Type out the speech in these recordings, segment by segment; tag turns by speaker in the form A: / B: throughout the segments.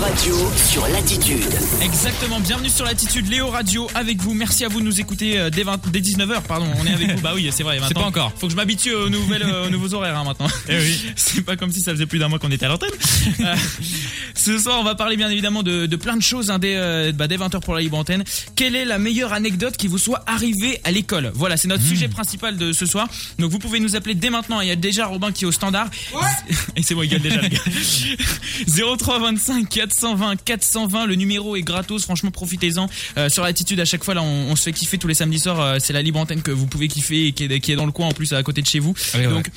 A: Radio sur Latitude.
B: Exactement, bienvenue sur l'attitude Léo Radio avec vous. Merci à vous de nous écouter euh, dès, 20 dès 19h, pardon. On est avec vous. Bah oui, c'est vrai,
C: C'est
B: 20 ans.
C: pas encore. Eh
B: Faut que je m'habitue aux, nouvelles, euh, aux nouveaux horaires hein, maintenant. C'est pas comme si ça faisait plus d'un mois qu'on était à l'antenne. Euh, ce soir, on va parler bien évidemment de, de plein de choses hein, dès, euh, bah, dès 20h pour la libre antenne. Quelle est la meilleure anecdote qui vous soit arrivée à l'école Voilà, c'est
C: Hmm.
B: notre sujet principal de ce soir. Donc vous pouvez nous appeler dès maintenant. Il y a déjà Robin qui est au standard. Et c'est moi, il gueule déjà le gars. 03 25 420 420, le numéro est gratos, franchement profitez-en. Euh, sur l'attitude à chaque fois là, on, on se fait kiffer tous les samedis soirs, euh, c'est la libre antenne que vous pouvez kiffer et qui est, qui est dans le coin en plus à côté de chez vous.
C: Ah oui, ouais.
B: Donc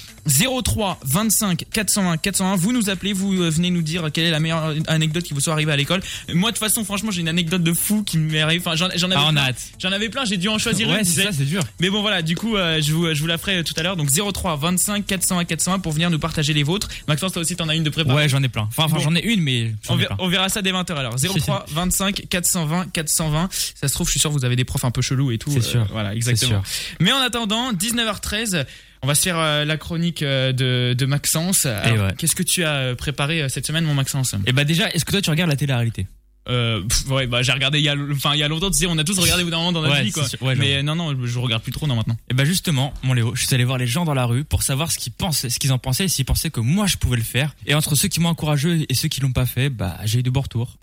B: 03 25 420 401, vous nous appelez, vous euh, venez nous dire quelle est la meilleure anecdote qui vous soit arrivée à l'école. Moi de toute façon, franchement, j'ai une anecdote de fou qui m'est arrivée, enfin j'en j'en avais
C: Ah, on a
B: plein.
C: hâte.
B: J'en avais plein, j'ai dû en choisir une.
C: Ouais,
B: je disais.
C: c'est ça, c'est dur.
B: Mais bon voilà, du coup, euh, je, vous, je vous la ferai euh, tout à l'heure. Donc 03 25 401 401 pour venir nous partager les vôtres. Maxence, toi aussi, t'en as une de préparée.
C: Ouais, j'en ai plein. Enfin, enfin,
B: Bon.
C: j'en ai une, mais j'en
B: On
C: ai
B: verra,
C: plein.
B: on verra ça dès 20h alors. 03 25 420 420. Ça se trouve, je suis sûr, vous avez des profs un peu chelous et tout. euh,
C: C'est sûr.
B: Voilà, exactement. Mais en attendant, 19h13, on va se faire euh, la chronique euh, de, de Maxence. Alors,
C: ouais.
B: Qu'est-ce que tu as euh, préparé euh, cette semaine, mon Maxence
C: Et bah déjà, est-ce que toi tu regardes la télé-réalité
B: euh, pff, Ouais, bah j'ai regardé il y a, enfin, il y a longtemps, tu sais, on a tous regardé au bout d'un moment dans notre
C: Ouais,
B: vie,
C: c'est
B: quoi.
C: sûr. Ouais,
B: Mais euh, non, non, je- je regarde plus trop, non, maintenant.
C: Et bah justement, mon Léo, je suis allé voir les gens dans la rue pour savoir ce qu'ils pensent, ce qu'ils en pensaient, et s'ils pensaient que moi je pouvais le faire. Et entre ceux qui m'ont encouragé et ceux qui l'ont pas fait, bah j'ai eu de bons retours.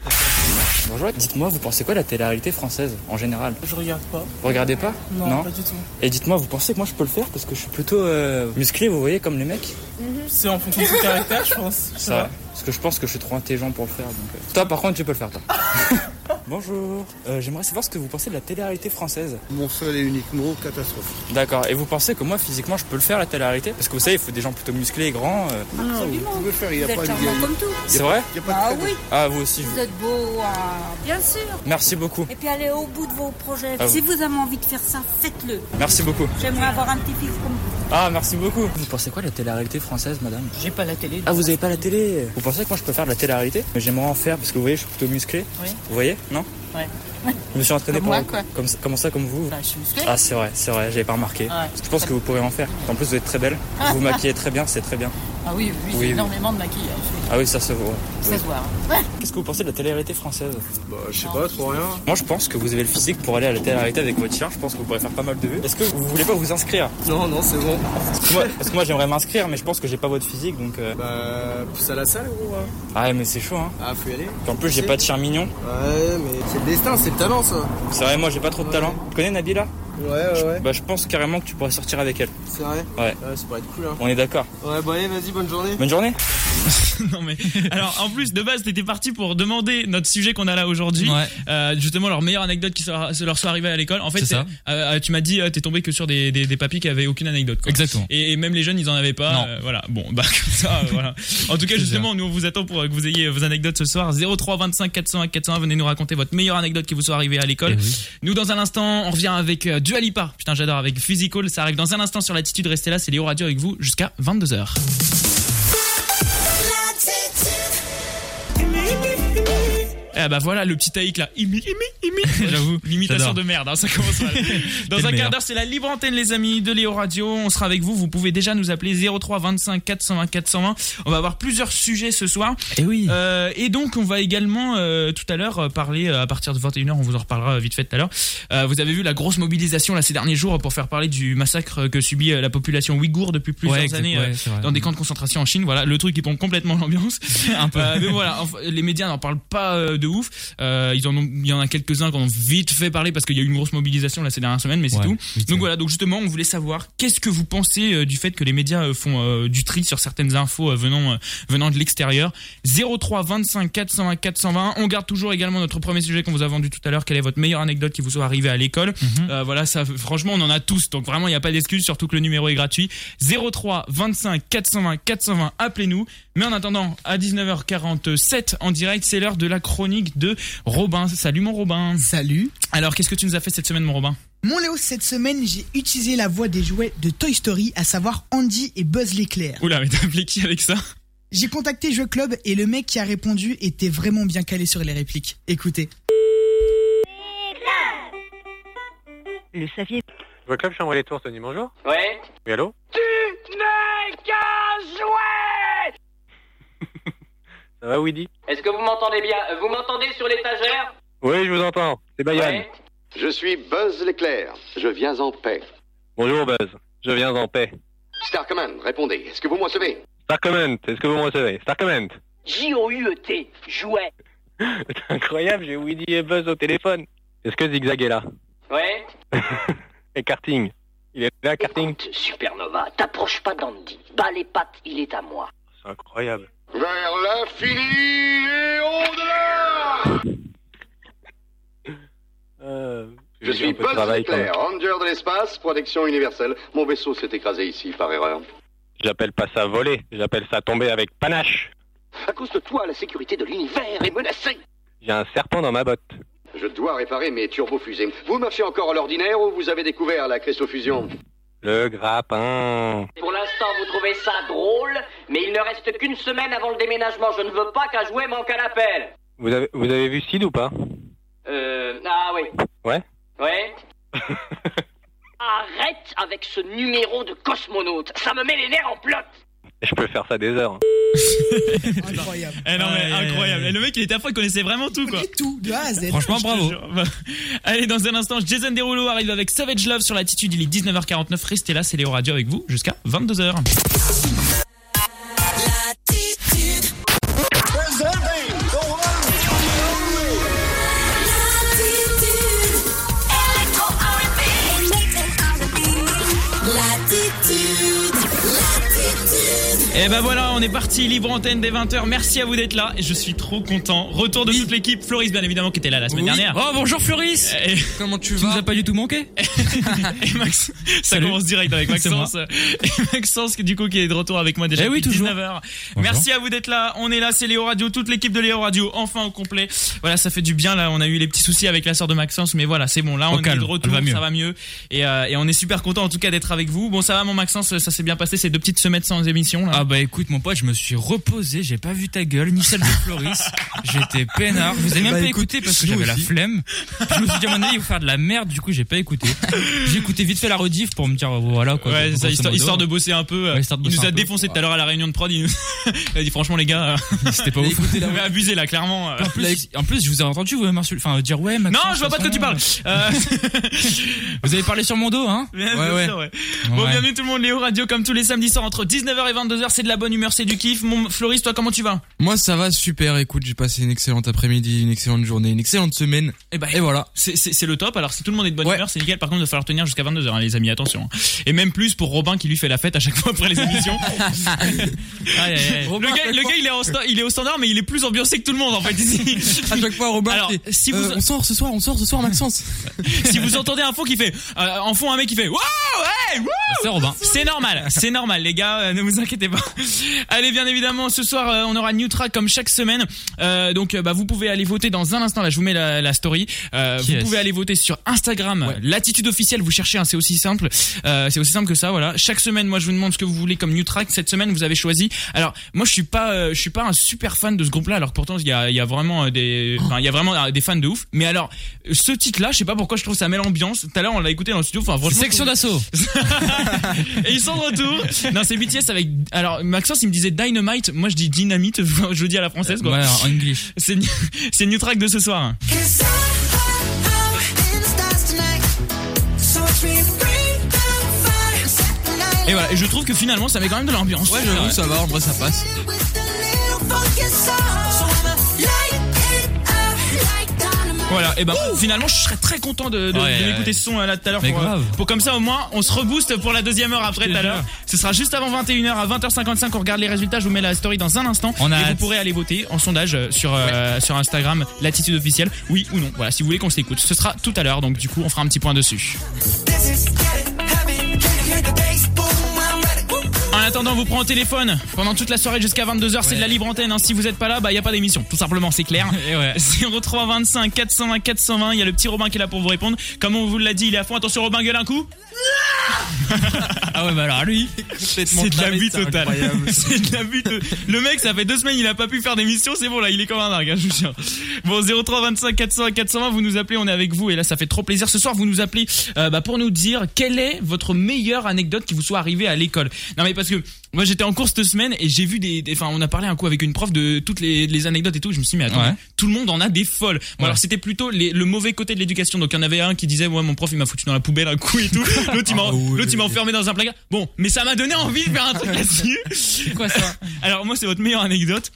D: Bonjour, dites-moi, vous pensez quoi de la télé-réalité française en général
E: Je regarde pas.
D: Vous regardez pas
E: Non, pas du tout.
D: Et dites-moi, vous pensez que moi je peux le faire parce que je suis plutôt euh, musclé, vous voyez, comme les mecs
E: C'est en fonction de son caractère, je pense.
D: Ça va. Parce que je pense que je suis trop intelligent pour le faire. Donc, euh, Toi, par contre, tu peux le faire, toi. Bonjour, Euh, j'aimerais savoir ce que vous pensez de la télé-réalité française.
F: Mon seul et unique mot, catastrophe.
D: D'accord, et vous pensez que moi physiquement je peux le faire la télé-réalité Parce que vous savez, il faut des gens plutôt musclés et grands. euh,
F: Ah, vous pouvez le faire, il n'y a
G: Vous
F: pas
G: êtes
F: de
G: charmant comme tout.
D: C'est vrai
F: Il y a pas de
G: Ah
F: cadeau.
G: oui,
D: Ah, vous aussi. je vous-
G: vous êtes beau, ah, bien sûr.
D: Merci beaucoup,
G: Et puis allez au bout de vos projets.
D: Ah oui.
G: Si vous avez envie de faire ça, faites-le.
D: merci beaucoup.
G: J'aimerais avoir un petit fils comme vous.
D: Ah, merci beaucoup. Vous pensez quoi de la télé-réalité française, madame
E: J'ai pas la télé.
D: Ah, vous avez pas la télé Vous pensez que moi je peux faire de la télé-réalité J'aimerais en faire parce que vous voyez, je suis plutôt musclé.
E: Oui.
D: Vous voyez Non
E: Ouais.
D: Je me suis entraîné
E: Comme moi,
D: pendant-
E: quoi.
D: Comme, ça- comment ça, comme vous
E: Bah, je suis musclé.
D: Ah, c'est vrai, c'est vrai, j'avais pas remarqué.
E: Ouais.
D: Je pense que vous pourrez en faire. En plus, vous êtes très belle. Vous vous maquillez très bien, c'est très bien.
E: Ah oui, oui,
D: Oui, oui.
E: j'ai énormément de hein, maquillage. oui.
D: Ah oui, ça se voit.
E: Ça se voit. hein.
D: Qu'est-ce que vous pensez de la télé-réalité française
F: Bah, je sais pas, trop rien.
D: Moi, je pense que vous avez le physique pour aller à la télé-réalité avec votre chien. Je pense que vous pourrez faire pas mal de vues. Est-ce que vous voulez pas vous inscrire
F: Non, non, c'est bon.
D: Parce que moi, parce que moi, j'aimerais m'inscrire, mais je pense que j'ai pas votre physique donc. euh,
F: Bah, pousse à la salle, gros. hein.
D: Ah, ouais, mais c'est chaud hein.
F: Ah, faut y aller.
D: Puis en plus, j'ai pas de chien mignon.
F: Ouais, mais c'est le destin, c'est le talent, ça.
D: C'est vrai, moi, j'ai pas trop de talent. Tu connais Nabila
F: Ouais, ouais, ouais.
D: Bah, je pense carrément que tu pourrais sortir avec elle.
F: C'est vrai.
D: Ouais.
F: ça pourrait être cool, hein.
D: On est d'accord.
F: Ouais, bah, allez, vas-y, bonne journée.
D: Bonne journée.
B: non mais alors en plus de base t'étais parti pour demander notre sujet qu'on a là aujourd'hui
C: Ouais.
B: Euh, justement leur meilleure anecdote qui sera- leur soit arrivée à l'école en fait
C: C'est
B: c'est-
C: ça.
B: euh, euh, tu m'as dit euh, t'es tombé que sur des, des, des papis qui avaient aucune anecdote quoi.
C: Exactement.
B: et, et même les jeunes ils en avaient pas
C: Non.
B: euh, voilà bon bah comme ça euh, voilà en tout cas
C: C'est
B: justement nous on vous attend pour euh, que vous ayez euh, vos anecdotes ce soir 03 25 401 401 venez nous raconter votre meilleure anecdote qui vous soit arrivée à l'école
C: Eh oui.
B: nous dans un instant on revient avec euh, Dualipa putain j'adore avec Physical ça arrive dans un instant sur l'attitude restez là c'est Léo Radio avec vous jusqu'à 22h Ah bah voilà le petit taïk là. Imi, imi, imi.
C: J'avoue,
B: L'imitation
C: j'adore.
B: de merde, hein, ça commence mal.
C: T'es
B: Dans
C: le
B: un quart
C: meilleur.
B: d'heure, c'est la libre antenne, les amis de Léo Radio. On sera avec vous. Vous pouvez déjà nous appeler 03 25 420 420. On va avoir plusieurs sujets ce soir.
C: Eh oui.
B: Euh, et donc, on va également euh, tout à l'heure euh, parler euh, à partir de 21h. On vous en reparlera euh, vite fait tout à l'heure. Euh, vous avez vu la grosse mobilisation là ces derniers jours pour faire parler du massacre euh, que subit euh, la population ouïghour depuis plusieurs
C: Ouais, exact-
B: années.
C: ouais,
B: euh,
C: c'est vrai.
B: dans des camps de concentration en Chine, voilà, le truc qui pompe complètement l'ambiance.
C: un peu.
B: Euh, mais voilà, enfin, les médias n'en parlent pas euh, de ouf. Euh, ils en ont, il y en a quelques-uns qui ont vite fait parler parce qu'il y a eu une grosse mobilisation là ces dernières semaines, mais c'est
C: Ouais,
B: tout.
C: vite
B: Donc
C: fait.
B: voilà, donc justement, on voulait savoir qu'est-ce que vous pensez euh, du fait que les médias euh, font euh, du tri sur certaines infos euh, venant euh, venant de l'extérieur. 03 25 420 420. On garde toujours également notre premier sujet qu'on vous a vendu tout à l'heure. Quelle est votre meilleure anecdote qui vous soit arrivée à l'école Euh, Voilà, ça, franchement, on en a tous. Donc vraiment, il n'y a pas d'excuse, surtout que le numéro est gratuit. 03 25 420 420. Appelez-nous. Mais en attendant, à 19h47 en direct, c'est l'heure de la chronique de Robin. Salut mon Robin.
H: Salut.
B: Alors, qu'est-ce que tu nous as fait cette semaine, mon Robin
H: Mon Léo, cette semaine, j'ai utilisé la voix des jouets de Toy Story, à savoir Andy et Buzz l'éclair.
B: Oula, mais t'as appelé qui avec ça
H: J'ai contacté Jeux Club et le mec qui a répondu était vraiment bien calé sur les répliques. Écoutez.
I: Le saviez
J: Le club chambre les tours, Tony, bonjour.
I: Ouais.
J: Oui, allô
I: Tu n'es qu'un jouet
F: Ça va, Woody
K: Est-ce que vous m'entendez bien Euh, Vous m'entendez sur l'étagère
F: Oui, je vous entends. C'est Bayan.
K: Ouais.
L: Je suis Buzz l'éclair. Je viens en paix.
F: Bonjour, Buzz. Je viens en paix.
L: Star Command, répondez. Est-ce que vous me recevez
F: Star Comment, est-ce que vous me recevez Star Comment
K: J-O-U-E-T, E jouet.
F: C'est incroyable, j'ai Woody et Buzz au téléphone. Est-ce que Zigzag est là
K: Ouais
F: Et Karting Il est là, Karting
K: Supernova, t'approches pas d'Andy. Bas les pattes, il est à moi.
F: C'est incroyable.
L: Vers l'infini et au-delà
F: Euh.
L: Je suis Buzz l'éclair, ranger de l'espace, protection universelle. Mon vaisseau s'est écrasé ici par erreur.
F: J'appelle pas ça voler, j'appelle ça tomber avec panache.
L: À cause de toi, la sécurité de l'univers est menacée
F: J'ai un serpent dans ma botte.
L: Je dois réparer mes turbofusées. Vous marchez encore à l'ordinaire ou vous avez découvert la cristalfusion
F: Le grappin.
K: Pour l'instant, vous trouvez ça drôle, mais il ne reste qu'une semaine avant le déménagement. Je ne veux pas qu'un jouet manque à l'appel.
F: Vous avez, vous avez vu Sid ou pas
K: Euh... Ah oui.
F: Ouais
K: Ouais Arrête avec ce numéro de cosmonaute. Ça me met les nerfs en plot.
F: Je peux faire ça des heures.
B: Incroyable. Eh non, mais incroyable. Et le mec, il était à fond, il connaissait vraiment tout, quoi.
M: Tout, de A à Z.
B: Je te jure. Bah, Allez, dans un instant, Jason Derulo arrive avec Savage Love sur l'attitude. Il est 19h49. Restez là, c'est Léo Radio avec vous jusqu'à 22h. Et ben voilà, on est parti, libre antenne des 20h. Merci à vous d'être là. Je suis trop content. Retour de toute l'équipe. Floris, bien évidemment, qui était là la semaine
D: Oui.
B: dernière. Euh,
D: Oh, bonjour, Floris.
B: Comment
D: Tu Eh. nous as pas du tout manqué
B: Et Max, ça commence direct avec
D: C'est
B: Maxence. Et Maxence, du coup, qui est de retour avec moi déjà
D: Eh oui,
B: depuis
D: toujours.
B: 19h. Merci à vous d'être là. On est là, c'est Léo Radio, toute l'équipe de Léo Radio, enfin au complet. Voilà, ça fait du bien. Là, on a eu les petits soucis avec la sœur de Maxence, mais voilà, c'est bon. Là,
D: Au
B: on est
D: calme,
B: de retour,
D: elle va mieux.
B: ça va mieux. Et, euh, et on est super content en tout cas d'être avec vous. Bon, ça va, mon Maxence, ça s'est bien passé ces deux petites semaines sans émission. Là.
D: Ah bah écoute mon pote, je me suis reposé, j'ai pas vu ta gueule, ni celle de Floris. J'étais peinard, vous avez même
B: Bah,
D: pas
B: écoute,
D: écouté parce que
B: nous
D: j'avais la
B: aussi.
D: flemme. Je me suis dit à mon avis, il faut faire de la merde, du coup j'ai pas écouté. J'ai écouté vite fait la rediff pour me dire oh, voilà quoi.
B: Ouais,
D: Ah, grosso
B: ça, histoire,
D: modo. hein.
B: histoire de bosser un peu. euh,
D: Ouais, histoire de
B: il nous
D: bosser
B: a
D: un peu.
B: défoncé tout à l'heure à la réunion de prod. Il, nous... il a dit franchement les gars, euh,
D: c'était pas ouf.
B: Vous avez abusé là, clairement. euh.
D: En plus, en plus, je vous ai entendu vous m'insulter, enfin dire ouais.
B: non,
D: Maxence,
B: je vois pas de quoi tu parles.
D: façon,
B: Euh,
D: Vous avez parlé sur mon dos, hein
B: Bien sûr, ouais. Bon,
D: Ouais.
B: bienvenue tout le monde, Léo Radio, comme tous les samedis soirs entre 19h et 22h, c'est de la bonne humeur, c'est du kiff. Mon Floris, toi, comment tu vas
H: Moi ça va super, écoute, j'ai passé une excellente après-midi, une excellente journée, une excellente semaine.
B: Et, bah,
H: Et voilà.
B: C'est c'est- c'est le top. Alors, si tout le monde est de bonne humeur, c'est nickel. Par contre, il va falloir tenir jusqu'à 22h, hein, les amis, attention. Et même plus pour Robin qui lui fait la fête à chaque fois après les émissions. Aïe, aïe, aïe.
H: Robin,
B: le
H: à
B: gars,
H: chaque
B: le
H: fois-
B: gars, il, est en sta- il est au standard, mais il est plus ambiancé que tout le monde en fait ici.
H: À chaque fois Robin,
B: Alors,
H: c'est,
B: si vous-
H: euh, on sort ce soir, on sort ce soir Maxence.
B: si vous entendez un fond qui fait euh, en fond un mec qui fait waouh hey, wouh
D: c'est
B: normal c'est normal les gars euh, ne vous inquiétez pas allez bien évidemment ce soir euh, on aura New Track comme chaque semaine Euh, donc euh, bah, vous pouvez aller voter dans un instant là je vous mets la, la story Euh,
D: Qui
B: vous
D: est-ce
B: pouvez aller voter sur Instagram l'attitude officielle vous cherchez hein, c'est aussi simple Euh, c'est aussi simple que ça voilà chaque semaine moi je vous demande ce que vous voulez comme New Track cette semaine vous avez choisi alors moi je suis pas euh, je suis pas un super fan de ce groupe là alors que pourtant il y a, il y a vraiment euh, des enfin, il y a vraiment euh, des fans de ouf mais alors ce titre là je sais pas pourquoi je trouve ça met l'ambiance tout à l'heure on l'a écouté dans le studio enfin franchement
D: Section d'assaut.
B: et ils sont de retour. Non, c'est BTS avec. Alors, Maxence, il me disait Dynamite. Moi, je dis Dynamite. Je le dis à la française, quoi.
D: Ouais, en English.
B: C'est le- c'est le new track de ce soir. Et voilà. Et je trouve que finalement, ça met quand même de l'ambiance.
H: Ouais, j'avoue, ça va, en vrai ça passe.
B: Voilà, et ben finalement je serais très content de, de,
D: Ouais,
B: de
D: ouais,
B: m'écouter
D: ouais.
B: ce son euh, là tout à l'heure
D: Mais
B: pour, euh,
D: grave.
B: pour comme ça au moins on se rebooste pour la deuxième heure après
D: Je
B: tout
D: te
B: à l'heure.
D: jure.
B: Ce sera juste avant 21h à 20h55 on regarde les résultats, je vous mets la story dans un instant
D: On
B: et
D: a hâte.
B: vous pourrez aller voter en sondage euh, sur euh, sur Instagram l'attitude officielle, oui ou non. Voilà, si vous voulez qu'on s'écoute, ce sera tout à l'heure donc du coup on fera un petit point dessus. En attendant, on vous prend au téléphone pendant toute la soirée jusqu'à 22h, c'est de la libre antenne. hein. Si vous n'êtes pas là, bah il y a pas d'émission, tout simplement, c'est clair.
D: Et ouais.
B: 03 25 420 420, il y a le petit Robin qui est là pour vous répondre. Comme on vous l'a dit, il est à fond. Attention Robin gueule un coup.
D: Ah ouais, bah alors lui,
B: C'est de la vie totale. C'est de la vie to- Le mec, ça fait deux semaines, il a pas pu faire d'émission. C'est bon, là, il est comme un dingue, hein, je vous jure. Bon, 03 25 400 420, vous nous appelez, on est avec vous. Et là, ça fait trop plaisir. Ce soir, vous nous appelez euh, bah, pour nous dire quelle est votre meilleure anecdote qui vous soit arrivée à l'école. Non, mais parce que que moi j'étais en cours cette semaine et j'ai vu des, des- enfin on a parlé un coup avec une prof de toutes les, les anecdotes et tout. Je me suis dit, mais attends,
D: Ouais.
B: tout le monde en a des folles. Bon,
D: Ouais.
B: alors c'était plutôt les- le mauvais côté de l'éducation. Donc il y en avait un qui disait, ouais mon prof il m'a foutu dans la poubelle un coup et tout. L'autre il m'a,
D: Ah ouais.
B: l'autre il m'a enfermé dans un placard. Bon, mais ça m'a donné envie de faire un truc là-dessus. C'est quoi ça Alors moi c'est votre meilleure anecdote.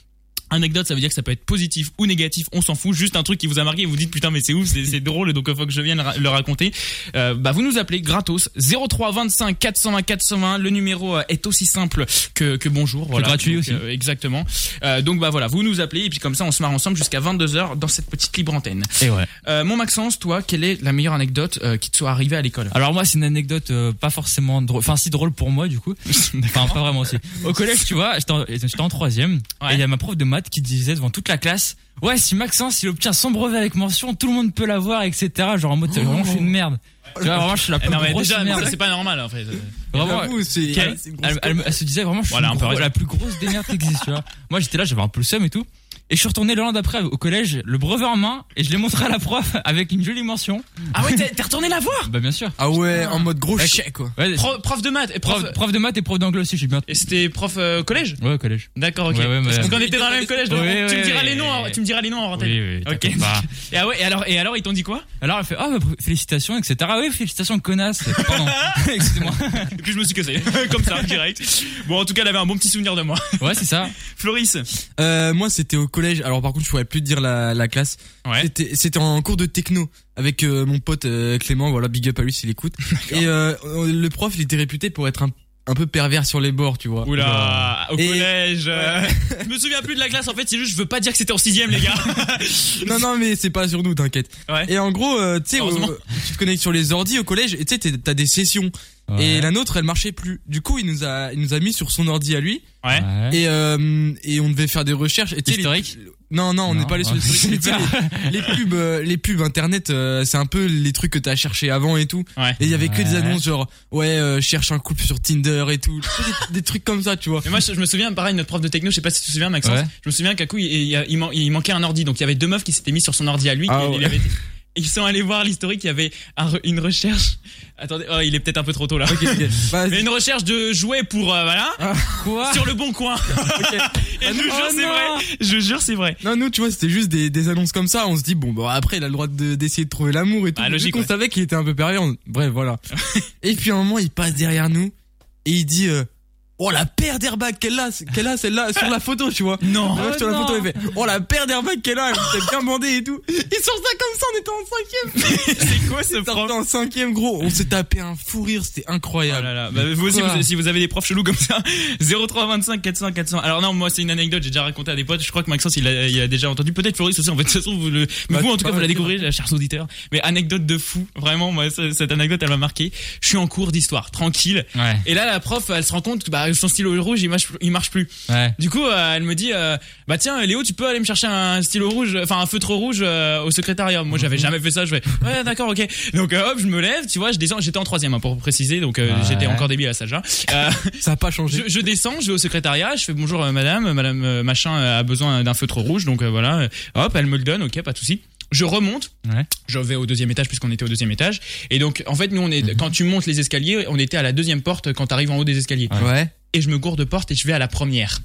B: Anecdote, ça veut dire que ça peut être positif ou négatif, on s'en fout. Juste un truc qui vous a marqué et vous dites putain mais c'est ouf, c'est c'est drôle, donc faut que je vienne ra- le raconter. Euh, bah vous nous appelez gratos 03 25 420 420. Le numéro euh, est aussi simple que, que bonjour. Voilà.
D: gratuit
B: Donc,
D: aussi.
B: euh, exactement. Euh, donc bah voilà, vous nous appelez et puis comme ça on se marre ensemble jusqu'à 22 h dans cette petite libre antenne.
D: Et ouais.
B: Euh, mon Maxence, toi, quelle est la meilleure anecdote euh, qui te soit arrivée à l'école
D: Alors moi, c'est une anecdote euh, pas forcément drôle, enfin si drôle pour moi du coup. enfin pas vraiment aussi. Au collège, tu vois, j'étais en- j'étais en troisième et il y a ma prof de maths qui disait devant toute la classe, ouais, si Maxence il obtient son brevet avec mention, tout le monde peut l'avoir, etc. Genre en mode vraiment je suis une merde. Tu vois, vraiment je suis la
B: Eh
D: plus
B: non, mais
D: grosse
B: déjà,
D: merde.
B: ça, c'est pas normal en fait.
D: Vraiment,
B: J'avoue, c'est-
D: elle-
B: quelle- c'est une grosse
D: elle, elle-
B: conne.
D: elle se disait vraiment, je suis
B: Voilà,
D: une
B: un peu
D: gro-
B: raison.
D: la plus grosse démerde qui existe, tu vois. Moi, j'étais là, j'avais un peu le seum et tout. Et je suis retourné le lendemain d'après au collège, le brevet en main, et je l'ai montré à la prof avec une jolie mention.
B: Ah ouais, t'es- t'es retourné la voir
D: Bah, bien sûr.
H: Ah ouais, en mode gros
D: Ouais,
H: chien, quoi.
D: Ouais,
B: Pro- prof de maths et prof,
D: prof, prof de maths et prof d'anglais aussi, j'ai bien.
B: Et c'était prof euh, collège
D: Ouais, au collège.
B: D'accord, ok.
D: Ouais, ouais, mais-
B: Parce qu'on était dans le même collège, donc
D: Ouais,
B: tu,
D: ouais,
B: me diras les
D: ouais.
B: noms, en- tu me diras les noms en rentrée.
D: Oui, oui,
B: ok.
D: t'inquiète pas.
B: Et, ah ouais, et, alors, et alors, ils t'ont dit quoi
D: Alors elle fait ah bah, félicitations etc. Ah oui félicitations connasse. Pardon. Excusez-moi.
B: Et puis je me suis cassé, comme ça, direct. Bon, en tout cas, elle avait un bon petit souvenir de moi.
D: Ouais c'est ça.
B: Floris.
H: Euh, moi, c'était au collège. Alors, par contre, je pourrais plus te dire la, la classe. C'était- C'était en cours de techno avec euh, mon pote euh, Clément. Voilà, big up à lui s'il écoute. Et euh, on- le prof, il était réputé pour être un, un peu pervers sur les bords, tu vois.
B: Oula, au
H: Et-
B: collège. euh, je me souviens plus de la classe, en fait, c'est juste, je veux pas dire que c'était en sixième, les gars.
H: Non, non, mais c'est pas sur nous, t'inquiète. Et en gros, euh, tu sais,
B: Heureusement.
H: au- tu te connectes sur les ordi au collège et tu sais, t'es- t'as des sessions.
D: Ouais.
H: Et la nôtre, elle marchait plus. Du coup, il nous a, il nous a mis sur son ordi à lui.
B: Ouais.
H: Et, euh, et on devait faire des recherches. Et tu sais, les-
D: Historique
H: Non, non, on
D: Non.
H: n'est pas allé sur
D: Ah,
H: l'historique, mais tu
D: super.
H: sais, Les, les pubs, euh, les pubs internet, euh, c'est un peu les trucs que t'as cherché avant et tout. Et il y avait que des
B: Ouais.
H: annonces genre, ouais, euh, cherche un couple sur Tinder et tout. des, des trucs comme ça, tu vois.
B: Mais moi, je, je me souviens, pareil, notre prof de techno, je sais pas si tu te souviens, Maxence.
H: Ouais.
B: Je me souviens qu'à coup, il, il- il man- il manquait un ordi. Donc, il y avait deux meufs qui s'étaient mis sur son ordi à lui.
H: Ah
B: et il
H: ouais.
B: avait- et ils sont allés voir l'historique. Il y avait un re- une recherche. Attendez, oh, il est peut-être un peu trop tôt là. Mais une recherche de jouets pour, euh, voilà.
H: Quoi
B: Sur le bon coin. et je vous jure,
H: Ah. Oh
B: c'est
H: non.
B: vrai. Je jure, c'est vrai.
H: Non, nous, tu vois, c'était juste des, des annonces comme ça. On se dit, bon, bah, après, il a le droit de- d'essayer de, trouver l'amour et tout.
B: Bah,
D: Ah,
H: Vu
B: logique,
H: qu'on
B: ouais.
H: savait qu'il était un peu pervers. on- Bref, voilà. et puis, à un moment, il passe derrière nous et il dit, euh, oh, la paire d'airbags qu'elle a, qu'elle a, celle-là, sur la photo, tu vois.
B: Non.
H: La meuf sur la
B: Oh, non.
H: photo, il fait, oh, la paire d'airbags qu'elle a, elle s'est bien bandée et tout. Ils sortent ça comme ça, on était en cinquième.
B: c'est quoi ce
H: prof? en cinquième, gros. On s'est tapé un fou rire, c'était incroyable.
B: Ah, bah, vous aussi, vous- si vous avez des profs chelous comme ça, 0325 400 400. Alors non, moi c'est une anecdote, j'ai déjà raconté à des potes. Je crois que Maxence il a, il a déjà entendu. Peut-être Floris aussi. En fait, de toute façon, vous le, mais
H: Bah,
B: vous en
H: tu
B: tout cas
H: parles
B: vous la
H: aussi,
B: découvrirez, chers auditeurs. Mais anecdote de fou, vraiment. Moi, ce- cette anecdote elle m'a marqué. Je suis en cours d'histoire, tranquille.
D: Ouais.
B: Et là, la prof, elle se rend compte que bah, son stylo rouge, il marche, il marche plus.
D: Ouais.
B: Du coup, euh, elle me dit, euh, bah tiens, Léo, tu peux aller me chercher un stylo rouge, enfin un feutre rouge euh, au secrétariat. Moi,
H: Mhm.
B: j'avais jamais fait ça. Je fais, ouais, d'accord, ok. Donc euh, hop, je me lève, tu vois, je descends. J'étais en troisième, hein, pour préciser, donc euh,
H: Ouais.
B: j'étais encore débile à ça. déjà. Euh,
H: Ça a pas changé.
B: je, je descends, je vais au secrétariat, je fais bonjour euh, madame, euh, madame euh, machin euh, a besoin d'un feutre rouge, donc euh, voilà. Euh, Hop, elle me le donne, ok, pas de souci. Je remonte,
D: Ouais.
B: je vais au deuxième étage puisqu'on était au deuxième étage. Et donc en fait nous on est
H: Mhm.
B: quand tu montes les escaliers, on était à la deuxième porte quand t'arrives en haut des escaliers.
H: Ouais.
B: Et je me gourde de porte et je vais à la première.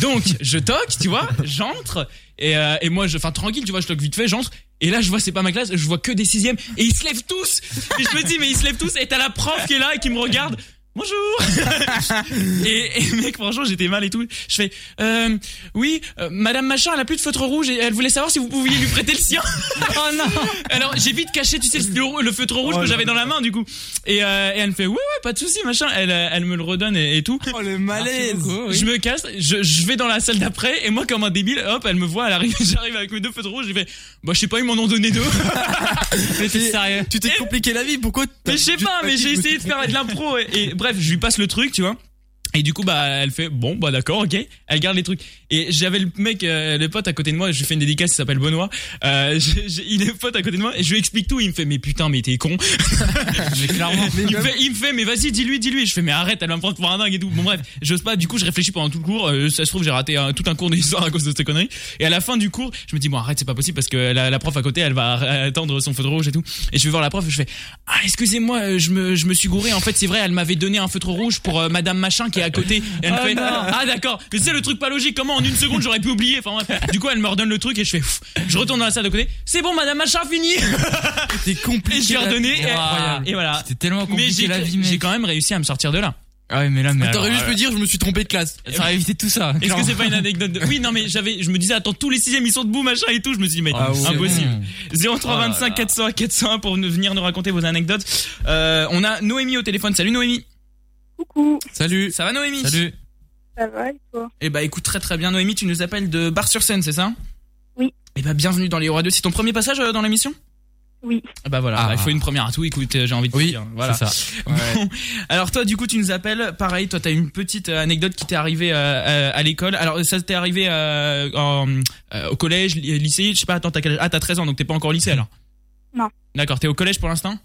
B: Donc je toque, tu vois, j'entre et, euh, et moi je enfin tranquille, tu vois, je toque vite fait, j'entre. Et là, je vois, c'est pas ma classe, je vois que des sixièmes, et ils se lèvent tous! Et je me dis, mais ils se lèvent tous, et t'as la prof qui est là et qui me regarde, bonjour! et, et mec, franchement, j'étais mal et tout. Je fais, euh, oui, euh, Madame Machin, elle a plus de feutre rouge et elle voulait savoir si vous pouviez lui prêter le sien. oh non Alors j'ai vite caché, tu sais, le, stylo- le feutre rouge
H: Oh
B: que
H: là
B: j'avais dans
H: là.
B: la main du coup. Et, euh, et elle me fait, ouais, ouais, pas de souci, machin. Elle, euh, elle me le redonne et, et tout.
H: Oh, le malaise.
B: Je me casse, je, je vais dans la salle d'après et moi comme un débile, hop, elle me voit, elle arrive, j'arrive avec mes deux feutres rouges, je fais, bah je sais pas, ils m'en ont donné deux. mais t'es sérieux
H: Tu t'es compliqué la vie, pourquoi
B: Mais je sais
H: juste
B: pas,
H: pas
B: mais
H: dit,
B: j'ai
H: je me
B: essayé de
H: suis
B: faire de l'impro et, et bref, je lui passe le truc, tu vois. Et du coup, bah, elle fait bon, bah d'accord, ok. Elle garde les trucs. Et j'avais le mec, euh, le pote à côté de moi. Je lui fais une dédicace. Il s'appelle Benoît. Euh, j'ai- j'ai- il est pote à côté de moi. Et je lui explique tout. Il me fait mais putain, mais t'es con.
D: Mais clairement.
B: il, me fait, il me fait, mais vas-y, dis-lui, dis-lui. Je fais mais arrête, elle va me prendre pour un dingue et tout. Bon bref, j'ose pas. Du coup, je réfléchis pendant tout le cours. Euh, ça se trouve, j'ai raté un- tout un cours d'histoire à cause de cette connerie. Et à la fin du cours, je me dis bon arrête, c'est pas possible parce que la, la prof à côté, elle va attendre son feu de rouge et tout. Et je vais voir la prof. Et je fais ah excusez-moi, euh, je me je me suis gouré. En fait, c'est vrai, elle m'avait donné un feutre rouge pour euh, Madame Machin qui est à côté. Et elle me
D: Oh
B: fait,
D: non.
B: ah d'accord. Mais c'est le truc pas logique. Comment en une seconde j'aurais pu oublier Enfin bref. Du coup, elle me redonne le truc et je fais, pff, je retourne dans la salle de côté. C'est bon, madame machin fini.
H: C'était compliqué.
B: Et je lui ai
D: la-
B: redonné. et-
D: Incroyable.
B: Et, voilà.
D: C'était tellement
B: Mais
D: compliqué
B: j'ai-
D: la vie, mec.
B: j'ai quand même réussi à me sortir de là.
D: Ah ouais, mais là, mais.
B: T'aurais
D: alors,
B: juste pu
D: euh,
H: dire, je me suis trompé de classe.
D: Ça aurait évité tout ça.
B: Est-ce que c'est pas une anecdote de... Oui, non, mais j'avais, je me disais, attends, tous les sixièmes ils sont debout, machin et tout. Je me dis, mais
D: Ah ouais.
B: impossible.
D: C'est bon.
B: 0325 400 401 pour nous- venir nous raconter vos anecdotes. Euh, on a Noémie au téléphone. Salut Noémie.
G: Coucou.
B: Salut. Ça va Noémie Salut.
G: Ça va et toi
B: Eh bah écoute très très bien Noémie, tu nous appelles de Bar-sur-Seine, c'est ça
G: Oui.
B: Eh bah bienvenue dans les Radio. C'est ton premier passage euh, dans l'émission
G: Oui.
B: Eh bah voilà,
D: Ah.
B: bah, il faut une première à tout. Écoute, euh, j'ai envie de te
D: Oui,
B: dire. Voilà.
D: c'est ça.
B: Bon. Alors toi, du coup, tu nous appelles. Pareil, toi, t'as une petite anecdote qui t'est arrivée euh, euh, à l'école. Alors ça t'est arrivé euh, en, euh, au collège, li- lycée. Je sais pas. Attends, t'as quel âge Ah, t'as 13 ans, donc t'es pas encore au lycée alors.
G: Non.
B: D'accord. T'es au collège pour l'instant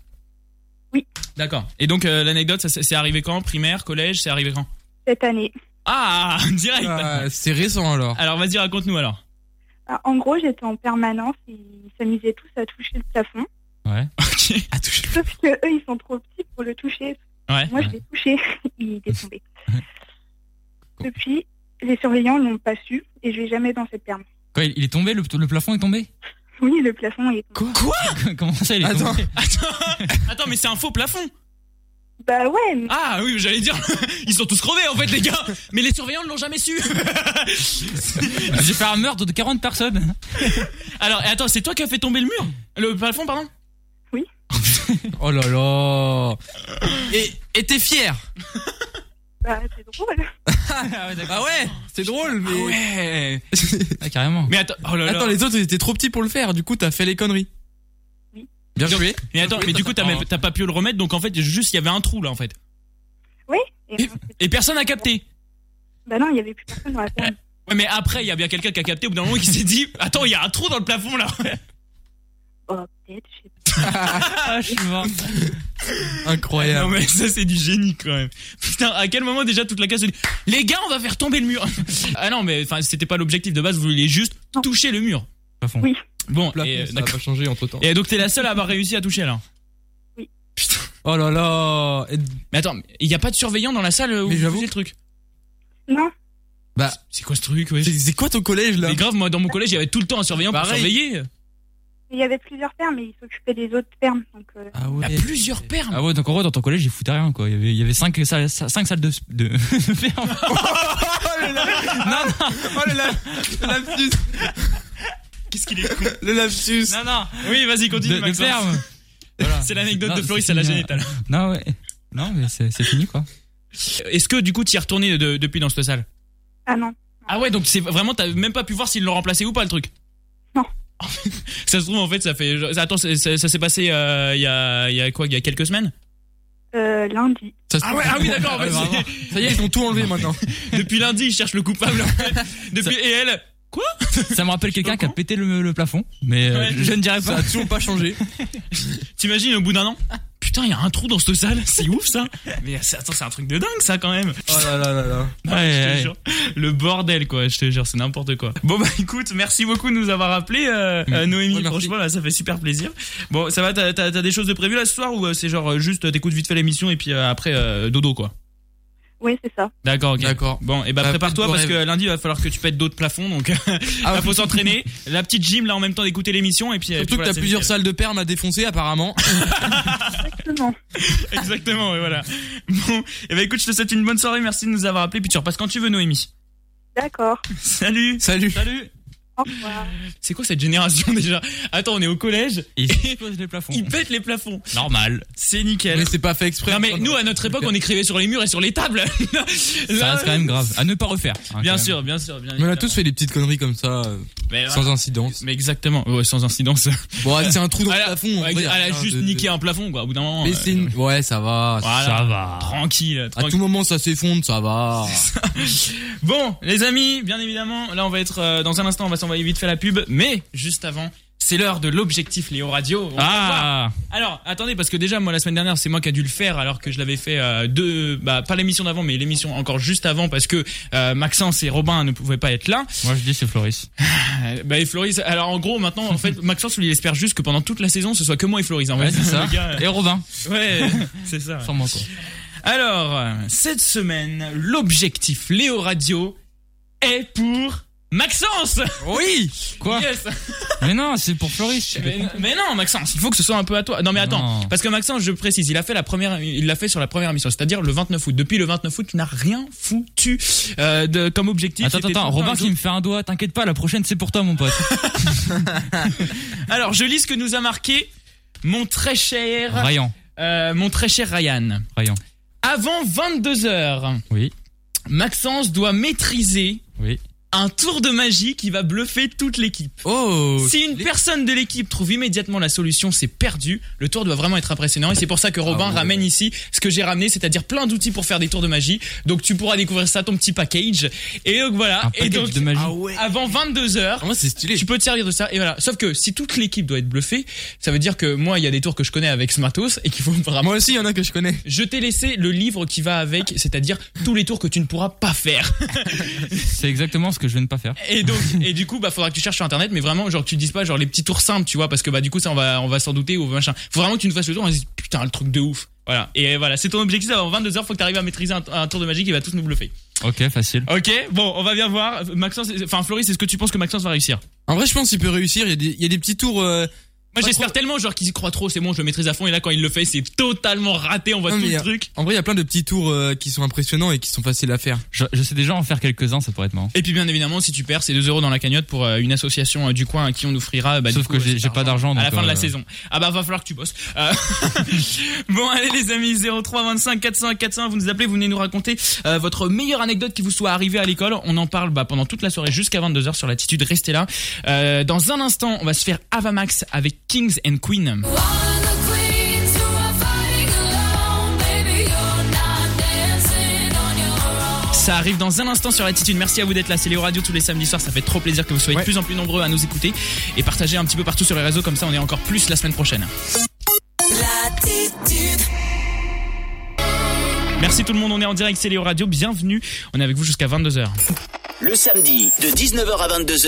B: Oui. D'accord. Et donc euh, l'anecdote, ça s'est- c'est arrivé quand Primaire, collège, c'est arrivé quand
G: Cette année.
B: Ah, direct.
H: c'est récent alors.
B: Alors vas-y, raconte-nous alors.
G: Ah, En gros, j'étais en permanence et ils s'amusaient tous à toucher le plafond.
D: Ouais.
G: Sauf que eux, ils sont trop petits pour le toucher.
D: Ouais.
G: Moi, je l'ai touché. Il était tombé. Depuis, les surveillants n'ont pas su et je vais jamais dans cette perme.
D: Quoi, il il est tombé, le, le plafond est tombé
G: Oui, le plafond est tombé.
B: Quoi
D: Comment ça, il est
B: Attends.
D: tombé
B: Attends, mais c'est un faux plafond.
G: Bah ouais.
B: Ah oui, j'allais dire, ils sont tous crevés en fait les gars. Mais les surveillants ne l'ont jamais su.
D: J'ai fait un meurtre de 40 personnes.
B: Alors, et attends, c'est toi qui as fait tomber le mur Le plafond, pardon
H: Oh là là. Et et t'es fier
G: Bah, c'est drôle.
H: Ah ouais, c'est drôle mais.
B: ouais.
D: Ah carrément.
B: Mais attends, oh là là.
H: Attends, les autres étaient trop petits pour le faire. Du coup, t'as fait les conneries. Oh, Bien joué.
B: Mais attends, mais du
D: Oh.
B: coup, t'as même- t'as pas pu le remettre, donc en fait, juste il y avait un trou là en fait.
G: Oui. Et,
B: Et personne n'a capté.
G: bah non, il y avait plus personne dans la perme.
B: Ouais, mais après, il y a bien quelqu'un qui a capté au bout d'un moment qui s'est dit Attends, il y a un trou dans le plafond là.
G: Oh, peut-être, je sais pas.
D: Ah, je suis mort.
H: Incroyable.
B: Non, mais ça, c'est du génie quand même. Putain, à quel moment déjà toute la classe se dit Les gars, on va faire tomber le mur Ah non, mais enfin, c'était pas l'objectif de base, vous vouliez juste toucher le mur.
D: Oui.
B: Bon,
H: Plafond,
B: et, euh,
H: ça a
B: d'accord.
H: pas changé entre temps.
B: Et donc t'es la seule à avoir réussi à toucher là
H: Oh là là.
B: Mais attends, il y a pas de surveillant dans la salle où vous faisiez le truc
G: Non.
H: Bah,
B: c'est quoi ce truc ouais
H: C'est quoi ton collège là
B: Mais grave, moi dans mon collège, il y avait tout le temps un surveillant pour
H: Pareil.
B: surveiller.
G: Il y avait plusieurs permes et ils s'occupaient des autres permes. Donc, euh,
H: Ah ouais.
B: Il y a plusieurs permes.
D: Ah ouais, donc en gros, dans ton collège, il foutait rien, quoi. Il y avait, il y avait cinq salles, cinq salles de, de, de ferme.
H: Non, non. Oh le lap- le lapsus.
B: Qu'est-ce qu'il est con.
H: Le lapsus.
B: Non, non. Ah, Oui, vas-y, continue,
D: De- de
H: hein
B: Maxence.
D: ferme.
B: C'est l'anecdote
D: Non,
B: de Floris
D: c'est
B: à la
D: fini,
B: génitale.
D: hein. Non, ouais. Non, mais c'est c'est fini, quoi.
B: Est-ce que du coup t'y es retourné de- depuis dans cette salle
G: Ah non.
B: Ah ouais, donc c'est vraiment, t'as même pas pu voir s'ils l'ont remplacé ou pas le truc
G: Non.
B: ça se trouve en fait, ça fait. Attends, ça, ça- ça s'est passé euh, il y, a, il y a quoi Il y a quelques semaines
G: euh, lundi.
B: Ah ouais, ah oui, d'accord. en fait, c'est-
H: Ça y est, ils ont tout enlevé maintenant.
B: Depuis lundi, ils cherchent le coupable en fait. Depuis, et elle. Quoi
D: Ça me rappelle quelqu'un qui a pété le, le plafond, mais euh,
B: Ouais.
D: je ne dirais
H: Ça
D: pas.
H: a toujours pas changé.
B: T'imagines au bout d'un an Putain, il y a un trou dans cette salle, c'est ouf ça Mais c'est- attends, c'est un truc de dingue ça quand même
H: Oh là là là là.
B: Ouais, je te jure. Le bordel, quoi. Je te jure, c'est n'importe quoi. Bon, bah écoute, merci beaucoup de nous avoir appelé, euh,
H: Mm.
B: euh, Noémie. franchement, là, ça fait super plaisir. Bon, ça va, t'as, t'as- t'as des choses de prévues là ce soir ou euh, c'est genre euh, juste euh, t'écoutes vite fait l'émission et puis euh, après euh, dodo, quoi
G: Oui, c'est ça.
B: D'accord, ok.
H: D'accord.
B: Bon, et bah
H: Bah,
B: prépare-toi
H: peut-être
B: parce
H: bon
B: que lundi, il va falloir que tu pètes d'autres plafonds donc
H: Ah
B: là,
H: ouais.
B: faut s'entraîner. La petite gym là en même temps d'écouter l'émission et puis.
H: Surtout que t'as plusieurs salles de perme à défoncer apparemment.
G: Exactement.
B: Exactement, ouais, voilà. Bon, et bah écoute, je te souhaite une bonne soirée, merci de nous avoir appelé puis tu repasses quand tu veux, Noémie.
G: D'accord.
B: Salut.
H: Salut.
B: Salut.
G: Au revoir.
B: C'est quoi cette génération déjà Attends, on est au collège.
D: Ils
B: et
D: explosent les plafonds.
B: ils pètent les plafonds.
D: Normal.
B: C'est nickel.
H: Mais c'est pas fait exprès.
B: non mais nous à notre époque on écrivait sur les murs et sur les tables. Là-
D: Ça reste quand même grave. À ne pas refaire. hein,
B: Bien
D: quand
B: sûr, bien sûr, bien
H: Mais on a
B: évidemment.
H: tous fait des petites conneries comme ça, euh,
B: Mais
H: sans
B: voilà.
H: incidence.
B: Mais exactement, ouais, sans incidence.
H: Bon, ouais, c'est un trou dans le plafond. en
B: Ouais,
H: vrai, y a
B: elle a
H: rien
B: juste
H: de-
B: niqué un plafond quoi, au bout d'un moment.
H: Mais
B: euh,
H: c'est une- Ouais, ça va.
B: Voilà.
H: ça va.
B: Tranquille,
H: À
B: tranquille.
H: tout moment, ça s'effondre, ça va.
B: Bon, les amis, bien évidemment, là on va être euh, dans un instant, on va s'envoyer vite fait la pub, mais juste avant, c'est l'heure de l'objectif Léo Radio. On va
D: Ah.
B: voir. Alors, attendez parce que déjà moi la semaine dernière, c'est moi qui a dû le faire alors que je l'avais fait euh, deux bah pas l'émission d'avant mais l'émission encore juste avant parce que euh, Maxence et Robin ne pouvaient pas être là.
D: même. Moi, je dis c'est Floris.
B: Euh, Bah et Floris, alors en gros maintenant en fait Maxence lui il espère juste que pendant toute la saison, ce soit que moi et Floris hein, en fait.
D: Ouais, c'est ça.
B: Le gars, euh,
D: Et Robin.
B: Ouais, c'est ça. ouais.
D: Sûrement, quoi.
B: Alors, euh, cette semaine, l'objectif Léo Radio est pour Maxence Oui Quoi Mais non, c'est pour Floris mais, mais non, Maxence, il faut que ce soit un peu à toi. Non mais attends, parce que Maxence, je précise, il a fait la première il l'a fait sur la première émission, c'est-à-dire le 29 août. Depuis le 29 août, tu n'as rien foutu euh, de comme objectif.
D: Attends,
B: C'était
D: attends,
B: tout le temps
D: Robin
B: un
D: qui me fait un doigt, t'inquiète pas, la prochaine c'est pour toi, mon pote.
B: Alors, je lis ce que nous a marqué mon très cher
D: Ryan.
B: Euh, mon très cher Ryan.
D: Ryan.
B: Avant 22 heures.
D: Oui.
B: Maxence doit maîtriser
D: Oui.
B: un tour de magie qui va bluffer toute l'équipe.
H: Oh.
B: si une personne de l'équipe trouve immédiatement la solution, c'est perdu. Le tour doit vraiment être impressionnant et c'est pour ça
H: Ah
B: que Robin
D: ouais.
B: ramène ici ce que j'ai ramené, c'est-à-dire plein d'outils pour faire des tours de magie. Donc tu pourras découvrir ça ton petit package. Et donc voilà.
D: Un
B: et
D: package
B: donc
D: de magie. Ah
B: avant 22 heures,
H: Ah,
B: tu peux te servir de ça et voilà. Sauf que si toute l'équipe doit être bluffée, ça veut dire que moi il y a des tours que je connais avec ce matos et qu'il faut vraiment. Moi
H: aussi il y en a que je connais.
B: Je t'ai laissé le livre qui va avec, c'est-à-dire tous les tours que tu ne pourras pas faire.
D: C'est exactement ce que je viens de pas faire.
B: Et donc, et du coup, bah, faudra que tu cherches sur internet, mais vraiment, genre, que tu dises pas, genre, les petits tours simples, tu vois, parce que, bah, du coup, ça, on va, on va s'en douter ou machin. Faut vraiment que tu nous fasses le tour, on va se dire, putain, le truc de ouf. Voilà. Et voilà, c'est ton objectif, avant 22h, faut que t'arrives à maîtriser un, un tour de magie qui va tous nous bluffer.
D: Ok, facile.
B: Ok, bon, on va bien voir. Maxence, enfin, Floris, est-ce que tu penses que Maxence va réussir?
H: En vrai, je pense qu'il peut réussir. Il y a des, il y a des petits tours. euh,
B: Moi, j'espère tellement, genre, qu'ils y croient trop, c'est bon, je le maîtrise à fond, et là, quand il le fait, c'est totalement raté, on voit
H: non,
B: tout
H: mais il y
B: le
H: a-
B: truc.
H: En vrai, il y a plein de petits tours euh, qui sont impressionnants et qui sont faciles à faire.
D: Je, sais déjà en faire quelques-uns, ça pourrait être marrant.
B: Et puis bien évidemment, si tu perds, c'est 2 euros dans la cagnotte pour euh, une association euh, du coin à qui on offrira. Bah,
D: Sauf
B: du coup,
D: que
B: euh,
D: j'ai-
B: cet
D: j'ai pas d'argent,
B: à la
D: donc,
B: fin de la
D: euh,
B: saison. Ah bah va falloir que tu bosses. Euh, bon allez les amis, 03 25 400 400, vous nous appelez, vous venez nous raconter euh, votre meilleure anecdote qui vous soit arrivée à l'école. On en parle bah, pendant toute la soirée jusqu'à 22 h sur l'attitude. Restez là. Euh, dans un instant, on va se faire Avamax avec Kings and Queen. Ça arrive dans un instant sur l'attitude. Merci à vous d'être là. C'est Léo Radio tous les samedis soirs. Ça fait trop plaisir que vous soyez de plus en plus nombreux à nous écouter et partager un petit peu partout sur les réseaux. Comme ça, on est encore plus la semaine prochaine. Merci tout le monde. On est en direct. C'est Léo Radio. Bienvenue. On est avec vous jusqu'à 22h.
A: Le samedi, de 19h à 22h,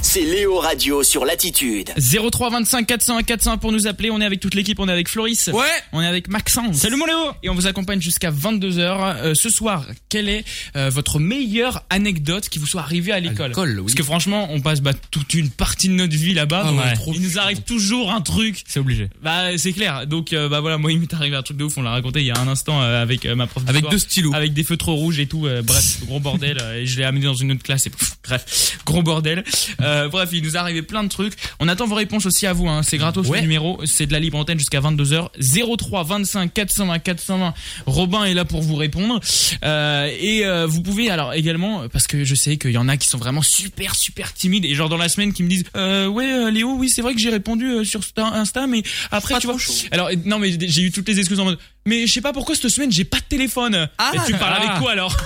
A: c'est Léo Radio sur Latitude.
B: 03 25 400 400 pour nous appeler. On est avec toute l'équipe. On est avec Floris.
A: Ouais.
B: On est avec Maxence. Salut mon Léo. Et on vous accompagne jusqu'à 22h. Euh, ce soir, quelle est euh, votre meilleure anecdote qui vous soit arrivée à l'école Parce que franchement, on passe bah, toute une partie de notre vie là-bas.
D: Bah Ah
B: donc
D: ouais.
B: Il nous arrive toujours un truc.
D: C'est obligé.
B: Bah c'est clair. Donc euh, bah voilà, moi il m'est arrivé un truc de ouf. On l'a raconté il y a un instant euh, avec euh, ma prof.
H: Avec deux
B: stylos. Avec des feutres rouges et tout. euh, bref, gros bordel. euh, et je l'ai amené dans une autre classe. Et, pff, bref, gros bordel. Euh, bref, il nous est arrivé plein de trucs. On attend vos réponses aussi à vous. Hein. C'est gratos le numéro. C'est de la libre antenne jusqu'à 22 h 03 25 420 420. Robin est là pour vous répondre. Euh, et euh, vous pouvez alors également euh, parce que je sais qu'il y en a qui sont vraiment super super timides et genre dans la semaine qui me disent euh, ouais euh, Léo oui c'est vrai que j'ai répondu euh, sur Sta- Insta mais après tu vois alors euh, non mais j'ai eu toutes les excuses en mode mais je sais pas pourquoi cette semaine j'ai pas de téléphone
H: Ah,
B: et tu parles
H: ah.
B: avec quoi alors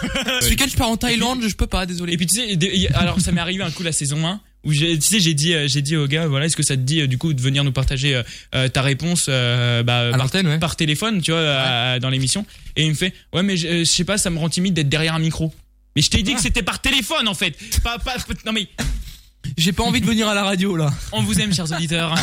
H: Ce week-end, je pars en Thaïlande, je peux pas, désolé.
B: Et puis tu sais, des- y- alors ça m'est arrivé un coup la saison 1 où j'ai- tu sais j'ai dit euh, j'ai dit au gars voilà est-ce que ça te dit euh, du coup de venir nous partager euh, euh, ta réponse euh, bah,
D: Ah,
B: par, par téléphone tu vois à- à- dans l'émission et il me fait ouais mais je euh, je sais pas ça me rend timide d'être derrière un micro. Mais je t'ai dit que c'était par téléphone en fait. Pas, pas, non mais
H: J'ai pas envie de venir à la radio là.
B: on vous aime chers auditeurs.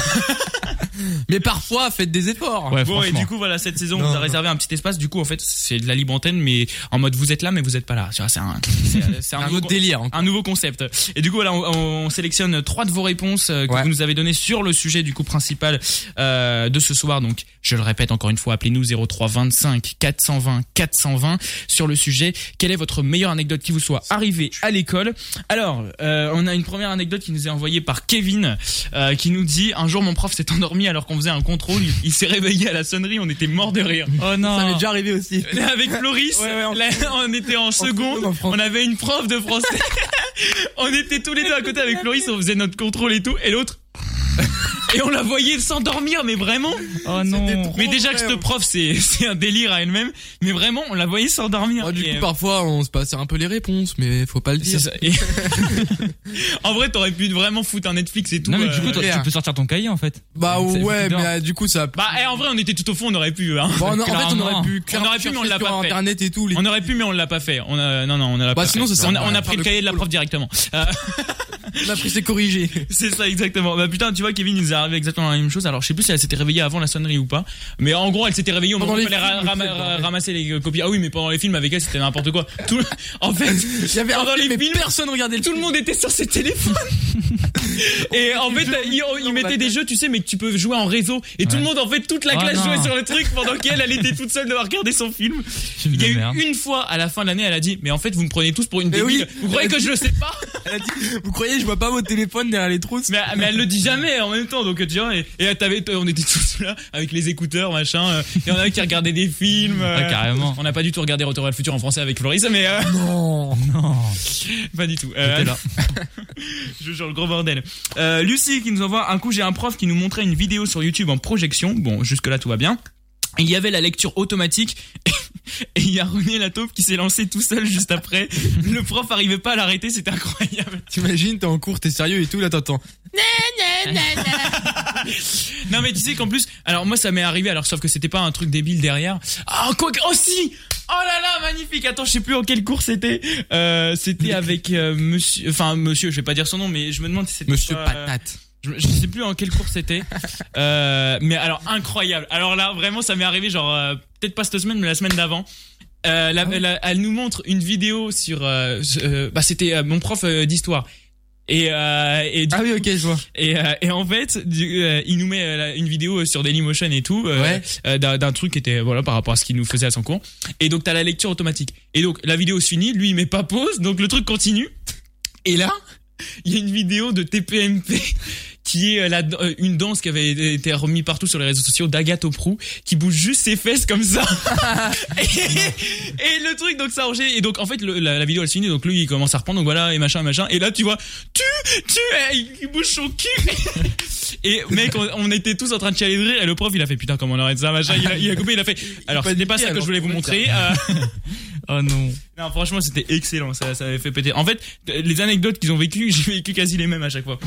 H: Mais parfois, faites des efforts.
B: bon et du coup voilà cette saison on
H: Non,
B: vous a
H: non.
B: réservé un petit espace du coup en fait c'est de la libre antenne mais en mode vous êtes là mais vous êtes pas là. Tu vois, C'est un, c'est- c'est
H: Un
B: nouveau
H: autre
B: con-
H: délire,
B: un nouveau concept. Et du coup voilà on, on sélectionne trois de vos réponses euh, que vous nous avez données sur le sujet du coup principal euh, de ce soir. Donc je le répète encore une fois appelez-nous 03 25 420 420 sur le sujet quelle est votre meilleure anecdote qui vous soit arrivée à l'école. Alors euh, on a une première anecdote qui nous est envoyée par Kevin euh, qui nous dit un jour mon prof s'est endormi alors qu'on faisait un contrôle, il, il s'est réveillé à la sonnerie, on était mort de rire.
H: Oh non.
B: Ah.
H: Ça m'est déjà arrivé aussi.
B: Avec Floris, là, on était en seconde, on avait une prof de français. on était tous les deux à côté avec Floris, on faisait notre contrôle et tout, et l'autre. Et on la voyait s'endormir, mais vraiment. Oh
H: Ah
B: non. Mais déjà que
H: hein.
B: cette prof, c'est c'est un délire à elle-même, mais vraiment, on la voyait s'endormir.
H: Du
B: Et,
H: coup,
B: euh,
H: parfois, on se passe un peu les réponses, mais faut pas le dire.
B: C'est ça. en vrai, t'aurais pu vraiment foutre un Netflix et tout. euh.
H: Non, mais du coup, toi, tu peux
D: sortir ton cahier en fait.
H: Bah
B: C'est-
H: ouais,
B: c'est
H: mais euh, du coup, ça.
B: Bah, eh, en vrai, on était tout au fond, on aurait pu. Hein.
H: Bon, non, en fait, on
B: Clairement.
H: aurait pu
B: On
H: clairement
B: aurait pu, mais on
H: chercher
B: l'a
H: sur
B: pas fait.
H: Internet et tout, les-
B: On aurait pu, mais on l'a pas fait. On a, non, non, on a l'a
H: Bah,
B: pas
H: sinon,
B: fait.
H: ça sert
B: on, a,
H: à rien
B: on a
H: de
B: pris
H: faire
B: le
H: le
B: cahier de la prof directement. Euh,
H: a pris ses corrigés.
B: C'est ça, exactement. Bah putain, tu vois, Kevin, il nous est arrivé exactement la même chose. Alors, je sais plus si elle s'était réveillée avant la sonnerie ou pas. Mais en gros, elle s'était réveillée au
H: Pendant
B: moment où
H: les
B: il fallait ra-
H: films,
B: rama-
H: peut-être,
B: ra- ramasser les euh, copies. Ah oui, mais pendant les films avec elle, c'était n'importe quoi. Tout le- En fait, pendant les films, personne regardait Tout le monde était sur ses téléphones. Et en fait, ils il mettaient des jeux, tu sais, mais que tu peux jouer en réseau. Et tout le monde, en fait, toute la
D: Oh
B: classe jouait
D: non.
B: sur le truc pendant qu'elle, elle était toute seule de regarder son film.
D: Film
B: Il y a
D: de
B: eu
D: merde.
B: une fois à la fin de l'année, elle a dit, mais en fait, vous me prenez tous pour une débile. Vous croyez que je le sais pas?
H: Elle a dit, vous croyez, je vois pas votre téléphone derrière les trousses
B: Mais, mais elle le dit jamais en même temps, donc tu vois. Et, et t'avais- on était tous là avec les écouteurs, machin. euh, Il y en a qui regardaient des films. euh,
D: Ah, carrément.
B: On n'a pas du tout regardé Retour vers le futur en français avec Floris, mais. euh,
H: Non, non.
B: Pas du tout. Euh,
D: J'étais là.
B: je jure le gros bordel. Euh, Lucie qui nous envoie un coup, j'ai un prof qui nous montrait une vidéo sur YouTube en projection. Bon, jusque là tout va bien. Il y avait la lecture automatique et il y a René Latauve qui s'est lancé tout seul juste après. Le prof arrivait pas à l'arrêter, c'était incroyable.
H: T'imagines, t'es en cours, t'es sérieux et tout, là t'entends.
B: Non mais tu sais qu'en plus, alors moi ça m'est arrivé, alors sauf que c'était pas un truc débile derrière. Ah quoi que- oh si, oh là là magnifique. Attends, je sais plus en quelle cours c'était. Euh, c'était avec euh, Monsieur, enfin Monsieur, je vais pas dire son nom, mais je me demande si c'était
H: Monsieur
B: pas, euh,
H: Patate.
B: je, je sais plus en quelle cours c'était. Euh, mais alors incroyable. Alors là vraiment ça m'est arrivé genre euh, peut-être pas cette semaine mais la semaine d'avant. Euh, la- la- elle nous montre une vidéo sur euh, euh, bah c'était euh, mon prof euh, d'histoire. Et, euh, et ah oui, ok, je vois. Et, euh, et en fait, du- euh, il nous met euh, la- une vidéo sur Dailymotion et tout, euh, euh, d'un d'un truc qui était voilà par rapport à ce qu'il nous faisait à son cours. Et donc t'as la lecture automatique. Et donc la vidéo se finit, lui il met pas pause, donc le truc continue. Et là, il y a une vidéo de TPMP qui est euh, la, euh, une danse qui avait été remise partout sur les réseaux sociaux d'Agathe Oprou qui bouge juste ses fesses comme ça. et, et le truc donc ça enregistre et donc en fait le- la, la vidéo elle se finit donc lui il commence à reprendre donc voilà et machin et machin et là tu vois tu tu eh, il- il bouge son cul. Et mec, on, on était tous en train de chialer de rire et le prof il a fait putain comment on arrête ça machin. Il a, il a coupé, il a fait. Alors c'était pas ça que je voulais vous montrer. euh,
D: Oh non.
B: non, franchement, c'était excellent. Ça, ça avait fait péter. En fait, t- les anecdotes qu'ils ont vécues, j'ai vécu quasi les mêmes à chaque fois.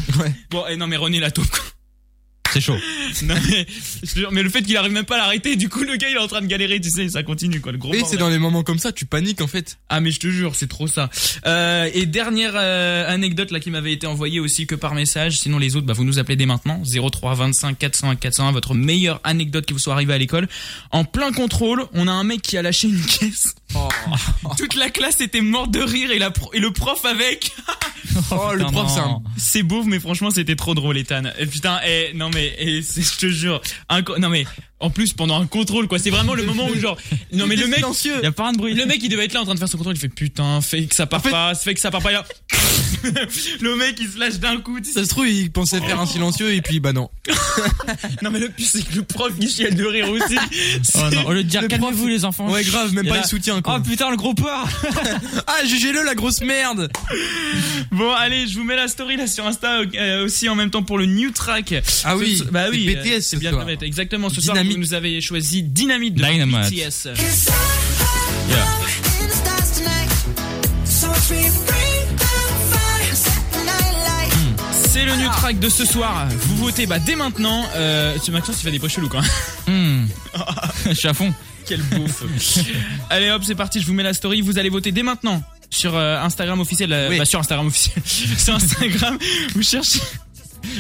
B: Bon, et non, mais René Lataupe. quoi.
D: C'est chaud.
B: Non, mais, je te jure, mais le fait qu'il arrive même pas à l'arrêter, du coup, le gars, il est en train de galérer, tu sais, ça continue, quoi. Le gros
H: Et c'est
D: bah,
B: bordel.
H: dans les moments comme ça, tu paniques en fait.
B: Ah mais je te jure, c'est trop ça. Euh, et dernière euh, anecdote là qui m'avait été envoyée aussi que par message. Sinon les autres, bah vous nous appelez dès maintenant 03 25 401 401 votre meilleure anecdote qui vous soit arrivée à l'école. En plein contrôle, on a un mec qui a lâché une caisse. Toute la classe était morte de rire et, la pro- et le prof avec.
H: Oh, le putain, prof, non. c'est un-
B: c'est beau mais franchement c'était trop drôle Ethan. Et putain et non mais et, c'est- je te jure Inco- non mais en plus pendant un contrôle quoi c'est vraiment le moment où genre non mais le mec
H: Silencieux.
B: y a pas un bruit. Le mec il devait être là en train de faire son contrôle, il fait putain, fais que ça part pas, fais que ça part pas. Et là, le mec il se lâche d'un coup.
H: Ça se trouve, il pensait faire un silencieux et puis bah non.
B: Non mais le pire c'est que le prof il chiale de rire aussi.
D: Oh non, au lieu de dire
B: Le prof-
D: calmez-vous les enfants.
H: Ouais, grave, même
D: Et
H: pas
D: là-
H: le soutien, quoi.
D: Oh putain, le gros porc.
H: Ah, jugez-le, la grosse merde.
B: Bon allez, je vous mets la story là sur Insta euh, aussi en même temps pour le new track.
H: Ah oui,
B: Ce- ce- bah
H: c'est
B: oui,
H: BTS
B: euh,
H: ce
B: c'est bien
H: soir.
B: de le mettre. Exactement, ce soir
H: Dynamite.
B: vous nous avez choisi Dynamite de
D: Dynamite.
B: BTS.
H: Hmm.
B: C'est le new track de ce soir. Vous votez bah dès maintenant. Euh, ce Maxence il fait des poches chelous quand même.
D: Je suis à fond.
B: Quelle bouffe. allez hop, c'est parti, je vous mets la story. Vous allez voter dès maintenant sur euh, Instagram officiel. euh, bah, sur Instagram officiel. sur Instagram, vous cherchez.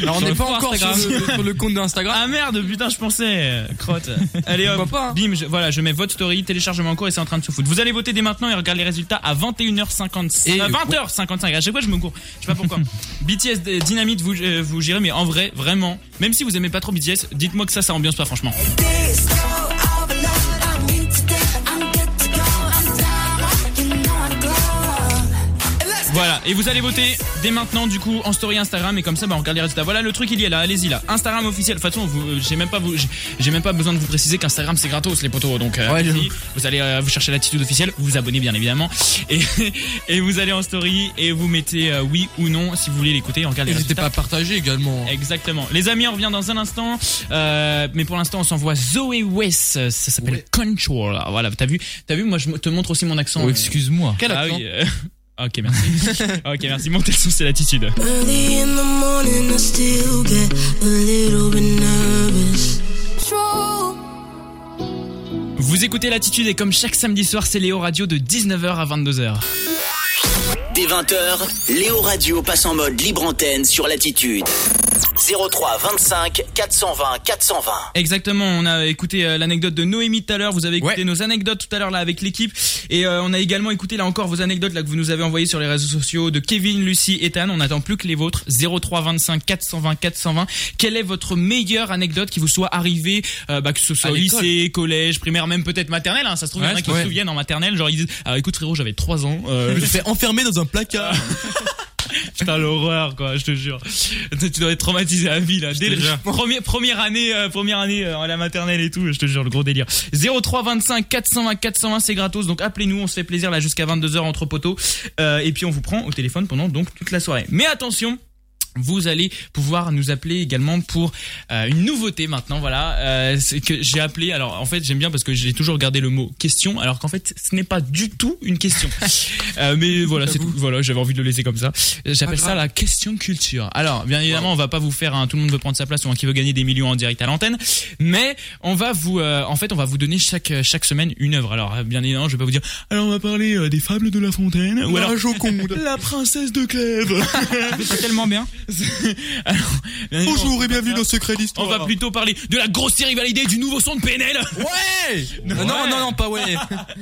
H: Alors, on
B: Sur
H: n'est
B: le
H: pas
B: fond
H: encore sur
B: Instagram.
H: le, sur le compte d'Instagram.
B: Ah merde, putain, je pensais. euh, Crotte. Allez hop, bim, je- voilà, je mets votre story, téléchargement en cours et c'est en train de se foutre. Vous allez voter dès maintenant et regarde les résultats à 21h55.
H: Et-
B: euh, 20h55, à chaque fois je me cours. Je sais pas pourquoi. BTS de- Dynamite, vous, euh, vous gérez, mais en vrai, vraiment, même si vous aimez pas trop BTS, dites-moi que ça, ça ambiance pas, franchement. Voilà, et vous allez voter dès maintenant du coup en story Instagram et comme ça bah, on regarde les résultats. Voilà le truc il y est là, allez-y là. Instagram officiel, de toute façon vous- euh, j'ai même pas vous j'ai- j'ai même pas besoin de vous préciser qu'Instagram c'est gratos les potos donc euh,
H: Ouais,
B: allez-y.
H: j'avoue.
B: vous allez euh, vous chercher l'attitude officielle, vous vous abonnez bien évidemment et, et vous allez en story et vous mettez euh, oui ou non si vous voulez l'écouter et on regarde les
H: N'hésitez
B: résultats.
H: pas à partager également.
B: Exactement. Les amis, on revient dans un instant. Euh, mais pour l'instant, on s'envoie Zoé West. euh, Ça s'appelle Control. Ah, Voilà, t'as vu, t'as vu, moi je te montre aussi mon accent.
D: Oh,
B: euh.
D: excuse-moi.
B: Quel accent Ok, merci. ok, merci. Montez le son, c'est l'attitude.
N: Early in the morning, I still get a little bit nervous.
B: Vous écoutez l'attitude et comme chaque samedi soir, c'est Léo Radio de 19h à 22h.
A: Dès 20h, Léo Radio passe en mode libre antenne sur Latitude. 03 25 420 420.
B: Exactement, on a écouté euh, l'anecdote de Noémie tout à l'heure, vous avez écouté nos anecdotes tout à l'heure là avec l'équipe et euh, on a également écouté là encore vos anecdotes là que vous nous avez envoyées sur les réseaux sociaux de Kevin, Lucie, Ethan, on n'attend plus que les vôtres 03 25 420 420. Quelle est votre meilleure anecdote qui vous soit arrivée euh, bah, que ce soit
D: À
B: au
D: l'école.
B: lycée, collège, primaire même peut-être maternelle hein, ça se trouve il y en
D: Ouais,
B: a qui
D: ouais.
B: se souviennent en maternelle genre ils disent ah écoute frérot, j'avais 3 ans euh,
H: Je me suis fait enfermer dans un placard.
D: Euh,
B: Putain l'horreur quoi, je te jure. Tu dois être traumatisé à vie là. Dès le-
H: jure.
B: premier- première année, euh, première année euh, à la maternelle et tout, je te jure le gros délire. 03 25 420 420 c'est gratos donc appelez-nous, on se fait plaisir là jusqu'à 22h entre poteaux Euh, et puis on vous prend au téléphone pendant donc toute la soirée. Mais attention, vous allez pouvoir nous appeler également pour euh, une nouveauté maintenant voilà euh, c'est que j'ai appelé alors en fait j'aime bien parce que j'ai toujours gardé le mot question alors qu'en fait ce n'est pas du tout une question Euh, mais voilà c'est tout. voilà j'avais envie de le laisser comme ça
H: Ah,
B: j'appelle ça la question culture alors bien évidemment on va pas vous faire un tout le monde veut prendre sa place ou un qui veut gagner des millions en direct à l'antenne mais on va vous euh, en fait on va vous donner chaque euh, chaque semaine une œuvre alors euh, bien évidemment je vais pas vous dire alors on va parler euh, des fables de la fontaine ou alors
H: La
B: princesse de Clèves. c'est tellement bien.
H: Bonjour et bienvenue dans Secret d'Histoire.
B: On va plutôt parler de la grosse rivalité et du nouveau son de PNL.
H: Ouais
B: Non,
H: non, non, non, pas ouais.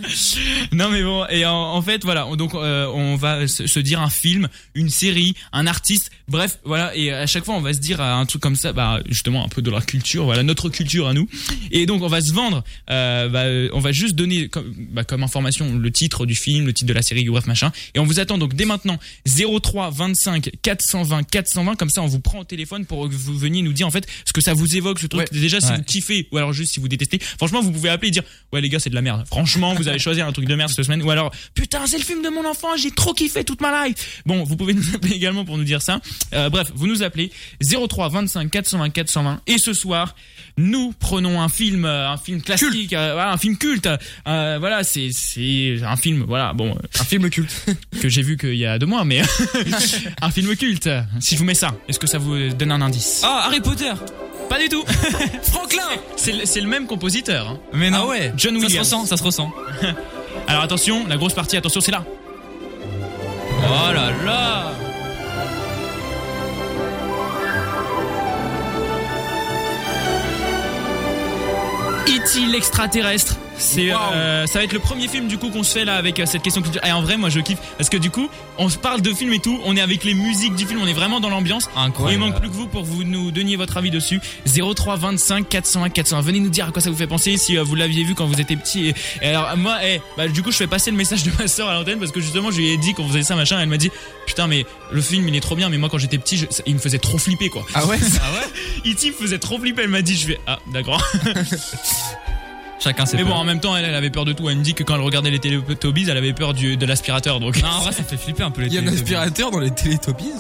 B: non mais bon et en, en fait voilà on- donc euh, on va se, se dire un film, une série, un artiste, bref voilà et à chaque fois on va se dire euh, un truc comme ça bah justement un peu de la culture voilà notre culture à nous et donc on va se vendre euh, bah, euh, on va juste donner comme, bah, comme information le titre du film, le titre de la série bref machin et on vous attend donc dès maintenant 03 25 420 420 comme ça on vous prend au téléphone pour que vous veniez nous dire en fait ce que ça vous évoque ce truc déjà si
D: Ouais.
B: vous kiffez ou alors juste si vous détestez franchement vous pouvez appeler et dire ouais les gars c'est de la merde franchement vous avez choisi un truc de merde cette semaine ou alors putain c'est le film de mon enfant j'ai trop kiffé toute ma life bon vous pouvez nous appeler également pour nous dire ça Euh, bref vous nous appelez 03 25 420 420 et ce soir nous prenons un film euh, un film classique euh, voilà, un film culte Euh, voilà c'est c'est un film voilà bon un film culte que j'ai vu qu'il y a deux mois mais un film culte si je vous mets ça est-ce que ça vous donne un indice
D: Ah, Harry Potter
B: pas du tout. Franklin C'est le, c'est le même compositeur. hein.
D: Mais non. Ah ouais.
B: John
D: Ça se
B: Williams.
D: ressent, ça se ressent.
B: Alors attention, la grosse partie, attention, c'est là.
D: Oh là là
B: E.T. l'extraterrestre. C'est euh, ça va être le premier film du coup qu'on se fait là avec euh, cette question culturelle. Et en vrai, moi je kiffe parce que du coup, on se parle de film et tout, on est avec les musiques du film, on est vraiment dans l'ambiance.
D: Incroyable.
B: Il manque plus que vous pour vous nous donniez votre avis dessus. 03 25 401 401. Venez nous dire à quoi ça vous fait penser si euh, vous l'aviez vu quand vous étiez petit. Et, et alors moi, eh, bah, du coup, je fais passer le message de ma soeur à l'antenne parce que justement, je lui ai dit qu'on faisait ça machin. Elle m'a dit putain mais le film il est trop bien, mais moi quand j'étais petit, je- ça- il me faisait trop flipper quoi.
D: Ah ouais
B: ouais. E.T. me faisait trop flipper. Elle m'a dit je vais ah d'accord.
D: Chacun ses
B: Mais bon,
D: peurs.
B: en même temps, elle, elle avait peur de tout. Elle me dit que quand elle regardait les Teletubbies, elle avait peur du, de l'aspirateur. Donc,
D: Non, en vrai, ça fait flipper un peu les
B: Il y a un
D: Teletubbies.
H: Aspirateur dans les Télétopies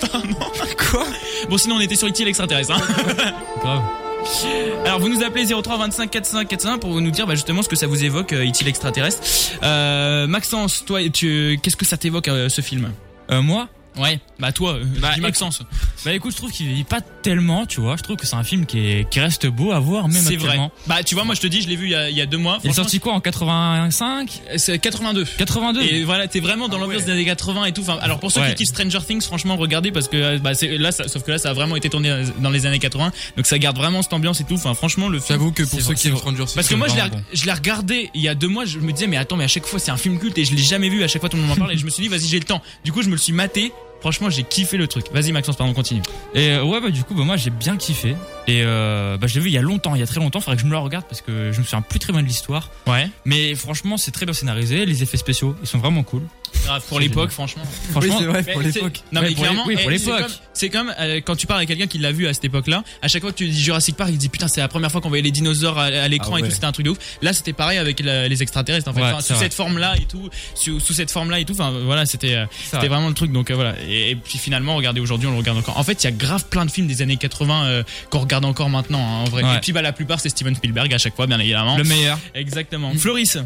B: quoi Bon, sinon, on était sur utile extraterrestre. Hein
D: Grave.
B: Alors vous nous appelez 03 25 45 41 pour nous dire bah, justement ce que ça vous évoque, euh, est-il extraterrestre Euh, Maxence, toi, tu, qu'est-ce que ça t'évoque euh, ce film
D: Moi
B: Ouais, bah toi, euh, je dis Maxence.
D: Bah écoute, je trouve qu'il vieillit pas tellement, tu vois. Je trouve que c'est un film qui, est- qui reste beau à voir, même
B: C'est vrai.
D: actuellement.
B: Bah tu vois, moi je te dis, je l'ai vu il y a, il y a deux mois.
D: Il est
B: Franchement,
D: sorti quoi en 85
B: C'est 82.
H: Hmm.
D: 82.
B: Et voilà, t'es vraiment
H: Ah
B: dans l'ambiance des années 80 et tout. Enfin, alors pour ceux
D: Ouais.
B: qui kiffent Stranger Things, franchement, regardez parce que euh, bah, c'est là, ça- sauf que là, ça a vraiment été tourné dans les années 80, donc ça garde vraiment cette ambiance et tout. Enfin, franchement, le film.
H: J'avoue que pour
B: C'est
H: ceux
B: vrai,
H: qui
B: c'est
H: aiment
B: vrai.
H: Stranger Things,
B: parce que moi,
H: c'est
B: je l'ai,
H: vraiment bon.
B: je l'ai regardé il y a deux mois, je me disais mais attends, mais à chaque fois, c'est un film culte et je l'ai jamais vu. À chaque fois, tout le monde m'en parle et je me suis dit vas-y, j'ai le temps. Du coup, je me le suis maté. Franchement, j'ai kiffé le truc. Vas-y, Maxence, pardon, continue.
D: Et euh, ouais, bah du coup, bah, moi j'ai bien kiffé. Et euh, bah, je l'ai vu il y a longtemps, il y a très longtemps. Faudrait que je me la regarde parce que je me souviens plus très bien de l'histoire.
B: Ouais.
D: Mais franchement, c'est très bien scénarisé. Les effets spéciaux, ils sont vraiment cool.
B: Grave, pour
D: C'est
B: l'époque,
D: génial.
B: franchement.
D: Franchement, Oui, c'est vrai,
B: Mais
D: pour
B: c'est-
D: l'époque.
B: Non,
D: Ouais,
B: mais
D: pour
B: clairement,
D: les- oui, pour
B: eh, c'est
D: l'époque.
B: comme- C'est comme euh, quand tu parles à quelqu'un qui l'a vu à cette époque-là, à chaque fois que tu dis Jurassic Park, il dit putain, c'est la première fois qu'on voyait les dinosaures à, à l'écran
D: Ah
B: et
D: ouais.
B: tout, c'était un truc de ouf. Là, c'était pareil avec la- les extraterrestres en fait,
D: Ouais,
B: Enfin,
D: c'est
B: sous
D: vrai.
B: cette forme-là et tout, sous, sous cette forme-là et tout. Enfin, voilà, c'était euh, c'était
D: vrai.
B: vraiment le truc. Donc euh, voilà. Et, et puis finalement, regardez aujourd'hui, on le regarde encore. En fait, il y a grave plein de films des années 80 euh, qu'on regarde encore maintenant hein, en vrai.
H: Ouais.
B: Et puis bah la plupart, c'est Steven Spielberg à chaque fois, bien évidemment.
H: Le meilleur.
B: Exactement. Floris.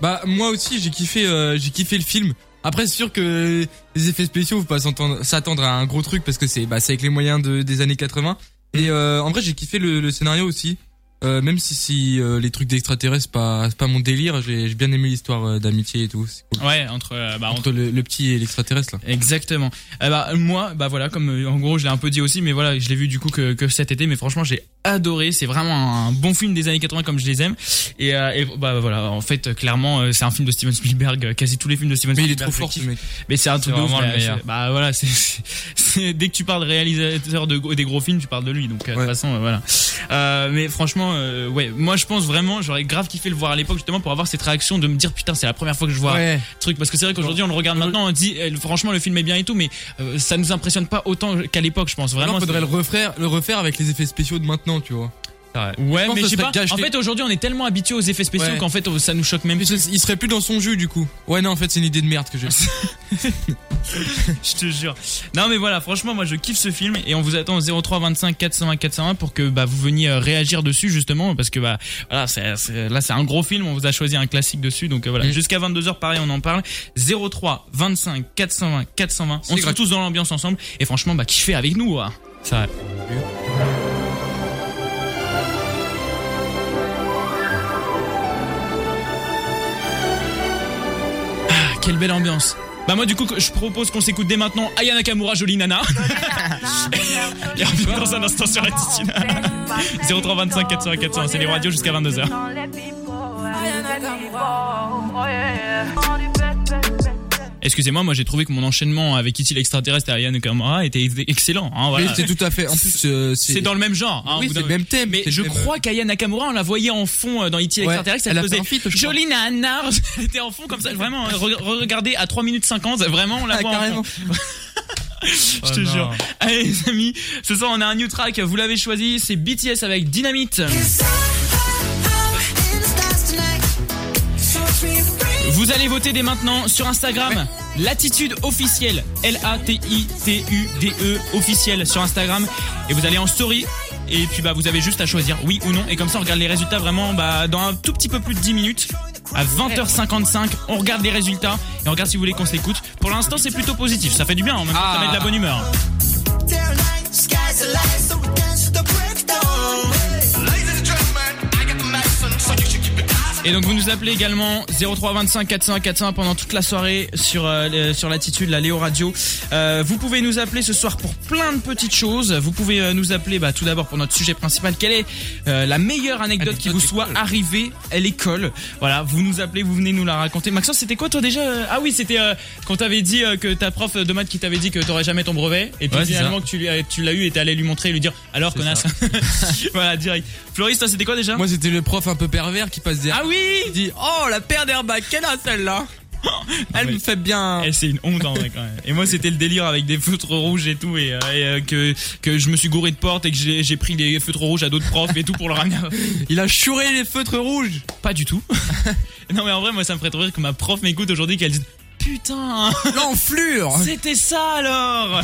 H: Bah moi aussi j'ai kiffé euh, j'ai kiffé le film. Après c'est sûr que les effets spéciaux faut pas s'entendre- s'attendre à un gros
B: Mm.
H: truc parce que c'est bah c'est avec les moyens de, des années 80 et euh, en vrai j'ai kiffé le, le scénario aussi. Euh, même si, si euh, les trucs d'extraterrestres, c'est pas, c'est pas mon délire, j'ai j'ai bien aimé l'histoire euh, d'amitié et tout. c'est cool.
B: Ouais, entre, euh, bah,
H: Entre le, le petit et l'extraterrestre là.
B: Exactement. Eh ben, moi, bah voilà, comme euh, en gros je l'ai un peu dit aussi, mais voilà, je l'ai vu du coup que, que cet été, mais franchement j'ai adoré. C'est vraiment un bon film des années 80 comme je les aime. Et, euh, et, bah voilà, en fait euh, clairement euh, c'est un film de Steven Spielberg, euh, quasi tous les films de Steven
H: Mais il est
B: Spielberg.
H: trop fort,
B: je
H: ce
B: kiffe.
H: mec.
B: Mais c'est un
H: C'est
B: truc de ouf,
H: vraiment le
B: mais,
H: meilleur.
B: c'est- Bah voilà, c'est- c'est- c'est- dès que tu parles de réalisateur de gros- des gros films, tu parles de lui. Donc euh, de toute façon, euh, voilà. Euh, mais franchement, euh, ouais, moi je pense vraiment, j'aurais grave kiffé le voir à l'époque justement pour avoir cette réaction de me dire putain, c'est la première fois que je vois
H: Ouais.
B: un truc parce que c'est vrai qu'aujourd'hui on le regarde maintenant, on dit eh, franchement le film est bien et tout, mais euh, ça nous impressionne pas autant qu'à l'époque, je pense vraiment.
H: Vraiment, faudrait
B: c'est-
H: le refaire, le refaire avec les effets spéciaux de maintenant, tu vois.
B: Ouais,
H: Je
B: mais
H: pense que
B: je
H: ça
B: sais
H: serait
B: pas.
H: gâché.
B: En fait, aujourd'hui, on est tellement habitué aux effets spéciaux
H: Ouais.
B: qu'en fait, on- ça nous choque même.
H: Puis, Il serait plus dans son jeu du coup. Ouais, non, en fait, c'est une idée de merde que j'ai.
B: je te jure. Non mais voilà, franchement moi je kiffe ce film et on vous attend au 03 25 420 401 pour que bah, vous veniez euh, réagir dessus justement parce que bah voilà, c'est- c'est- là c'est un gros film, on vous a choisi un classique dessus donc euh,
H: Mm.
B: voilà, jusqu'à 22h pareil on en parle. 03 25 420 420. On sera tous dans l'ambiance ensemble et franchement bah kiffez avec nous. quoi. Ça Ah, quelle belle ambiance. Bah moi du coup je propose qu'on s'écoute dès maintenant Aya Nakamura Jolie Nana. Et on revient dans un instant sur l'attitude. 0325 400 400, c'est les radios jusqu'à 22h. Excusez-moi, moi j'ai trouvé que mon enchaînement avec Itil Extraterrestre et Aya Nakamura était ex- excellent. hein, voilà.
H: Mais c'est tout à fait. En plus, euh, c'est.
B: C'est dans le même genre. hein,
H: Oui,
B: au bout
H: c'est
B: d'un-
H: le même thème.
B: Mais
H: c'est
B: je
H: le même-
B: crois qu'Aya Nakamura, on la voyait en fond euh, dans E.T.
H: Ouais,
B: Extraterrestre.
H: elle a
B: Elle faisait
H: fait un feat, je crois.
B: jolie nanar. Elle était en fond comme ça. Vraiment, euh, re- re- regardez à 3 minutes 50. Vraiment,
H: Ah,
B: on la voit en fond. Je te
D: Oh non.
B: jure. Allez, les amis, ce soir, on a un new track. Vous l'avez choisi. C'est BTS avec Dynamite. Vous allez voter dès maintenant sur Instagram. Latitude officielle. L-A-T-I-T-U-D-E E, officielle sur Instagram. Et vous allez en story. Et puis bah vous avez juste à choisir oui ou non. Et comme ça on regarde les résultats vraiment bah, dans un tout petit peu plus de 10 minutes. À 20h55, on regarde les résultats et on regarde si vous voulez qu'on s'écoute. Pour l'instant, c'est plutôt positif. Ça fait du bien, en même temps, ça met de la bonne humeur. Et donc vous nous appelez également 0325 400 400 pendant toute la soirée sur euh, le- sur l'attitude la Léo Radio. Euh, vous pouvez nous appeler ce soir pour plein de petites choses. Vous pouvez euh, nous appeler bah, tout d'abord pour notre sujet principal. Quelle est euh, la meilleure anecdote qui vous soit arrivée à l'école Voilà, vous nous appelez, vous venez nous la raconter. Maxence, c'était quoi toi déjà euh, Ah oui, c'était euh, quand t'avais dit euh, que ta prof de maths qui t'avait dit que t'aurais jamais ton brevet et puis
D: Ouais, c'est
B: finalement que tu lui as- tu l'as eu et t'es allé lui montrer et lui dire alors connasse. voilà direct. Floris, toi c'était quoi déjà
H: Moi, c'était le prof un peu pervers qui passe derrière.
B: Ah oui
H: Il dit Oh, la paire d'airbag, quelle a celle-là Ah Elle me fait bien.
B: Et Eh, c'est une honte en vrai quand même. Et moi c'était le délire avec des feutres rouges et tout et, euh, et, euh, que que je me suis gouré de porte et que j'ai j'ai pris les feutres rouges à d'autres profs et tout pour leur ramener.
H: Il a chouré les feutres rouges.
B: Pas du tout. non mais en vrai moi ça me ferait trop rire que ma prof m'écoute aujourd'hui qu'elle dise putain
H: l'enflure.
B: C'était ça alors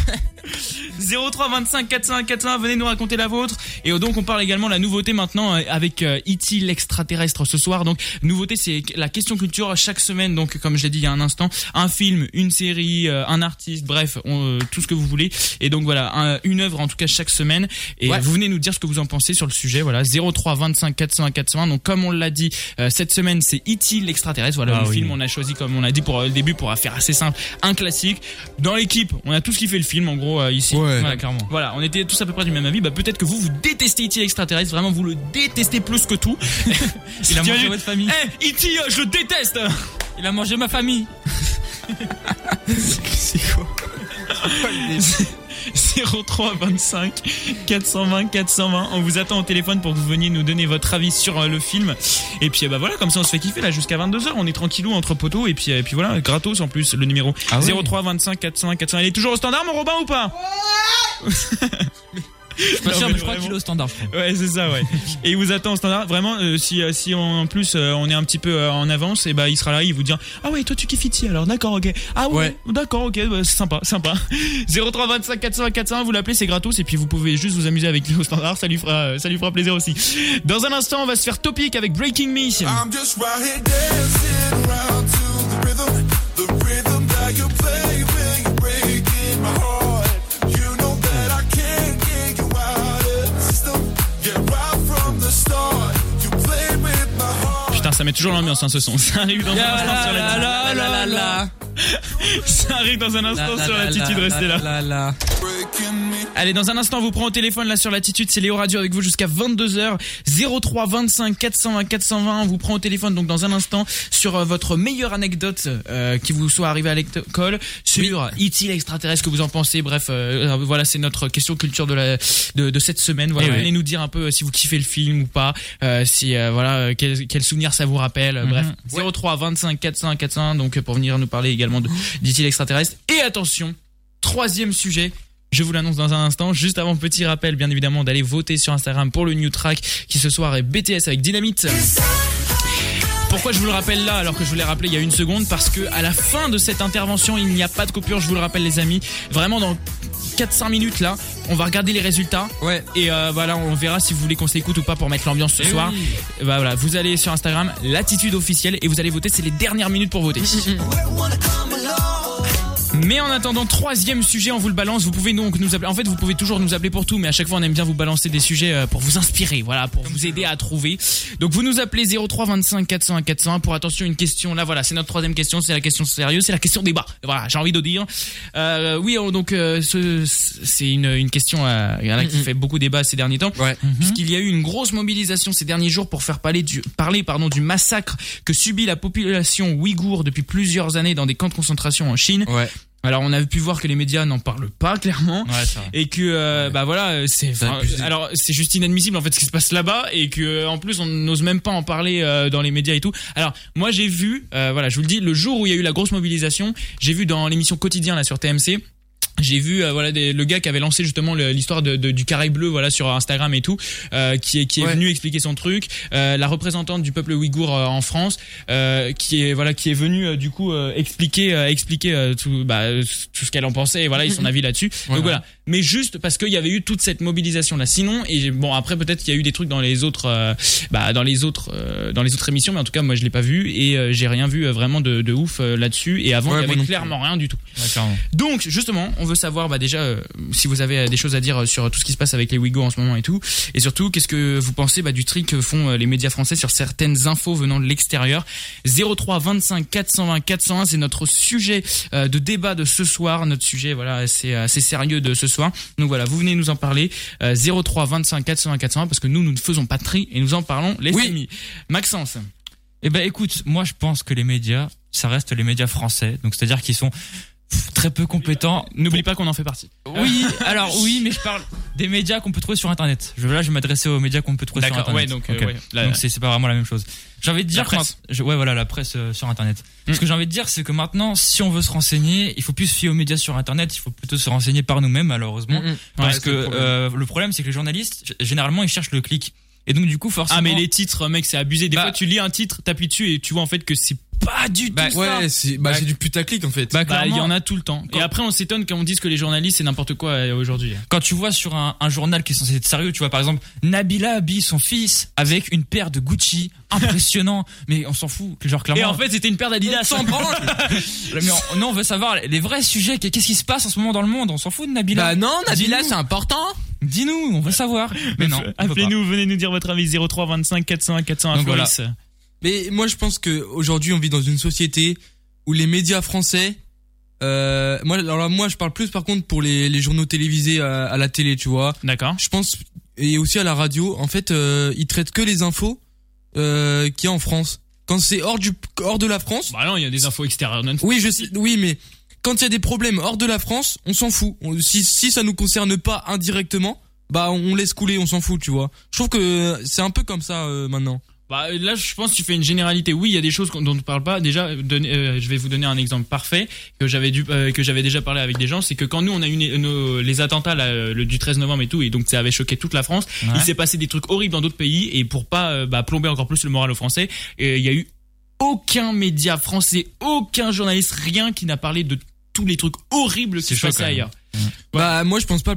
B: 03 25 401 401 venez nous raconter la vôtre et donc on parle également de la nouveauté maintenant euh, avec euh, E.T. l'extraterrestre ce soir donc nouveauté c'est la question culture chaque semaine donc comme je l'ai dit il y a un instant un film une série euh, un artiste bref on, euh, tout ce que vous voulez et donc voilà un- une œuvre en tout cas chaque semaine et
H: Ouais.
B: vous venez nous dire ce que vous en pensez sur le sujet voilà 03 25 401 401 donc comme on l'a dit euh, cette semaine c'est E.T. l'extraterrestre voilà
D: Ah
B: le
D: oui.
B: film on a choisi comme on a dit pour euh, le début pour faire assez simple un classique dans l'équipe on a tous kiffé le film en gros euh, ici
D: Ouais.
B: Voilà,
D: Ouais, clairement.
B: voilà on était tous à peu près du même avis bah peut-être que vous vous détestez E.T. l'extraterrestre vraiment vous le détestez plus que tout
D: Il a
B: Tu
D: mangé
B: imagines-
D: votre famille.
B: Ah, Eh, E.T. euh, je le déteste
D: Il a mangé ma famille.
H: C'est quoi
B: 03 25 420 420 on vous attend au téléphone pour que vous veniez nous donner votre avis sur euh, le film et puis eh bah voilà comme ça on se fait kiffer là jusqu'à 22h on est tranquillou entre poteaux et puis euh, et puis voilà gratos en plus le numéro
D: Ah ouais.
B: 03 25 420 420 il est toujours au standard mon Robin ou pas
D: Je suis pas
B: Non,
D: sûr,
B: mais
D: mais je crois
B: vraiment.
D: qu'il est au standard, je crois.
B: Ouais, c'est ça, ouais. et il vous attend au standard. Vraiment, euh, si, euh, si en plus euh, on est un petit peu euh, en avance, et bah il sera là, il vous dira Ah ouais, toi tu kiffes E.T. alors, d'accord, ok. Ah ouais, d'accord, ok, bah, c'est sympa, sympa. 0325 400 401, vous l'appelez, c'est gratos, et puis vous pouvez juste vous amuser avec lui au standard, ça lui fera, euh, ça lui fera plaisir aussi. Dans un instant, on va se faire topic avec Breaking Me.
D: Ah,
O: I'm just right here dancing around to the rhythm, the rhythm that you play when you're breaking my heart. You know that I can't get you out of the system. Yeah, right from the start.
B: ça met toujours l'ambiance, hein, ce son. Ça arrive dans un
D: Ya
B: instant
D: la
B: sur
D: la la la la.
B: la Ça arrive dans un instant
D: la
B: sur
D: la
B: l'attitude,
D: la
B: restez
D: la
B: là. Allez, dans un instant, on vous prend au téléphone là sur l'attitude, c'est Léo Radio avec vous jusqu'à 22h 03 25 420 420. On vous prend au téléphone donc dans un instant sur euh, votre meilleure anecdote euh, qui vous soit arrivée à l'école sur E.T. l'extraterrestre que vous en pensez. Bref, euh, euh, voilà, c'est notre question culture de la de, de cette semaine. Voilà,
D: Eh ouais.
B: venez nous dire un peu euh, si vous kiffez le film ou pas, euh, si euh, voilà euh, quel, quel souvenir ça vous rappelle. Euh, Bref, 03 25 420 420 donc euh, pour venir nous parler également de E.T. l'extraterrestre. Et attention, troisième sujet. Je vous l'annonce dans un instant. Juste avant, petit rappel, bien évidemment, d'aller voter sur Instagram pour le new track qui ce soir est BTS avec Dynamite. Pourquoi je vous le rappelle là alors que je vous l'ai rappelé il y a une seconde Parce que à la fin de cette intervention, il n'y a pas de coupure, je vous le rappelle les amis. Vraiment dans 4-5 minutes là, on va regarder les résultats. Ouais. Et euh, voilà, on verra si vous voulez qu'on s'écoute ou pas pour mettre l'ambiance ce
D: Eh
B: soir.
D: oui.
B: Et bah voilà, vous allez sur Instagram, l'attitude officielle, et vous allez voter, c'est les dernières minutes pour voter. Mais en attendant, troisième sujet, on vous le balance. Vous pouvez donc nous appeler. En fait, vous pouvez toujours nous appeler pour tout, mais à chaque fois, on aime bien vous balancer des sujets euh, pour vous inspirer, voilà, pour vous aider à trouver. Donc, vous nous appelez 03 25 401 401 pour attention une question. Là, voilà, c'est notre troisième question. C'est la question sérieuse, c'est la question débat. Voilà, j'ai envie de dire. Euh, oui, on- donc euh, ce- c'est une, une question euh, il y en a qui fait beaucoup débat ces derniers temps, Mm-hmm. puisqu'il y a eu une grosse mobilisation ces derniers jours pour faire parler du parler pardon du massacre que subit la population ouïghour depuis plusieurs années dans des camps de concentration en Chine. Alors on a pu voir que les médias n'en parlent pas clairement et que euh, bah voilà euh, c'est
D: Ça a
B: enfin,
D: abusé.
B: alors c'est juste inadmissible en fait ce qui se passe là-bas et que euh, en plus on n'ose même pas en parler euh, dans les médias et tout. Alors moi j'ai vu euh, voilà je vous le dis le jour où il y a eu la grosse mobilisation j'ai vu dans l'émission quotidien là sur TMC j'ai vu euh, voilà des- le gars qui avait lancé justement le- l'histoire de, de- du carré bleu voilà sur Instagram et tout euh, qui est qui est venu expliquer son truc euh, la représentante du peuple ouïghour euh, en France euh, qui est voilà qui est venue euh, du coup euh, expliquer euh, expliquer euh, tout bah, euh, tout ce qu'elle en pensait et voilà ils son
D: Mm-hmm.
B: avis là-dessus donc
D: Voilà.
B: voilà mais juste parce qu'il y avait eu toute cette mobilisation là sinon et j'ai- bon après peut-être qu'il y a eu des trucs dans les autres euh, bah, dans les autres euh, dans les autres émissions mais en tout cas moi je l'ai pas vu et euh, j'ai rien vu euh, vraiment de, de ouf euh, là-dessus et avant
D: Ouais,
B: il y
D: moi
B: avait
D: non plus.
B: clairement rien du tout donc justement, on veut savoir bah, déjà euh, si vous avez euh, des choses à dire euh, sur tout ce qui se passe avec les Ouïghours en ce moment et tout, et surtout qu'est-ce que vous pensez bah, du tri que font euh, les médias français sur certaines infos venant de l'extérieur. 03 25 420 401, c'est notre sujet euh, de débat de ce soir, notre sujet voilà assez, assez sérieux de ce soir. Donc voilà, vous venez nous en parler euh, 03 25 420 401 parce que nous nous ne faisons pas de tri et nous en parlons les amis. Maxence.
D: Eh ben écoute, moi je pense que les médias, ça reste les médias français, donc c'est-à-dire qu'ils sont pff, très peu compétents.
B: N'oublie pas qu'on en fait partie.
D: Oui, alors oui, mais je parle des médias qu'on peut trouver sur internet. Je là, je vais m'adresser aux médias qu'on peut trouver sur
B: D'accord,
D: internet.
B: ouais, donc, euh,
D: Ok.
B: ouais, là,
D: donc
B: là.
D: c'est c'est pas vraiment la même chose. J'ai envie de
B: La
D: dire
B: presse. Mm.
D: quand- je- ouais voilà, la presse euh, sur internet. Ce que j'ai envie de dire c'est que maintenant si on veut se renseigner, il faut plus se fier aux médias sur internet, il faut plutôt se renseigner par nous-mêmes malheureusement
B: Mm, mm. Ouais,
D: parce
B: c'est
D: que
B: le problème.
D: euh, le problème c'est que les journalistes g- généralement ils cherchent le clic. Et donc du coup forcément
B: Ah mais les titres mec c'est abusé. Des
D: Bah-
B: fois tu lis un titre, t'appuies dessus et tu vois en fait que c'est pas du tout
D: Bah,
B: ça.
D: ouais, c'est- bah, c'est du
B: putaclic en fait.
D: Bah,
B: il y
D: clairement.
B: en a tout le temps. Et après on s'étonne quand on dise que les journalistes c'est n'importe quoi euh, aujourd'hui.
D: quand tu vois sur un, un journal qui est censé être sérieux, tu vois par exemple Nabila habille son fils avec une paire de Gucci, impressionnant, mais on s'en fout, genre clairement.
B: Et en fait c'était une paire d'Adidas.
D: on s'en branle. mais on, non, on veut savoir les- les vrais sujets, qu'est- qu'est-ce qui se passe en ce moment dans le monde, on s'en fout de Nabila.
B: Bah non, Nabila, c'est Bah,
D: important. Dis-nous, on veut savoir. Mais non, on peut pas.
B: Appelez-nous, venez nous dire votre avis 03 25 401 401
H: Donc
B: Floris.
H: voilà. Mais moi, je pense que aujourd'hui, on vit dans une société où les médias français. Euh, moi, alors là, moi, je parle plus par contre pour les, les journaux télévisés à, à la télé, tu vois.
B: D'accord.
H: Je pense et aussi à la radio. En fait, euh, ils traitent que les infos euh, qu'il y a en France. Quand c'est hors du hors de la France.
B: Bah non, il y a des infos extérieures.
H: Oui, je sais. Oui, mais quand il y a des problèmes hors de la France, on s'en fout. On- si si ça nous concerne pas indirectement, bah on laisse couler, on s'en fout, tu vois. Je trouve que c'est un peu comme ça euh, maintenant.
B: Bah, là, je pense que tu fais une généralité. Oui, il y a des choses qu'on- dont on ne parle pas. Déjà, euh, donne- euh, je vais vous donner un exemple parfait que j'avais dû, euh, que j'avais déjà parlé avec des gens. C'est que quand nous, on a eu les- nos- les attentats là, euh, le, du 13 novembre et tout, et donc ça avait choqué toute la France.
D: Ouais.
B: Il s'est passé des trucs horribles dans d'autres pays, et pour pas euh, bah, plomber encore plus le moral aux Français, euh, il y a eu aucun média français, aucun journaliste, rien qui n'a parlé de tous les trucs horribles qui se
H: chaud,
B: passaient
H: quand même.
B: ailleurs.
H: Bah moi je pense pas.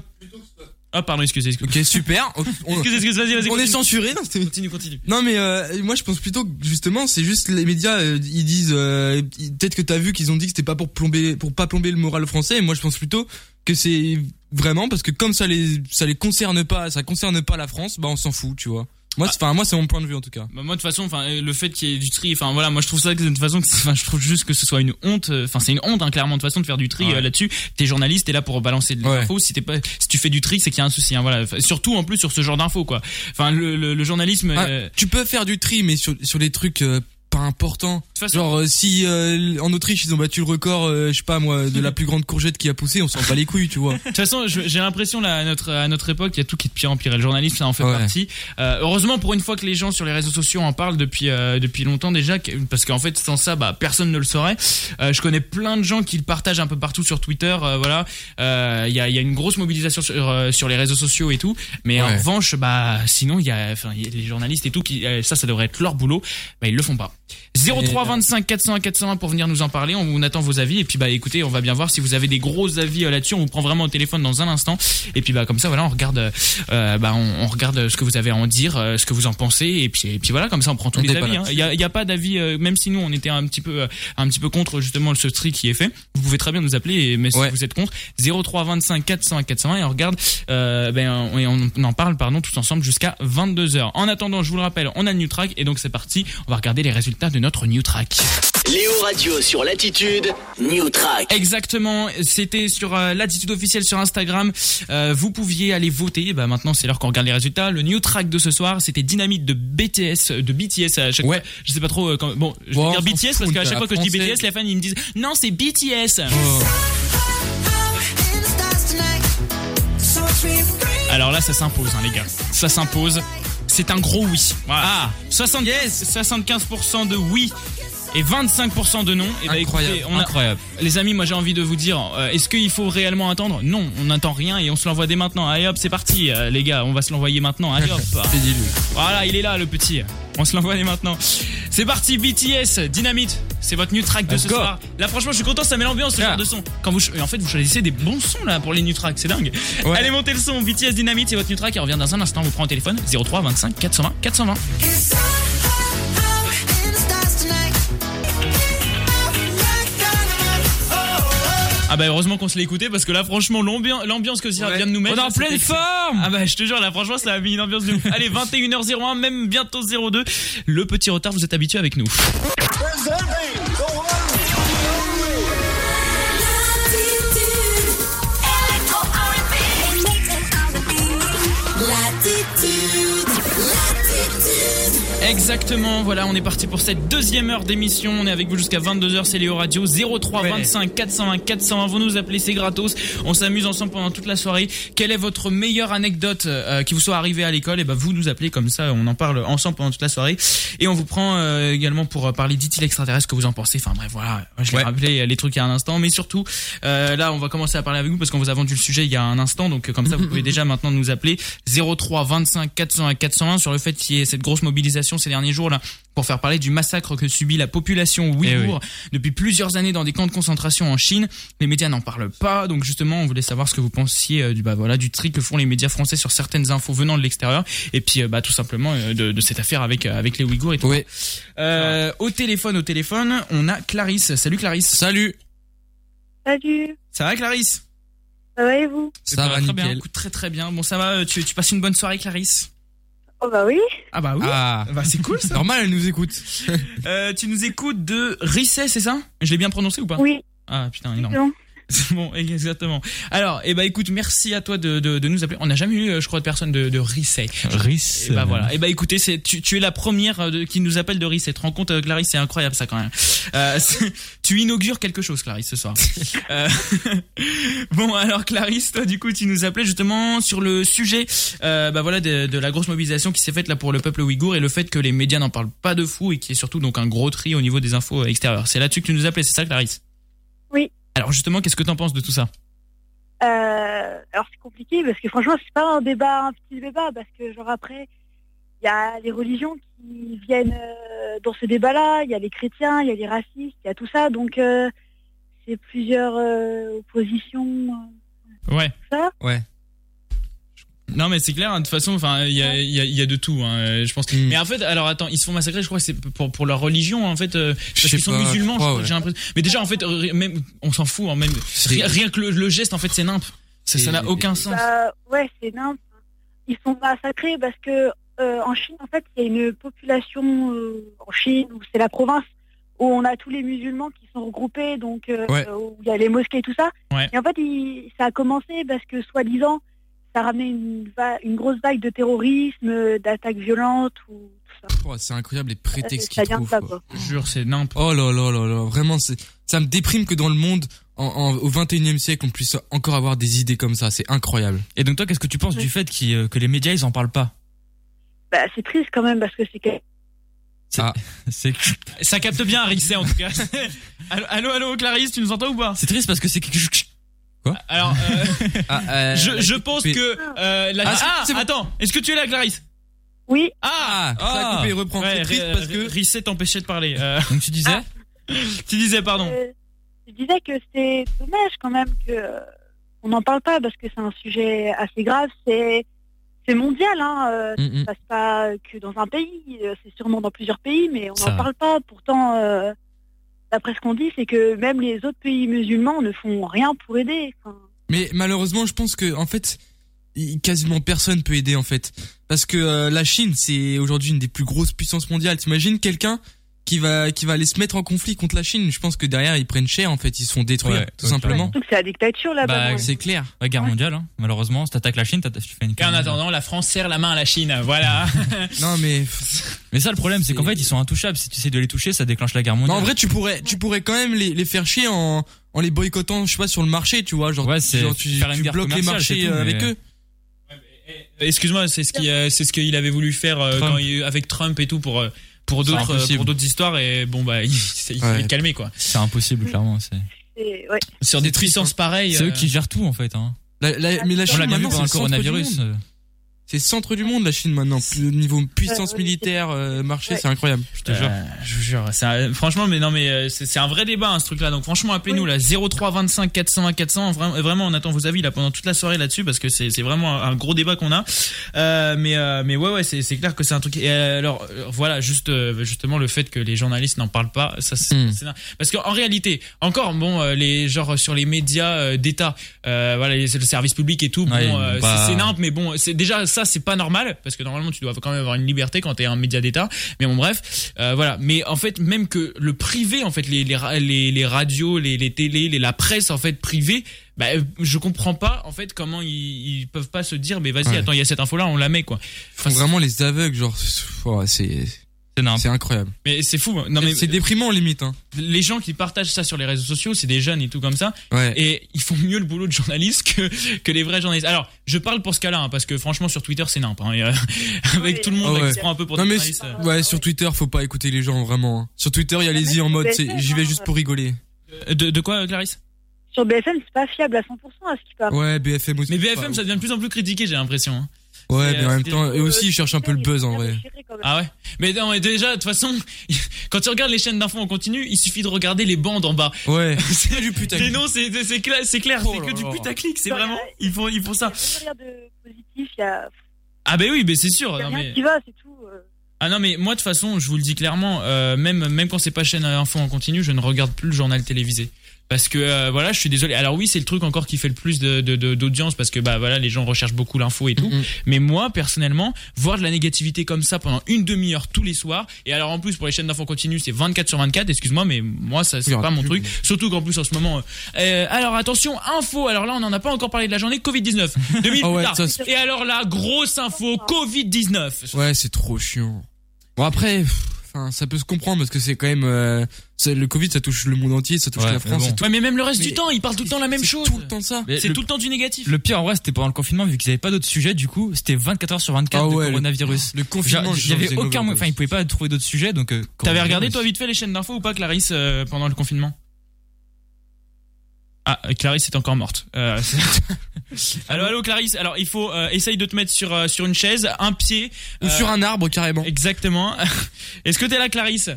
B: Ah pardon, excusez, excusez.
H: Ok super. On-
B: Excusez, excusez, vas-y, vas-y,
H: On est
B: continue.
H: censuré. Non, c'était-
B: Continue, continue.
H: Non, mais euh, moi je pense plutôt que justement c'est juste les médias euh, ils disent euh, ils- peut-être que t'as vu qu'ils ont dit que c'était pas pour plomber pour pas plomber le moral français. Et moi je pense plutôt que c'est vraiment parce que comme ça les ça les concerne pas ça concerne pas la France bah on s'en fout tu vois. Moi,
B: Ah.
H: c'est- enfin, moi, c'est mon point de vue en tout cas.
B: Bah, moi de toute façon, enfin euh, le fait qu'il y ait du tri, enfin voilà, moi je trouve ça que de toute façon, que c'est- enfin je trouve juste que ce soit une honte. euh, Enfin c'est une honte hein, clairement de toute façon de faire du tri
D: Ouais.
B: euh, là-dessus. T'es journaliste, t'es là pour balancer de
D: Ouais.
B: l'info. Si t'es pas, si tu fais du tri, c'est qu'il y a un souci. Hein, voilà. Enfin, surtout en plus sur ce genre d'info quoi. Enfin le, le, le journalisme.
H: Ah,
B: euh,
H: Tu peux faire du tri, mais sur, sur les trucs euh, pas importants. Genre, euh, si euh, en Autriche ils ont battu le record, euh, je sais pas moi, de la plus grande courgette qui a poussé, on s'en bat les couilles, tu vois.
B: De toute façon, je- j'ai l'impression là à notre à notre époque, il y a tout qui est de pire en pire. Et le journalisme, ça en fait
H: Ouais.
B: partie. Euh, heureusement pour une fois que les gens sur les réseaux sociaux en parlent depuis euh, depuis longtemps déjà, que- parce qu'en fait sans ça, bah personne ne le saurait. Euh, je connais plein de gens qui le partagent un peu partout sur Twitter. euh, voilà, Euh, il y a il y a une grosse mobilisation sur euh, sur les réseaux sociaux et tout. Mais en
H: Ouais.
B: revanche, bah sinon il y a enfin il y a les journalistes et tout qui euh, ça ça devrait être leur boulot, bah ils le font pas.
H: euh,
B: 03 25 400 401 pour venir nous en parler. On, on attend vos avis et puis bah écoutez, on va bien voir si vous avez des gros avis euh, là-dessus. On vous prend vraiment au téléphone dans un instant et puis bah comme ça voilà, on regarde euh, euh, bah on, on regarde ce que vous avez à en dire, euh, ce que vous en pensez et puis et puis voilà comme ça on prend tous
H: On
B: les
H: n'est pas
B: avis.
H: là.
B: hein. Il y a, il y a pas d'avis euh, même si nous on était un petit peu euh, un petit peu contre justement ce tri qui est fait. Vous pouvez très bien nous appeler et- mais si
H: Ouais.
B: vous êtes contre 03 25 401 401 et on regarde euh, ben on, et on- on en parle pardon tous ensemble jusqu'à 22h. En attendant, je vous le rappelle, on a le new track et donc c'est parti, on va regarder les résultats de notre new track.
A: Léo Radio sur l'attitude, New Track.
B: Exactement, c'était sur euh, l'attitude officielle sur Instagram. Euh, vous pouviez aller voter. Et Bah maintenant c'est l'heure qu'on regarde les résultats. Le new track de ce soir, c'était Dynamite de BTS, euh, de BTS à chaque fois. Je sais pas trop. euh, quand- Bon, je
H: Ouais,
B: vais
H: on
B: dire
H: s'en
B: BTS parce
H: fout,
B: qu'à chaque
H: la
B: fois que je dis
H: française.
B: BTS, les fans ils me disent non c'est BTS. Alors là, ça s'impose, hein, les gars. Ça s'impose. C'est un gros oui. Ah, 70, 75% de oui et 25% de non. Et bah,
D: Incroyable,
B: écoutez, on a-
D: incroyable.
B: Les amis, moi j'ai envie de vous dire, euh, est-ce qu'il faut réellement attendre Non, on n'attend rien et on se l'envoie dès maintenant. Allez hop, c'est parti, euh, les gars, on va se l'envoyer maintenant. Allez hop. voilà, il est là, le petit. On se l'envoie dès maintenant. C'est parti, BTS, Dynamite. C'est votre new track de
D: Let's
B: ce
D: go.
B: soir. Là, franchement, je suis content, ça met l'ambiance
D: Ah.
B: ce genre de son. Quand vous, ch- en fait, vous choisissez des bons sons là pour les new tracks, c'est dingue. Allez, montez le son. BTS Dynamite, c'est votre new track. Et on revient dans un instant. On vous prend au téléphone 03 25 420 420. Ah bah heureusement qu'on se l'est écouté parce que là franchement l'ambian- l'ambiance que ça vient de nous mettre
D: On est en
B: là,
D: pleine
B: c'était- Ah bah je te jure là franchement ça a mis une ambiance de ouf. Allez 21h01 même bientôt 02 le petit retard vous êtes habitué avec nous. Exactement, voilà, on est parti pour cette deuxième heure d'émission. On est avec vous jusqu'à 22h, c'est Léo Radio 03 25 420 420. Vous nous appelez, c'est gratos. On s'amuse ensemble pendant toute la soirée. Quelle est votre meilleure anecdote euh, qui vous soit arrivée à l'école Et ben vous nous appelez comme ça, on en parle ensemble pendant toute la soirée. Et on vous prend euh, également pour euh, parler d'IT extraterrestre que vous en pensez. Enfin bref, voilà, je l'ai rappelé euh, les trucs il y a un instant, mais surtout euh, là, on va commencer à parler avec vous parce qu'on vous a vendu le sujet il y a un instant. Donc euh, comme ça, vous pouvez déjà maintenant nous appeler 03 25 401 401 sur le fait qu'il y ait cette grosse mobilisation ces derniers jours là pour faire parler du massacre que subit la population ouïghour depuis plusieurs années dans des camps de concentration en Chine. Les médias n'en parlent pas, donc justement, on voulait savoir ce que vous pensiez euh, du bah voilà du tri que font les médias français sur certaines infos venant de l'extérieur et puis euh, bah tout simplement euh, de, de cette affaire avec euh, avec les Ouïghours et tout. Euh, au téléphone, au téléphone, on a Clarisse. Salut Clarisse. Salut.
G: Salut,
B: Ça va Clarisse
G: ça va et vous
B: Ça va Eh ben, très bien. Écoute, très très bien. Bon ça va. euh, Tu, tu passes une bonne soirée Clarisse.
G: Oh bah oui,
B: Ah bah oui.
H: Ah.
B: Bah c'est cool ça.
H: Normal, elle nous écoute.
B: Euh, tu nous écoutes de Risset, c'est ça Je l'ai bien prononcé ou pas
G: Oui.
B: Ah putain, énorme.
G: non.
B: C'est Bon, exactement. Alors, eh ben écoute, merci à toi de, de, de nous appeler. On n'a jamais eu, euh, je crois, de personne de, de Risset.
D: Riss.
B: Et bah voilà. Et bah écoutez, c'est tu, tu es la première euh, de- qui nous appelle de Risset. Tu te rends compte, euh, Clarisse, c'est incroyable ça quand même. Euh, c'est- tu inaugures quelque chose, Clarisse, ce soir. Euh, bon, alors Clarisse, toi, du coup, tu nous appelais justement sur le sujet, euh, bah voilà, de, de la grosse mobilisation qui s'est faite là pour le peuple ouïghour et le fait que les médias n'en parlent pas de fou et qui est surtout donc un gros tri au niveau des infos euh, extérieures. C'est là-dessus que tu nous appelais, c'est ça, Clarisse
G: Oui.
B: Alors justement, qu'est-ce que t'en penses de tout ça
G: Euh, alors c'est compliqué parce que franchement c'est pas un débat, un petit débat parce que genre après il y a les religions qui viennent euh, dans ce débat-là, il y a les chrétiens, il y a les racistes, il y a tout ça donc euh, c'est plusieurs euh, oppositions. euh,
B: Ouais.
G: Ça
H: Ouais.
B: Non mais c'est clair hein, de toute façon enfin il y a, il y, a, il y a de tout hein, euh, je
H: Mm.
B: pense mais en fait alors attends ils se font massacrer je crois que c'est pour pour leur religion en fait euh, parce
H: Je sais
B: qu'ils sont
H: pas, je
B: musulmans
H: crois,
B: je-
H: ouais.
B: j'ai l'impression mais déjà en fait euh, même on s'en fout hein, même rien, rien que le, le geste en fait c'est nimpe ça ça n'a aucun sens
G: Bah, ouais c'est nimp. Ils sont massacrés parce que euh, en Chine, en fait, il y a une population euh, en Chine où c'est la province où on a tous les musulmans qui sont regroupés, donc euh,
P: Ouais.
G: où il y a les mosquées et tout ça.
P: Ouais.
G: Et en fait, il- ça a commencé parce que soi-disant, ça ramenait une, va- une grosse vague de terrorisme, euh, d'attaques violentes ou
H: Oh, c'est incroyable les
G: euh,
H: prétextes
G: ça
H: qu'ils
G: vient de
H: trouvent.
G: là.
H: quoi.
G: quoi.
B: Jure, c'est n'importe
H: Oh là là là là, vraiment, c'est- ça me déprime que dans le monde, en, en- au 21 e siècle, on puisse encore avoir des idées comme ça. C'est incroyable.
D: Et donc toi, qu'est-ce que tu penses du fait qu'il, euh, que les médias, ils en parlent pas
G: Bah, c'est triste quand même parce que c'est que-
H: Ah.
D: C'est
B: Ça capte bien, Rixé en tout cas. allô, allô, allô, Clarisse, tu nous entends ou pas
D: C'est triste parce que c'est quelque chose.
H: Quoi
B: Alors, euh,
H: Ah, euh,
B: je, je
H: la-
B: pense
H: coupé.
B: que euh, la-
H: Ah, c'est-
B: Ah,
H: c'est bon.
B: attends, est-ce que tu es là, Clarisse
G: Oui.
B: Ah,
H: Ah, ça a coupé, reprends. C'est triste parce
B: que Rixé t'empêchait de parler.
D: euh.
B: Donc tu disais
D: Ah.
B: Tu disais, pardon.
G: Euh, je disais que c'est dommage quand même que euh, on n'en parle pas parce que c'est un sujet assez grave. C'est c'est mondial, hein. euh, Ça
H: se
G: passe pas que dans un pays. euh, C'est sûrement dans plusieurs pays, mais on
H: Ça
G: n'en
H: va.
G: parle pas. Pourtant, euh, d'après ce qu'on dit, c'est que même les autres pays musulmans ne font rien pour aider. Enfin,
H: Mais malheureusement, je pense que en fait, i- quasiment personne peut aider en fait, parce que euh, la Chine, c'est aujourd'hui une des plus grosses puissances mondiales. T'imagines quelqu'un qui va qui va aller se mettre en conflit contre la Chine Je pense que derrière, ils prennent cher en fait, ils se font détruire
D: Ouais,
H: tout
D: ouais,
H: simplement. Bah,
G: surtout que c'est la dictature là-bas.
D: c'est
H: clair.
D: La guerre mondiale, hein. malheureusement. Si t'attaques la Chine, t'atta- tu fais une
B: Et en attendant, la France serre la main à la Chine, voilà.
H: Non mais
D: Mais ça, le problème, c'est qu'en fait, ils sont intouchables. Si tu essaies de les toucher, ça déclenche la guerre
H: Non,
D: mondiale.
H: en vrai, tu pourrais tu pourrais quand même les, les faire chier en en les boycottant, je sais pas, sur le marché, tu vois, genre,
D: c'est
H: genre, tu,
D: faire une
H: tu
D: guerre
H: bloques les
D: commerciale,
H: marchés
D: c'est tout,
H: euh, avec
D: mais-
H: eux.
B: Excuse-moi, c'est ce qu'il euh, c'est ce qu'il avait voulu faire euh,
D: Trump.
B: quand il- avec Trump et tout pour euh, pour
D: C'est
B: d'autres euh,
D: impossible.
B: pour d'autres histoires et bon bah il s'est il
D: Ouais.
B: s'est calmé quoi.
D: C'est impossible, clairement. C'est
G: C'est- ouais.
B: Sur des puissances pareilles.
D: hein. c'est eux
B: euh,
D: qui gèrent tout, en fait. Hein.
H: La- la- Eh, mais la
D: On
H: Chine
D: l'a bien vu
H: maintenant,
G: euh,
D: pendant le
H: c'est le centre du
D: coronavirus.
H: monde. C'est le centre du monde la Chine maintenant, Pu- niveau puissance
B: Ouais, ouais,
H: militaire, euh, marché,
B: Ouais.
H: c'est incroyable.
B: Je te jure. Euh, Je vous jure. c'est un- franchement, mais non, mais euh, c'est c'est un vrai débat, hein, ce truc-là. Donc, franchement, appelez-nous là. 03 25 420 400. Vra- euh, Vraiment, on attend vos avis là pendant toute la soirée là-dessus parce que c'est c'est vraiment un gros débat qu'on a. Euh, mais, euh, mais ouais, ouais, c'est c'est clair que c'est un truc. Et euh, alors, euh, voilà, juste, euh, justement, le fait que les journalistes n'en parlent pas, ça, c'est c'est dingue. parce qu'en réalité, encore, bon, euh, les genre sur les médias euh, d'État, euh, voilà, les- le service public et tout,
D: Ouais,
B: bon, euh,
D: ils vont pas-
H: bah.
B: c'est- c'est nimp, mais bon, c'est déjà ça, c'est pas normal parce que normalement, tu dois quand même avoir une liberté quand t'es un média d'État. Mais bon, bref, euh, voilà. Mais en fait, même que le privé, en fait, les les ra- les, les radios, les les télés, les la presse, en fait, privée. Bah, euh, je comprends pas en fait comment ils, ils peuvent pas se dire mais vas-y
H: Ouais.
B: attends il y a cette info là on la met quoi
H: Ils font vraiment les aveugles, genre, oh, c'est c'est incroyable.
B: mais c'est fou. hein. Non mais
H: C'est déprimant limite. Hein.
B: Les gens qui partagent ça sur les réseaux sociaux, c'est des jeunes et tout comme ça.
H: Ouais.
B: Et ils font mieux le boulot de journaliste que que les vrais journalistes. Alors, je parle pour ce cas-là, hein, parce que franchement sur Twitter c'est nimp. hein. Et, euh, avec tout le monde
H: Ah
B: là,
H: ouais.
B: qui se prend un peu pour
H: non
B: des
H: mais
B: journalistes.
H: sur- ouais sur Twitter faut pas écouter les gens vraiment. hein. Sur Twitter y allez-y en mode c'est- j'y vais juste pour rigoler.
B: Euh, De, de quoi Clarisse
G: Sur BFM, c'est pas fiable à 100% à ce qui paraît.
H: Ouais BFM aussi.
B: Mais BFM ça devient de plus en plus critiqué, j'ai l'impression. hein.
H: Ouais
B: c'est-
H: mais en même
B: c'est-
H: temps
G: Euh,
H: eux aussi ils cherchent un peu le buzz en vrai.
B: Ah ouais Mais non, mais déjà, de toute façon, quand tu regardes les chaînes d'infos en continu, il suffit de regarder les bandes en bas.
H: Ouais.
B: c'est du putaclic. Oh non, c'est c'est clair, c'est clair, c'est que du putaclic, c'est vraiment. Ils font, ils font ça.
G: Rien de positif, il y a
B: Ah, ben oui, mais c'est sûr.
G: y a
B: non,
G: rien
B: mais-
G: qui va, c'est tout. euh.
B: Ah non mais moi de toute façon je vous le dis clairement euh, même même quand c'est pas chaîne à info en continu je ne regarde plus le journal télévisé parce que euh, voilà je suis désolé alors oui c'est le truc encore qui fait le plus de de- de- d'audience parce que bah voilà les gens recherchent beaucoup l'info et tout mais moi personnellement voir de la négativité comme ça pendant une demi-heure tous les soirs et alors en plus pour les chaînes d'info en continu c'est 24 sur 24 excuse-moi mais moi ça c'est
H: Oui,
B: pas mon
H: plus,
B: truc surtout qu'en plus en ce moment euh, euh, alors attention info alors là on en a pas encore parlé de la journée Covid-19 deux minutes
H: Ah ouais,
B: plus tard.
H: ça, c'est-
B: et alors là grosse info Covid-19
H: Ouais c'est trop chiant. Bon après pff, enfin ça peut se comprendre parce que c'est quand même euh, c'est- le Covid ça touche le monde entier ça touche
D: Ouais,
H: la
D: mais
H: France.
D: bon.
H: et tout.
B: Ouais, mais même le reste du temps, ils parlent tout le temps la même chose. Tout
H: le temps ça.
D: Mais
B: C'est
D: le-
B: tout le temps du négatif.
D: Le pire en vrai, c'était pendant le confinement, vu qu'ils avaient pas d'autres sujets, du coup, c'était 24 heures sur 24
H: Ah ouais,
D: de
H: le-
D: coronavirus.
H: le confinement,
D: Genre,
H: je
D: il y avait
H: faisais
D: aucun,
H: une
D: mo- enfin, ils pouvaient pas trouver d'autres sujets, donc. euh,
B: T'avais
D: coronavirus.
B: regardé toi vite fait les chaînes d'infos ou pas, Clarisse, euh, pendant le confinement Ah, euh, Clarisse est encore morte. Euh, c'est- allô, allô, Clarisse. Alors, il faut euh, essaye de te mettre sur euh, sur une chaise, un pied euh,
H: Ou sur un arbre carrément.
B: Exactement. Est-ce que t'es là, Clarisse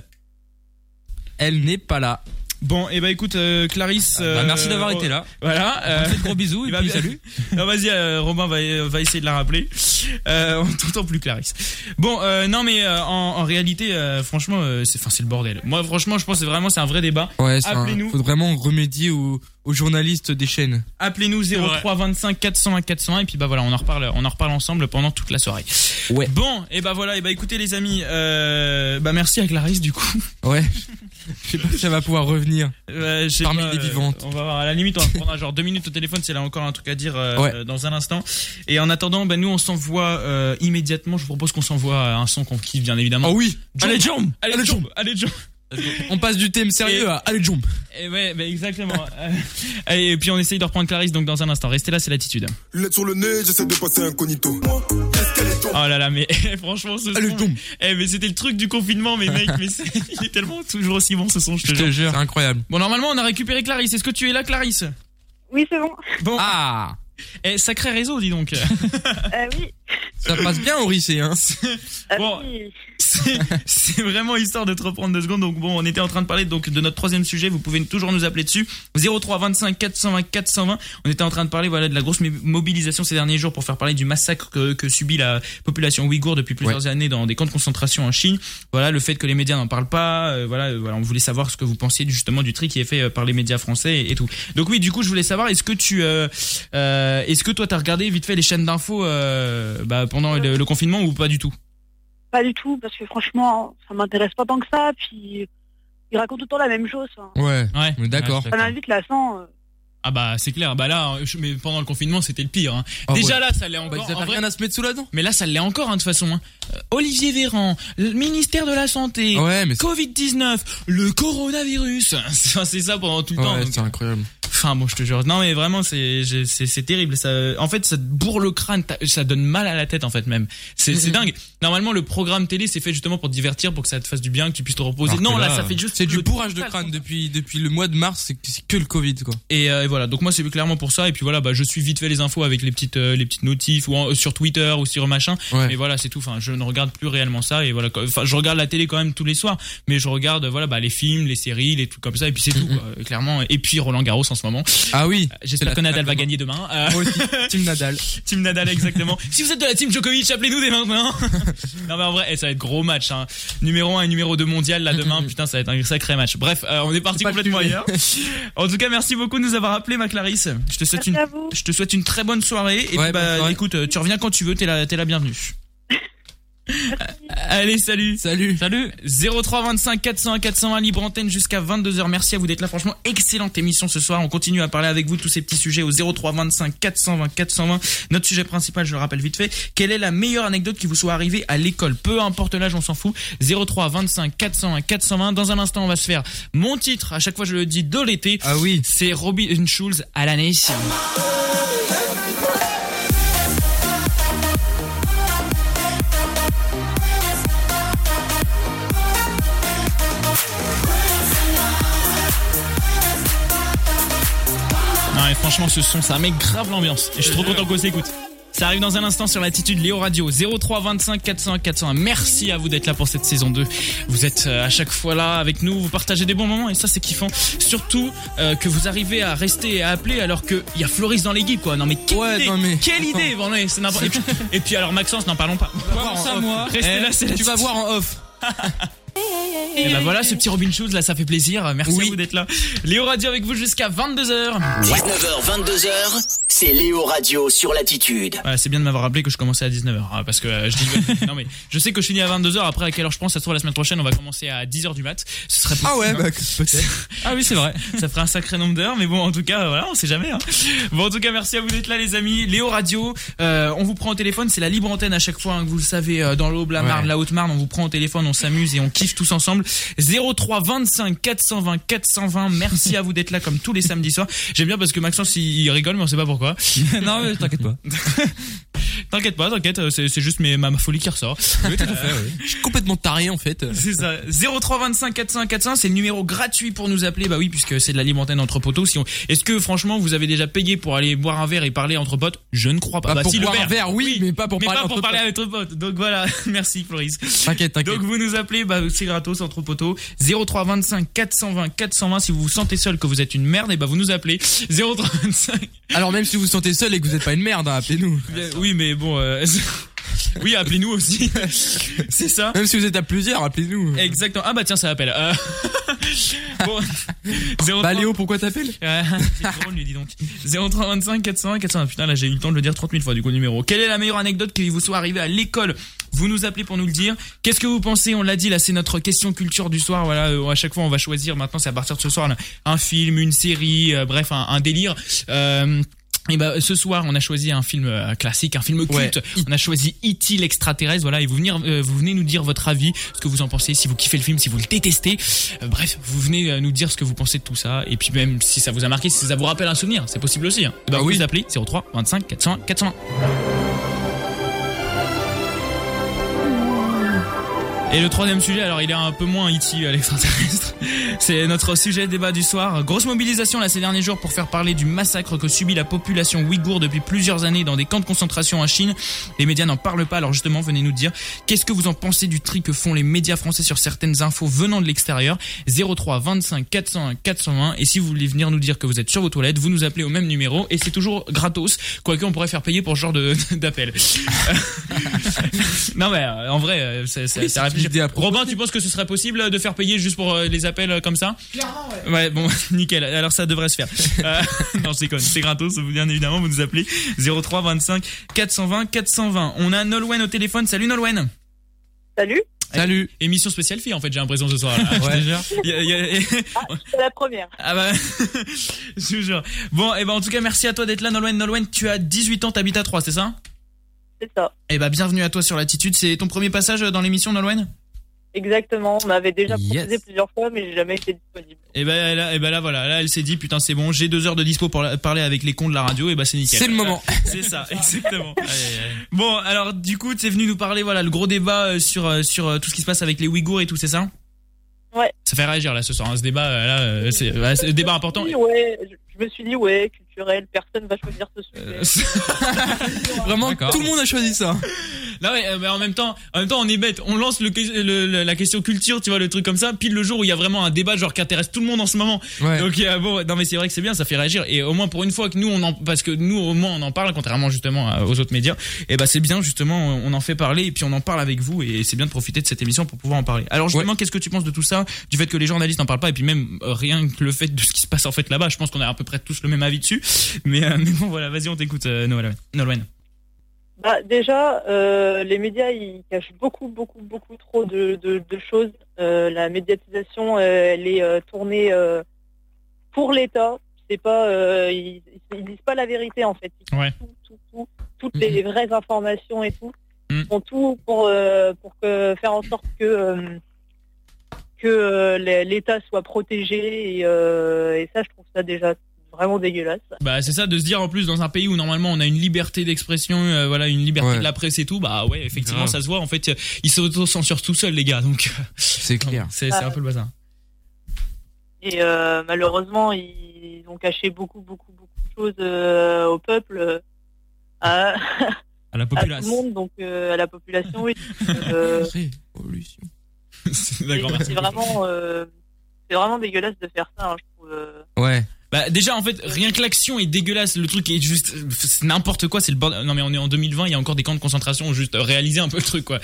H: Elle n'est pas là.
B: Bon, et bah écoute, euh, Clarisse.
D: bah,
B: euh,
D: merci d'avoir
B: oh,
D: été là.
B: Voilà. euh.
D: On te fait de gros bisous et
B: il va
D: puis
B: bien-
D: salut.
B: Non, vas-y, euh, Robin va, va essayer de la rappeler. Euh, on t'entend plus, Clarisse. Bon, euh, non, mais euh, en, en réalité, euh, franchement, euh, c'est, enfin, c'est le bordel. Moi, franchement, je pense que c'est vraiment c'est un vrai débat.
H: Ouais, c'est un-
B: Appelez-nous.
H: faut vraiment remédier au,
B: aux journalistes des chaînes.
D: Appelez-nous
B: C'est vrai.
D: 03 25 401 401 et puis bah voilà, on en reparle, on en reparle ensemble pendant toute la soirée.
B: Ouais.
D: Bon, et bah voilà, et bah écoutez les amis, euh, bah merci à Clarisse du coup.
B: Ouais. Je sais pas si ça va pouvoir revenir.
D: Euh, je sais
B: Parmi
D: pas,
B: les
D: euh,
B: vivantes.
D: on va voir, à la limite, on va prendre un genre deux minutes au téléphone si elle a encore un truc à dire euh,
B: Ouais.
D: euh, dans un instant. Et en attendant, bah nous on s'envoie euh, immédiatement, je vous propose qu'on s'envoie euh, un son qu'on kiffe bien évidemment.
B: Oh oui Allez,
D: jump
B: jump
D: Allez,
B: Allez,
D: jump Allez, jump
B: On passe du thème sérieux à Allez Jump.
D: Et ouais, bah exactement. Euh, et puis on essaye de reprendre Clarisse donc dans un instant. Restez là, c'est l'attitude.
F: Lettre sur le nez, j'essaie de passer incognito.
H: Euh,
D: Oh là là, mais franchement, ce son. Eh, mais c'était le truc du confinement, mais mec, mais c'est- il est tellement toujours aussi bon ce son, je te jure.
B: C'est incroyable.
D: Bon, normalement, on a récupéré Clarisse. Est-ce que tu es là, Clarisse
G: Oui, c'est bon.
D: Bon.
B: Ah
D: Eh, sacré réseau, dis donc.
G: Euh, oui.
B: Ça
G: Euh,
B: passe bien au lycée, hein.
D: bon, c'est c'est vraiment histoire de te reprendre deux secondes. Donc bon, on était en train de parler donc de notre troisième sujet. Vous pouvez toujours nous appeler dessus 03 25 420 420. On était en train de parler voilà de la grosse mé- mobilisation ces derniers jours pour faire parler du massacre que, que subit la population ouïghour depuis plusieurs années dans des camps de concentration en Chine. Voilà le fait que les médias n'en parlent pas. euh, voilà, euh, voilà, on voulait savoir ce que vous pensiez justement du tri qui est fait euh, par les médias français et, et tout. Donc oui, du coup, je voulais savoir est-ce que tu euh, euh, est-ce que toi t'as regardé vite fait les chaînes d'infos euh, bah, pendant le- le confinement ou pas du tout
G: Pas du tout, parce que franchement, ça m'intéresse pas tant que ça. Puis, ils racontent tout le temps la même chose. hein.
B: Ouais.
D: Ouais.
B: d'accord.
G: Ça m'invite lassant. euh.
D: Ah bah c'est clair. Bah là, je- mais pendant le confinement, c'était le pire. hein.
B: Ah
D: Déjà
B: ouais.
D: là, ça l'est encore.
B: ils avaient
D: en vrai.
B: rien à se mettre sous la dent.
D: Mais là, ça l'est encore hein, de toute façon. hein. Euh, Olivier Véran, le ministère de la santé,
B: Ah Ouais, mais c'est-
D: Covid 19, le coronavirus. Ça, c'est ça pendant tout le temps. hein.
B: Ouais,
D: donc.
B: c'est incroyable.
D: Enfin bon, je te jure. Non mais vraiment, c'est j'ai- c'est c'est terrible. Ça, en fait, ça te bourre le crâne. t'as- Ça donne mal à la tête en fait même. C'est c'est dingue. Normalement, le programme télé, c'est fait justement pour te divertir, pour que ça te fasse du bien, que tu puisses te reposer.
B: Alors
D: non
B: que
D: là, ça fait juste.
B: C'est du
D: le
B: bourrage de
D: total
B: crâne depuis, depuis le mois de mars, c'est c'est que le Covid, quoi.
D: et, euh, et voilà, donc moi c'est clairement pour ça. Et puis voilà, bah, je suis vite fait les infos avec les petites, euh, les petites notifs ou en- sur Twitter ou sur machin.
B: Ouais.
D: Mais voilà, c'est tout. Enfin, je ne regarde plus réellement ça. Et voilà, quoi. enfin, je regarde la télé quand même tous les soirs. Mais je regarde, euh, voilà, bah, les films, les séries, les trucs comme ça. Et puis c'est tout, quoi, euh, clairement. Et puis Roland Garros en ce
B: Mm-hmm.
D: moment. Euh,
B: Ah oui.
D: J'espère
B: C'est
D: que
B: la
D: Nadal
B: finale
D: va
B: demain.
D: gagner demain. Euh,
B: Moi aussi, Team Nadal.
D: Team Nadal, exactement. si vous êtes de la Team Djokovic, appelez-nous dès maintenant. non, mais en vrai, eh, ça va être gros match. Hein. Numéro 1 et numéro 2 mondial, là, demain. Putain, ça va être un sacré match. Bref, euh, on est
B: Mm-hmm.
D: parti
B: pas le
D: complètement
B: sujet.
D: ailleurs. En tout cas, merci beaucoup de nous avoir appelé, ma Clarisse. Je te souhaite,
G: Merci
D: une,
G: à vous.
D: je te souhaite une très bonne soirée. Et puis, bah, écoute, euh, tu reviens quand tu veux, t'es la, t'es la bienvenue. Allez, salut.
B: Salut.
D: Salut. 03 25 401 401 libre antenne jusqu'à 22h. Merci à vous d'être là. Franchement, excellente émission ce soir. On continue à parler avec vous de tous ces petits sujets au 03 25 420 420. Notre sujet principal, je le rappelle vite fait, quelle est la meilleure anecdote qui vous soit arrivée à l'école Peu importe l'âge, on s'en fout. 03 25 401 420. Dans un instant, on va se faire mon titre. À chaque fois, je le dis de l'été.
B: Ah oui.
D: C'est Robin Schulz à la nation. Non mais franchement ce son ça met grave l'ambiance et je suis trop content qu'on s'écoute. Ça arrive dans un instant sur l'attitude Léo Radio 03 25 400 401. Merci à vous d'être là pour cette saison 2. Vous êtes euh, à chaque fois là avec nous, vous partagez des bons moments et ça c'est kiffant. Surtout euh, que vous arrivez à rester et à appeler alors que il y a Floris dans l'équipe quoi. Non mais quelle
B: Ouais,
D: idée,
B: non, mais-
D: quelle idée. Bon, non, c'est n'importe- et, puis, et puis alors Maxence n'en parlons pas.
B: ça, moi.
D: Restez
B: Eh,
D: là, c'est
B: tu vas voir en off.
D: Et bah voilà ce petit Robin Schulz là ça fait plaisir. Merci à vous d'être là. Léo Radio avec vous jusqu'à 22h.
A: 19h, 22h, c'est Léo Radio sur l'attitude.
D: Ouais, c'est bien de m'avoir rappelé que je commençais à 19h hein, parce que euh, je dis non mais je sais que je finis à 22h après à quelle heure je pense ça se trouve la semaine prochaine on va commencer à 10h du mat. Ce serait
B: Ah ouais,
D: possible, hein.
B: bah, peut-être.
D: Ah oui, c'est vrai. Ça ferait un sacré nombre d'heures mais bon en tout cas euh, voilà, on sait jamais hein. Bon en tout cas merci à vous d'être là les amis. Léo Radio, euh, on vous prend au téléphone, c'est la libre antenne à chaque fois hein, que vous le savez euh, dans l'Aube, la Marne,
B: Ouais.
D: la Haute-Marne, on vous prend au téléphone, on s'amuse et on kiffe tous ensemble. 03 25 420 420. Merci à vous d'être là comme tous les samedis soirs. J'aime bien parce que Maxence il il rigole mais on sait pas pourquoi.
Q: non, mais t'inquiète pas.
D: T'inquiète pas, t'inquiète, euh, c'est c'est juste mes, ma, ma folie qui ressort. Euh,
B: Je suis complètement taré, en fait.
D: C'est ça. 0325 400 400, c'est le numéro gratuit pour nous appeler. Bah oui, puisque c'est de la libre antenne entre potos. Si on... Est-ce que franchement, vous avez déjà payé pour aller boire un verre et parler entre potes Je ne crois pas.
B: Bah,
D: Bah,
B: pour
D: si, le
B: boire un
D: verre.
B: verre, oui, mais pas pour
D: mais
B: parler
D: pas pour
B: entre
D: parler avec votre pote. Donc voilà, merci Floris.
B: T'inquiète, t'inquiète.
D: Donc vous nous appelez, bah, c'est gratos entre poteaux. 0325 420 420. Si vous vous sentez seul que vous êtes une merde, et bah vous nous appelez. 0325.
B: Alors même si vous vous sentez seul et que vous êtes pas une merde, hein, appelez-nous.
D: Euh, Oui, mais bon. euh, oui, appelez-nous aussi. c'est ça.
B: Même si vous êtes à plusieurs, appelez-nous.
D: Exactement. Ah bah tiens, ça appelle. Euh, Bon, 03
H: Bah Léo, pourquoi t'appelles
D: Ouais, c'est drôle, lui, dis donc. 0325 401 401. Putain, là, j'ai eu le temps de le dire 30 000 fois, du coup, le numéro. Quelle est la meilleure anecdote qui vous soit arrivée à l'école Vous nous appelez pour nous le dire. Qu'est-ce que vous pensez On l'a dit, là, c'est notre question culture du soir. Voilà, euh, à chaque fois, on va choisir. Maintenant, c'est à partir de ce soir, là, un film, une série, euh, bref, un, un délire. Euh, et ben ce soir on a choisi un film euh, classique, un film culte. On a choisi E.T. l'extraterrestre. Voilà et vous venez euh, vous venez nous dire votre avis, ce que vous en pensez, si vous kiffez le film, si vous le détestez. Euh, bref, vous venez euh, nous dire ce que vous pensez de tout ça et puis même si ça vous a marqué, si ça vous rappelle un souvenir, c'est possible aussi. Hein. Bah, oui. vous appelez 03 25 401 401. Et le troisième sujet, alors il est un peu moins E.T. à l'extraterrestre. C'est notre sujet débat du soir. Grosse mobilisation là ces derniers jours pour faire parler du massacre que subit la population ouïghour depuis plusieurs années dans des camps de concentration en Chine. Les médias n'en parlent pas, alors justement, venez nous dire qu'est-ce que vous en pensez du tri que font les médias français sur certaines infos venant de l'extérieur. 03 25 401 420. Et si vous voulez venir nous dire que vous êtes sur vos toilettes, vous nous appelez au même numéro et c'est toujours gratos. Quoique on pourrait faire payer pour ce genre de- d'appel. non mais euh, en vrai, euh, c'est c'est-
H: Oui,
D: c'est
H: c'est une
D: réfléchir.
H: idée à
D: Robin, tu penses que ce serait possible euh, de faire payer juste pour euh, les appels euh, comme ça
R: Clairement, ouais.
D: Ouais, bon, nickel. Alors ça devrait se faire. Euh, non, je déconne. C'est gratos. Bien évidemment, vous nous appelez 03 25 420 420. On a Nolwenn au téléphone. Salut Nolwenn.
G: Salut.
D: Salut. Eh, Émission spéciale fille en fait, j'ai l'impression ce soir.
H: Ouais.
G: C'est la première.
D: Ah bah, je vous jure. Bon, et ben en tout cas, merci à toi d'être là, Nolwenn. Nolwenn, tu as 18 ans, t'habites à 3, c'est ça
G: C'est ça.
D: Et bah, bienvenue à toi sur l'attitude. C'est ton premier passage euh, dans l'émission, Nolwenn
G: Exactement. On m'avait déjà
D: Yes.
G: proposé plusieurs fois, mais j'ai jamais été disponible.
D: Et ben là, et ben là voilà, là elle s'est dit putain c'est bon, j'ai deux heures de dispo pour la- parler avec les cons de la radio, et bah c'est nickel.
H: C'est le moment.
D: C'est ça, exactement. Bon, alors du coup, tu es venu nous parler, voilà, le gros débat euh, sur, euh, sur euh, tout ce qui se passe avec les Ouïghours et tout, c'est ça
G: Ouais.
D: Ça fait réagir là ce soir, hein, ce débat, euh, là, euh, c'est
B: Ah,
D: ouais, c'est un débat important.
G: Oui, ouais, je, je me suis dit, ouais, culturel, personne va choisir ce
B: Euh,
G: sujet.
H: Vraiment,
D: D'accord.
H: tout le monde a choisi ça.
D: Non mais, euh, mais en même temps, en même temps on est bête, on lance le, que- le- le- la question culture, tu vois le truc comme ça, pile le jour où il y a vraiment un débat genre qui intéresse tout le monde en ce moment. Donc euh, bon, non mais c'est vrai que c'est bien, ça fait réagir et au moins pour une fois que nous on en parce que nous au moins on en parle contrairement justement à- aux autres médias, et ben c'est bien justement on en fait parler et puis on en parle avec vous et c'est bien de profiter de cette émission pour pouvoir en parler. Alors justement, qu'est-ce que tu penses de tout ça, du fait que les journalistes n'en parlent pas et puis même euh, rien que le fait de ce qui se passe en fait là-bas, je pense qu'on a à peu près tous le même avis dessus. Mais, euh, mais bon voilà, vas-y on t'écoute euh, Noël- Nolwenn.
G: Bah, déjà, euh, les médias, ils cachent beaucoup, beaucoup, beaucoup trop de, de- de choses. Euh, la médiatisation, euh, elle est euh, tournée euh, pour l'État. C'est pas, euh, ils, ils disent pas la vérité en fait. Ils
D: Ouais.
G: tout, tout, tout, toutes les vraies informations et tout.
D: Ils
G: font tout pour euh, pour que, faire en sorte que euh, que euh, l'É- l'État soit protégé. Et, euh, et ça, je trouve ça déjà vraiment dégueulasse.
D: Bah c'est ça de se dire en plus dans un pays où normalement on a une liberté d'expression, euh, voilà une liberté de la presse et tout, bah ouais effectivement
H: Grave.
D: ça se voit en fait euh, ils s'auto-censurent tout seuls les gars donc euh,
H: C'est clair.
D: c'est c'est un peu le bazar.
G: Et euh, malheureusement, ils ont caché beaucoup, beaucoup, beaucoup de choses euh, au peuple, euh, à,
D: À la
G: à tout le monde, donc euh, à la population. Oui. Euh,
D: D'accord
G: c'est
D: merci.
G: vraiment, euh, c'est vraiment dégueulasse de faire ça. hein, je trouve. euh.
H: Ouais.
D: Bah déjà en fait rien que l'action est dégueulasse, le truc est juste euh, c'est n'importe quoi, c'est le bordel. Non mais on est en 2020, il y a encore des camps de concentration, juste euh, réaliser un peu le truc quoi.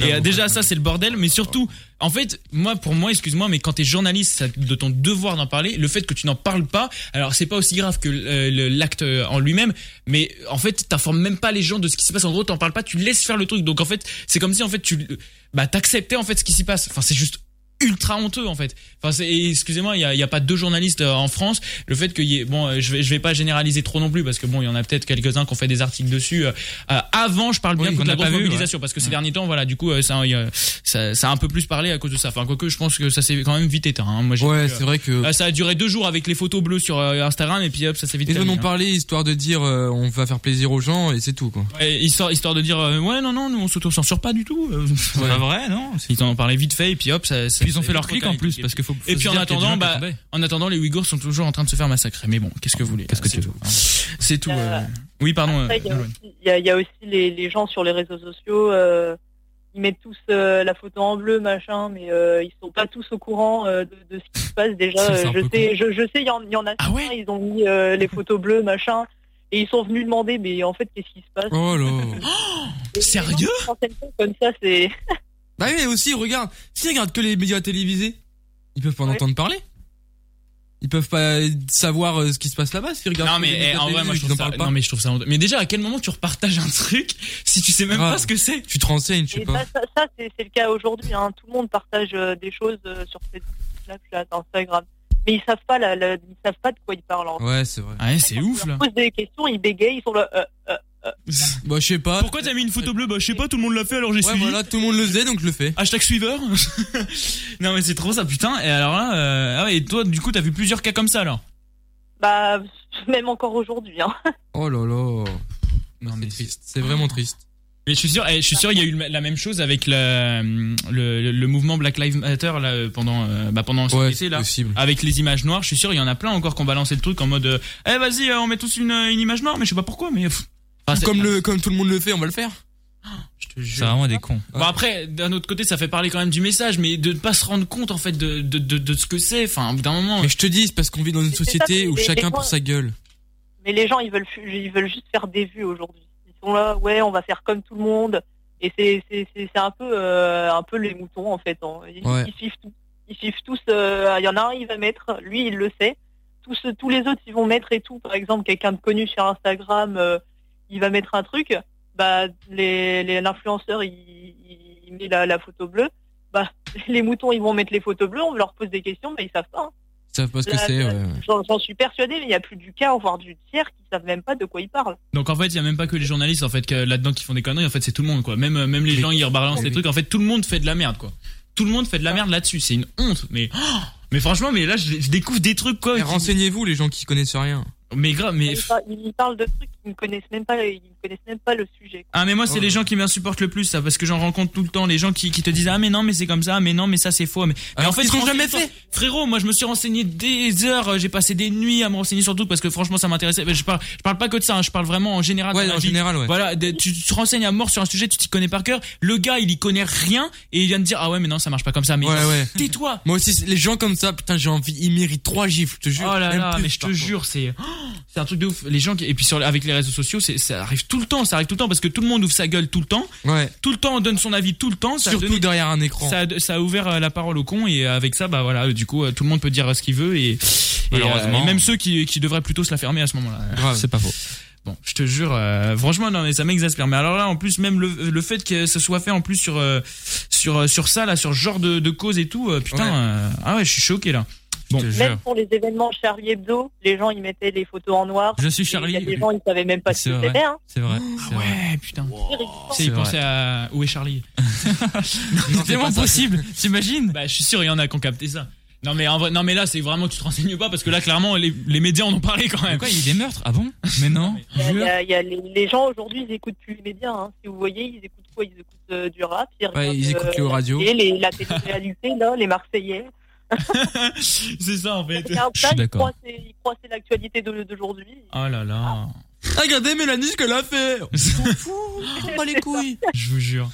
D: Et euh, déjà ça c'est le bordel, mais surtout en fait moi pour moi excuse-moi mais quand t'es journaliste c'est de ton devoir d'en parler, le fait que tu n'en parles pas, alors c'est pas aussi grave que euh, le- l'acte en lui-même, mais en fait t'informes même pas les gens de ce qui se passe. En gros t'en parles pas, tu laisses faire le truc. Donc en fait c'est comme si en fait tu bah t'acceptais en fait ce qui s'y passe. Enfin c'est juste ultra honteux en fait. Enfin, c'est- et excusez-moi, il y a, il y a pas deux journalistes euh, en France. Le fait qu'il y ait, bon, euh, je vais, je vais pas généraliser trop non plus parce que bon, il y en a peut-être quelques-uns qui ont fait des articles dessus. euh, euh, avant, je parle bien
H: Oui,
D: contre
H: qu'on
D: la
H: a
D: grosse
H: pas vu,
D: mobilisation parce que ces derniers temps, voilà, du coup, euh, ça, il y a- ça, ça a un peu plus parlé à cause de ça. Enfin, quoique, je pense que ça s'est quand même vite éteint. hein. Moi, j'ai
H: Ouais,
D: vu, euh,
H: c'est vrai que.
D: euh, ça a duré deux jours avec les photos bleues sur euh, Instagram et puis hop, ça s'est vite.
H: Ils en
D: terminé,
H: ont
D: hein.
H: parlé histoire de dire euh, on va faire plaisir aux gens et c'est tout quoi.
D: Ouais, histoire, histoire de dire euh, ouais non non nous on s'auto-censure pas du tout Euh,
B: C'est pas vrai, non
D: Ils en parlaient vite fait et puis hop ça, ça-
B: Puis ils ont
D: ça-
B: fait leur clic en plus parce qu'il faut. faut
D: Et
B: se
D: puis en
B: dire qu'il y a des
D: attendant,
B: gens qui
D: bah,
B: sont tombés.
D: en attendant, les Ouïghours sont toujours en train de se faire massacrer. Mais bon, qu'est-ce que vous voulez hein, Qu'est-ce que tu veux C'est tout. euh. Oui, pardon. euh,
G: Après, il y a
D: Nolwenn.
G: aussi- il y, a- il y a aussi les, les gens sur les réseaux sociaux. euh, ils mettent tous euh, la photo en bleu, machin, mais euh, ils sont pas tous au courant euh, de, de ce qui se passe. Déjà,
S: Ça, c'est
G: euh,
S: un
G: je
S: peu
G: sais, je, je sais, il y, en- il y en a.
B: Ah
G: certains, ils ont mis euh, les photos bleues, machin, et ils sont venus demander, mais en fait, qu'est-ce qui se passe
H: Oh là.
D: Sérieux
G: Comme ça, c'est.
H: Bah oui, mais aussi regarde, si regarde que les médias télévisés.
B: Ils peuvent pas en
D: Oui.
B: entendre parler Ils peuvent pas savoir euh, ce qui se passe là-bas s'ils regardent
D: Non
B: tous les
D: mais
B: vidéos
D: eh,
B: de
D: en
B: la
D: vrai
B: télé,
D: moi
B: ils
D: je trouve
B: en
D: ça
B: parlent pas.
D: non mais je trouve ça honteux. Mais déjà à quel moment tu repartages un truc si tu sais même pas ce que c'est
B: Tu te renseignes, tu
G: Et ça, ça- ça, c'est c'est le cas aujourd'hui. hein. Tout le monde partage euh, des choses euh, sur Facebook, Snapchat, Instagram. Mais ils savent pas, la- la- ils savent pas de quoi ils parlent. en fait.
B: Ouais, c'est vrai.
D: Ah Ouais, c'est ouf là.
G: Ils posent des questions, ils bégayent, ils sont là. euh, euh, euh.
B: Bah je sais pas.
D: Pourquoi t'as mis une photo bleue Bah je sais pas, tout le monde l'a fait alors j'ai
B: Ouais,
D: suivi.
B: voilà, tout le monde le faisait donc je le fais.
D: Hashtag suiveur. non mais c'est trop ça putain. Et alors là, euh, ah ouais, et toi du coup t'as vu plusieurs cas comme ça alors
G: Bah, même encore aujourd'hui. hein.
B: Oh là là.
D: Non mais
B: c'est vraiment triste.
D: Mais je suis sûr, eh, je suis sûr, il y a eu la même chose avec la- le, le, le mouvement Black Lives Matter là euh, pendant euh, bah, pendant cet
B: Ouais,
D: été, là,
B: possible.
D: avec les images noires. Je suis sûr, il y en a plein encore qui ont balancé le truc en mode, euh, eh vas-y, euh, on met tous une, une image noire, mais je sais pas pourquoi, mais pff. Enfin, Ah, c'est-
B: comme le comme tout le monde le fait, on va le faire.
T: C'est vraiment des cons.
D: Bon après, d'un autre côté, ça fait parler quand même du message, mais de ne pas se rendre compte en fait de, de, de, de ce que c'est. Enfin, au bout d'un moment.
B: Mais je te dis, c'est parce qu'on vit dans une
G: c'est ça,
B: société
G: c'est
B: où
G: les-
B: chacun
G: les
B: pour
G: gens-
B: sa gueule.
G: Mais les gens, ils veulent, fu- ils veulent juste faire des vues aujourd'hui. Ils sont là, ouais, on va faire comme tout le monde. Et c'est, c'est, c'est, c'est un peu, euh, un peu les moutons en fait. hein. Ils,
B: Ouais.
G: ils suivent tout. Ils suivent tous. euh, Il y en a un, il va mettre. Lui, il le sait. Tous, ceux- tous les autres, ils vont mettre et tout. Par exemple, quelqu'un de connu sur Instagram, euh, il va mettre un truc. Bah, les, les- l'influenceur, il, il- il met la, la photo bleue. Bah, les moutons, ils vont mettre les photos bleues. On leur pose des questions, mais ils savent pas. hein.
B: Ils savent pas ce que
G: Là,
B: c'est.
G: là,
B: ouais.
G: J'en j'en suis persuadée, mais il y a plus du quart, voire du tiers, qui savent même pas de quoi ils parlent.
D: Donc en fait, il y a même pas que les journalistes en fait que là-dedans qui font des conneries. En fait, c'est tout le monde quoi. Même euh, même les gens ils rebalancent
B: Ah
D: des trucs. En fait, tout le monde fait de la merde quoi. Tout le monde fait de la merde là-dessus. C'est une honte. Mais oh mais franchement, mais là je, je découvre des trucs quoi.
B: Eh,
D: qui-
B: Renseignez-vous les gens qui connaissent rien.
D: Mais grave, mais
G: Ils, par- ils parlent de trucs qu'ils ne connaissent même pas, ils ne connaissent même pas le sujet.
D: Ah mais moi c'est les gens qui m'insupportent le plus ça parce que j'en rencontre tout le temps les gens qui, qui te disent ah mais non mais c'est comme ça mais non mais ça c'est faux mais, mais en fait
B: qu'ils l'ont
D: franchement,
B: jamais fait.
D: frérot moi je me suis renseigné des heures euh, j'ai passé des nuits à me renseigner sur tout parce que franchement ça m'intéressait Mais je parle je parle pas que de ça hein, je parle vraiment en général
B: Ouais,
D: dans la
B: en
D: vie.
B: général, ouais.
D: voilà de- tu tu te renseignes à mort sur un sujet tu t'y connais par cœur le gars il y connaît rien et il vient de dire ah ouais mais non ça marche pas comme ça mais
B: Ouais, ouais.
D: tais-toi
B: Moi aussi, c'est- les gens comme ça, putain, j'ai envie, ils méritent trois gifles, je te jure.
D: Oh là
B: Même
D: là,
B: plus,
D: mais je te
B: parfois.
D: jure, c'est oh, c'est un truc de ouf. Les gens qui- et puis sur avec les réseaux sociaux, c'est ça arrive tout le temps, ça arrive tout le temps parce que tout le monde ouvre sa gueule tout le temps.
B: Ouais.
D: Tout le temps on donne son avis tout le temps, ça a
B: Surtout
D: donné-
B: derrière un écran.
D: Ça a, ça a ouvert euh, la parole au con et avec ça bah voilà, euh, du coup euh, tout le monde peut dire euh, ce qu'il veut et, et, euh,
T: Malheureusement.
D: et même ceux qui qui devraient plutôt se la fermer à ce moment-là.
T: Grave. C'est pas faux.
D: Bon, je te jure, euh, franchement, non, mais ça m'exaspère. Mais alors là, en plus, même le, le fait que ce soit fait en plus sur euh, sur euh, sur ça, là, sur ce genre de, de cause et tout, euh, putain, euh, ah ouais, je suis choqué là. Bon,
G: Même pour les événements Charlie Hebdo, les gens ils mettaient les photos en noir.
D: Je suis
G: Et Il y a
D: Charlie.
G: des gens ils savaient même pas ce que c'était. hein.
T: C'est vrai.
D: Ah Ouais, Eh, putain. C'est,
T: C'est
D: il pensait
T: vrai.
D: à où est Charlie C'est
T: tellement possible,
D: t'imagines Bah, je suis sûr, il y en a qui ont capté ça. Non mais en vrai- non mais là c'est vraiment tu te renseignes pas parce que là clairement les, les médias en ont parlé quand même.
T: Quoi, il y a eu des meurtres Ah bon Mais non.
G: Il y a- il y a les, les gens aujourd'hui ils écoutent plus les médias. hein. Si vous voyez, ils écoutent quoi Ils écoutent euh, du rap. Ils, regardent,
B: ils écoutent
G: euh,
B: les radios.
G: la télé, les- la télé-réalité, là, les Marseillais.
D: c'est ça en fait.
G: Ils regardent ça, Ils croient que c'est- ils croient que c'est l'actualité de- d'aujourd'hui.
D: Oh là là.
B: Regardez Mélanie ce qu'elle a fait.
G: Pas les couilles.
D: Je vous jure.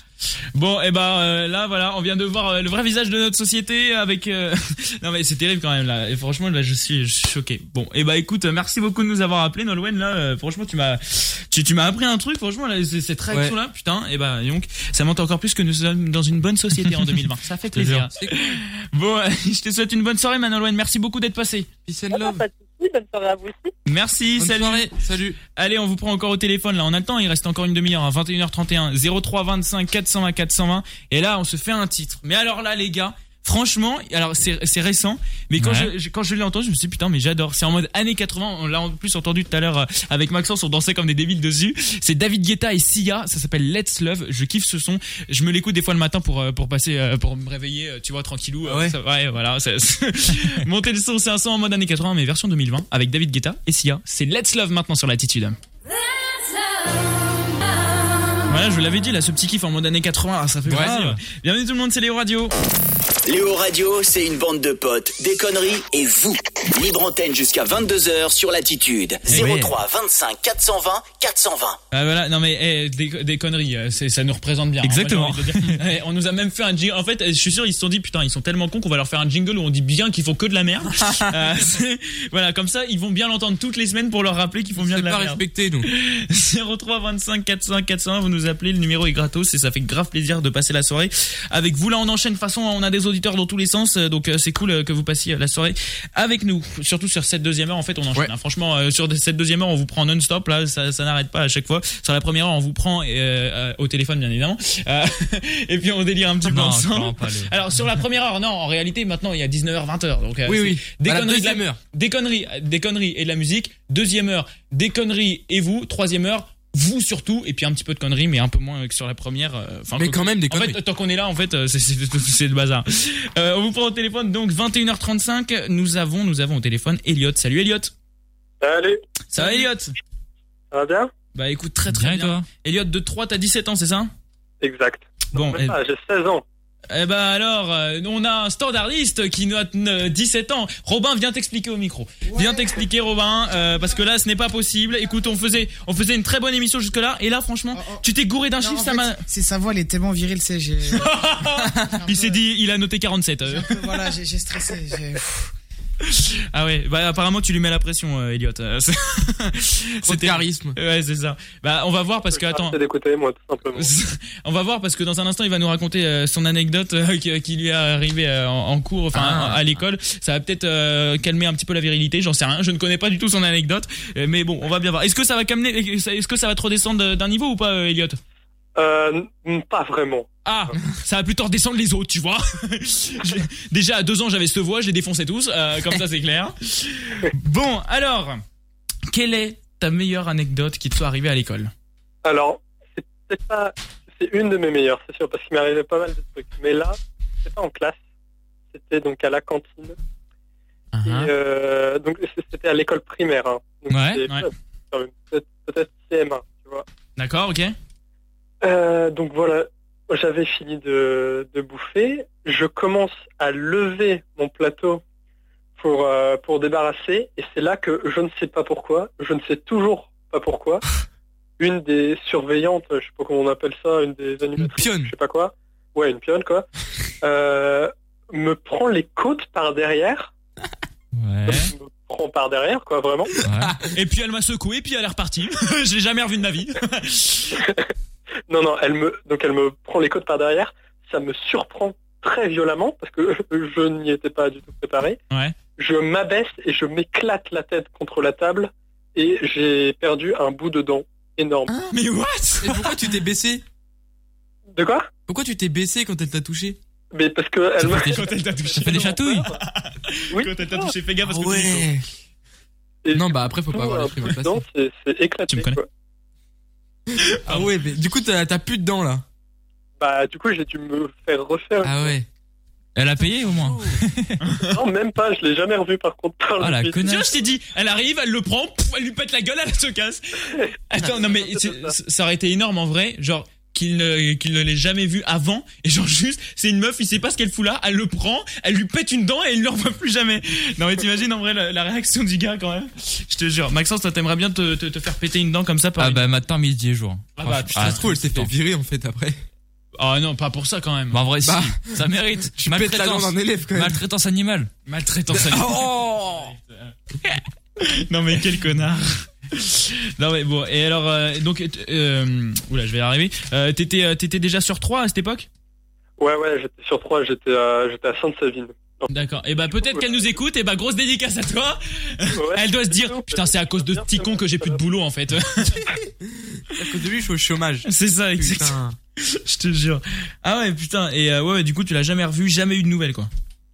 D: Bon, et eh ben euh, là voilà, on vient de voir euh, le vrai visage de notre société avec. euh, non mais c'est terrible quand même là. Et franchement là je suis, je suis choqué. Bon, et eh ben écoute, euh, merci beaucoup de nous avoir appelé Nolwenn là. euh, franchement tu m'as, tu, tu m'as appris un truc. Franchement là, c'est- cette réaction là, putain. Et eh ben donc ça monte encore plus que nous sommes dans une bonne société en 2020. Ça fait
T: te jure.
D: plaisir. Bon, euh, je te souhaite une bonne soirée Manolwenn. Merci beaucoup d'être passé.
B: Peace
G: Ah,
B: and love.
G: Bonne soirée à vous aussi.
D: Merci, salut.
B: salut.
D: Allez, on vous prend encore au téléphone là, on a le temps, il reste encore une demi-heure, hein, 21h31, 03 25 420 420 et là on se fait un titre. Mais alors là les gars, franchement, alors c'est c'est récent, mais quand
T: Ouais.
D: je, je- quand je l'ai entendu, je me suis dit, putain mais j'adore, c'est en mode années 80, on l'a en plus entendu tout à l'heure euh, avec Maxence, on dansait comme des débiles dessus. C'est David Guetta et Sia, ça s'appelle Let's Love, je kiffe ce son, je me l'écoute des fois le matin pour euh, pour passer euh, pour me réveiller, euh, tu vois tranquillou. euh, ça- ouais, voilà, ça- monter le son, c'est un son en mode années 80 mais version 2020 avec David Guetta et Sia. C'est Let's Love maintenant sur l'attitude. Voilà, je vous l'avais dit, là, ce petit kiff en mode années 80, ah, ça fait
A: Ouais.
D: plaisir. Bienvenue tout le monde, c'est Léo Radio.
A: Léo Radio, c'est une bande de potes, des conneries et vous. Libre antenne jusqu'à 22h sur l'attitude.
D: Eh ouais.
A: 03 25 420 420.
D: Ah voilà, non mais eh, des, des conneries, euh, c'est- ça nous représente bien. hein,
T: Exactement.
D: moi, j'ai envie de le dire. Eh, on nous a même fait un jingle. En fait, eh, je suis sûr, ils se sont dit putain, ils sont tellement cons qu'on va leur faire un jingle où on dit bien qu'ils font que de la merde. Euh, c'est- voilà, comme ça, ils vont bien l'entendre toutes les semaines pour leur rappeler qu'ils font bien de la
B: pas
D: merde.
B: respecté, donc.
D: 03 25 400 401, vous nous appelez, le numéro est gratos et ça fait grave plaisir de passer la soirée avec vous. Là, on enchaîne. De toute façon, on a des auditeurs dans tous les sens, euh, donc euh, c'est cool euh, que vous passiez euh, la soirée avec nous. Surtout sur cette deuxième heure, en fait, on enchaîne. hein. Franchement, euh, sur cette deuxième heure, on vous prend non-stop, là, ça, ça n'arrête pas à chaque fois. Sur la première heure, on vous prend euh, euh, au téléphone, bien évidemment. Euh, et puis on délire un petit peu
U: Non,
D: ensemble.
U: je prends pas les-
D: hein Alors sur la première heure, non, en réalité maintenant il y a 19h, 20h. Donc, euh,
U: Oui,
D: c'est
U: oui.
D: Des
U: À la
D: conneries, de la-
U: deuxième heure.
D: des conneries, des conneries et de la musique. Deuxième heure, des conneries et vous. Troisième heure, vous surtout. Et puis un petit peu de conneries, mais un peu moins que sur la première. euh, enfin,
B: Mais
D: quoi
B: quand
D: que-
B: même des
D: en fait,
B: conneries.
D: tant qu'on est là, en fait, euh, c'est- c'est c'est le bazar. Euh, on vous prend au téléphone. Donc 21h35, nous avons, nous avons au téléphone Elliot. Salut Elliot.
G: Salut.
D: Ça va Elliot
G: Ça va bien
D: Bah écoute, très très bien.
G: Bien, et toi
D: Elliot de 3, t'as 17 ans, c'est ça
G: Exact.
D: Bon,
G: Même pas, Ah, j'ai 16 ans.
D: Eh ben alors, euh, on a un standardiste qui note euh, 17 ans. Robin, viens t'expliquer au micro. Viens t'expliquer, Robin, euh, parce que là, ce n'est pas possible. Écoute, on faisait, on faisait une très bonne émission jusque-là, et là, franchement, tu t'es gouré d'un
H: Oh, Non,
D: chiffre,
H: en
D: ça
H: fait,
D: m'a.
H: C'est sa voix, elle est tellement virile, c'est. j'ai-
D: Il s'est dit, il a noté 47. euh.
H: voilà, j'ai j'ai stressé. j'ai-
D: Ah ouais, bah apparemment tu lui mets la pression, euh, Elliot. Euh, c'est- C'était charisme. Ouais, c'est ça. Bah on va voir parce que attends. d'écouter moi tout simplement. on va voir parce que dans un instant il va nous raconter euh, son anecdote euh, qui, qui lui est arrivée euh, en, en cours, enfin
U: Ah.
D: à- à l'école. Ça va peut-être euh, calmer un petit peu la virilité. J'en sais rien. Je ne connais pas du tout son anecdote, Euh, mais bon, on va bien voir. Est-ce que ça va calmer Est-ce que ça va trop descendre d'un niveau ou pas, euh, Elliot
G: Euh, n- pas vraiment.
D: ah, ça va plutôt redescendre les autres, tu vois. Je- Déjà à deux ans, j'avais ce voix, je les défonçais tous, euh, comme ça c'est clair. Bon, alors, quelle est ta meilleure anecdote qui te soit arrivée à l'école
G: Alors, c'est peut-être pas. C'est une de mes meilleures, c'est sûr, parce qu'il m'est arrivé pas mal de trucs. Mais là, c'était pas en classe. C'était donc à la cantine.
D: Uh-huh.
G: Et, euh, donc c'était à l'école primaire. hein. Donc,
D: Ouais,
G: c'était
D: ouais.
G: quand même peut-être- Peut-être CM1, tu vois.
D: D'accord, ok.
G: Euh, donc voilà, j'avais fini de, de bouffer. Je commence à lever mon plateau pour, euh, pour débarrasser. Et c'est là que je ne sais pas pourquoi, je ne sais toujours pas pourquoi, une des surveillantes, je sais pas comment on appelle ça, une des animatrices, je sais pas quoi. Ouais, une pionne quoi. Euh, me prend les côtes par derrière. Me prend par derrière quoi, vraiment.
D: Et puis elle m'a secoué, puis elle est repartie. je l'ai jamais revu de ma vie.
G: Non, non, elle me, donc elle me prend les côtes par derrière. Ça me surprend très violemment parce que je n'y étais pas du tout préparé.
D: ouais.
G: Je m'abaisse et je m'éclate la tête contre la table et j'ai perdu un bout de dent énorme.
D: Mais what
B: Et pourquoi tu t'es baissé
G: De quoi
B: Pourquoi tu t'es baissé quand elle t'a touché
G: Mais parce que elle m'a.
D: Quand elle t'a touché. fait des chatouilles
G: Oui.
D: Quand elle t'a touché, fais gaffe parce que
B: Ah Ouais. Non, bah après, faut pas avoir les primes à placer.
G: C'est éclaté. quoi.
B: Ah ouais, mais du coup, t'as t'as plus de dents là.
G: Bah, du coup, j'ai dû me faire refaire.
B: Ah ouais.
U: Elle a payé au moins.
G: Non, même pas. Je l'ai jamais revu par contre. Par
U: Ah,
G: la
U: la
G: suite.
U: connasse.
D: Tiens, je t'ai dit, elle arrive, elle le prend, pff, elle lui pète la gueule, elle se casse. Attends, non mais c'est- c'est- ça aurait été énorme en vrai, genre qu'il ne, qu'il ne l'ait jamais vu avant et genre juste c'est une meuf il sait pas ce qu'elle fout là elle le prend elle lui pète une dent et il ne le revoit plus jamais non mais t'imagines en vrai la, la réaction du gars quand même je te jure Maxence toi t'aimerais bien te, te, te faire péter une dent comme ça par
U: Ah
D: une-
U: bah matin, midi et jour.
D: Ah bah, putain,
B: ça se trouve, elle s'est fait virer en fait après.
D: ah non pas pour ça quand même
U: Bah en vrai, si,
B: Bah,
U: ça mérite.
B: tu pètes la dent d'un élève, quand même.
U: Maltraitance animale.
D: Maltraitance animale. non mais quel connard non mais bon et alors euh, donc euh, euh, oula je vais y arriver Euh, t'étais euh, t'étais déjà sur 3 à cette époque
G: Ouais, ouais. J'étais sur trois. J'étais, à- j'étais à Sainte-Savine.
D: D'accord. Et bah peut-être qu'elle nous écoute. Et bah grosse dédicace à toi. Elle doit se dire putain c'est à cause de ce petit con que j'ai plus de boulot en fait.
B: Parce que de lui, je suis au chômage.
D: C'est ça
B: exactement.
D: Je te jure. Ah ouais putain. Et euh, ouais, ouais, du coup tu l'as jamais revu, jamais eu de nouvelles quoi.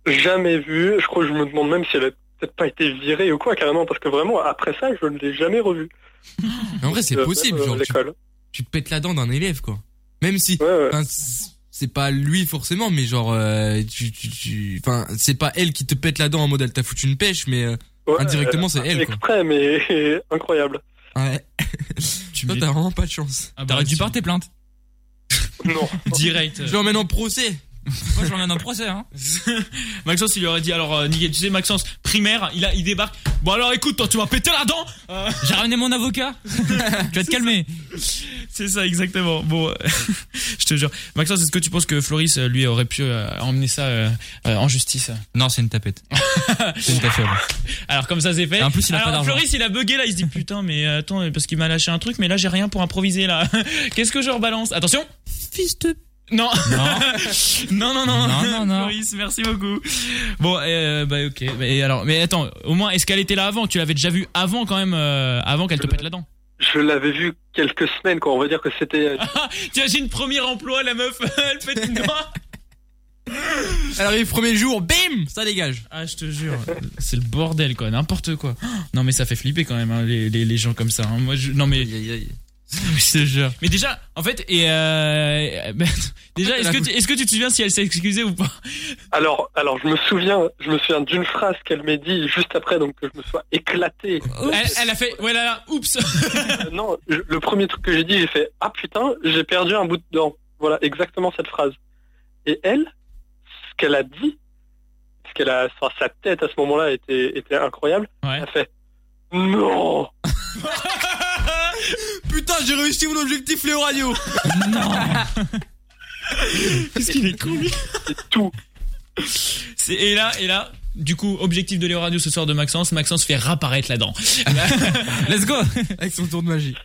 G: Jamais vu. Je crois que je me demande même si elle a peut-être pas été virée ou quoi carrément parce que vraiment après ça je ne l'ai jamais revue.
B: Mais en vrai, c'est
G: Euh,
B: possible.
G: même, euh,
B: Genre, tu,
G: l'école.
B: tu te pètes la dent d'un élève, quoi. Même si, enfin, c'est- c'est pas lui forcément, mais genre, euh, tu, tu, tu- enfin, c'est pas elle qui te pète la dent en mode elle t'a foutu une pêche, mais euh,
G: Ouais,
B: indirectement,
G: euh,
B: c'est elle, quoi.
G: Exprès mais incroyable.
B: Ouais. Toi, t'as vraiment pas de chance.
D: T'aurais dû porter
U: plainte.
G: Non.
D: Ah bah, Direct.
B: Je l'emmène en procès.
D: Moi, je l'emmène en procès, hein.
B: Maxence, il lui aurait dit alors, euh, Nigel, tu sais, Maxence, primaire, il, a, il débarque. Bon, alors écoute, toi, tu m'as pété la dent J'ai ramené mon avocat Tu vas te calmer C'est ça, exactement. Bon, euh, je te jure. Maxence, est-ce que tu penses que Floris, euh, lui, aurait pu euh, emmener ça euh, euh, en justice
D: Non, c'est une tapette. c'est une tapette.
B: Alors, comme ça, c'est fait.
D: En plus, il a
B: alors,
D: pas d'argent.
B: Floris, il a bugué là, il se dit putain, mais euh, attends, parce qu'il m'a lâché un truc, mais là, j'ai rien pour improviser là. Qu'est-ce que je rebalance Attention Fils de. Non. non, non, non,
D: Non, non, non.
B: Floris, merci beaucoup. Bon, euh, bah ok. Mais alors, mais attends, au moins, est-ce qu'elle était là avant Tu l'avais déjà vue avant quand même, euh, avant qu'elle te pète la dent.
F: Je l'avais vu quelques semaines, quoi. On va dire que c'était.
H: Ah.
B: Tiens, j'ai une première emploi, la meuf, elle pète une dent.
H: Elle arrive premier jour, bim, ça dégage.
B: Ah, je te jure. C'est le bordel, quoi. N'importe quoi. Non, mais ça fait flipper quand même, hein, les, les, les gens comme ça. hein. Moi, je, non, mais. Je te jure. Mais déjà, en fait, et euh, ben, déjà, est-ce que, tu- est-ce que tu te souviens si elle s'est excusée ou pas
F: Alors, alors, je me souviens, je me souviens d'une phrase qu'elle m'a dit juste après, donc que je me sois éclaté.
B: elle, elle a fait, ouais là là, oups.
F: Euh, non, je- le premier truc que j'ai dit, j'ai fait ah putain, j'ai perdu un bout de dent. Voilà, exactement cette phrase. Et elle, ce qu'elle a dit, ce qu'elle a, enfin, sa tête à ce moment-là était, était incroyable.
B: Elle
F: a fait non.
H: Putain, j'ai réussi mon objectif, Léo Radio.
B: non. Qu'est-ce qu'il est con lui C'est- Et là, et là, du coup, objectif de Léo Radio ce soir de Maxence, Maxence fait réapparaître la dent. Let's go
H: Avec son tour de magie.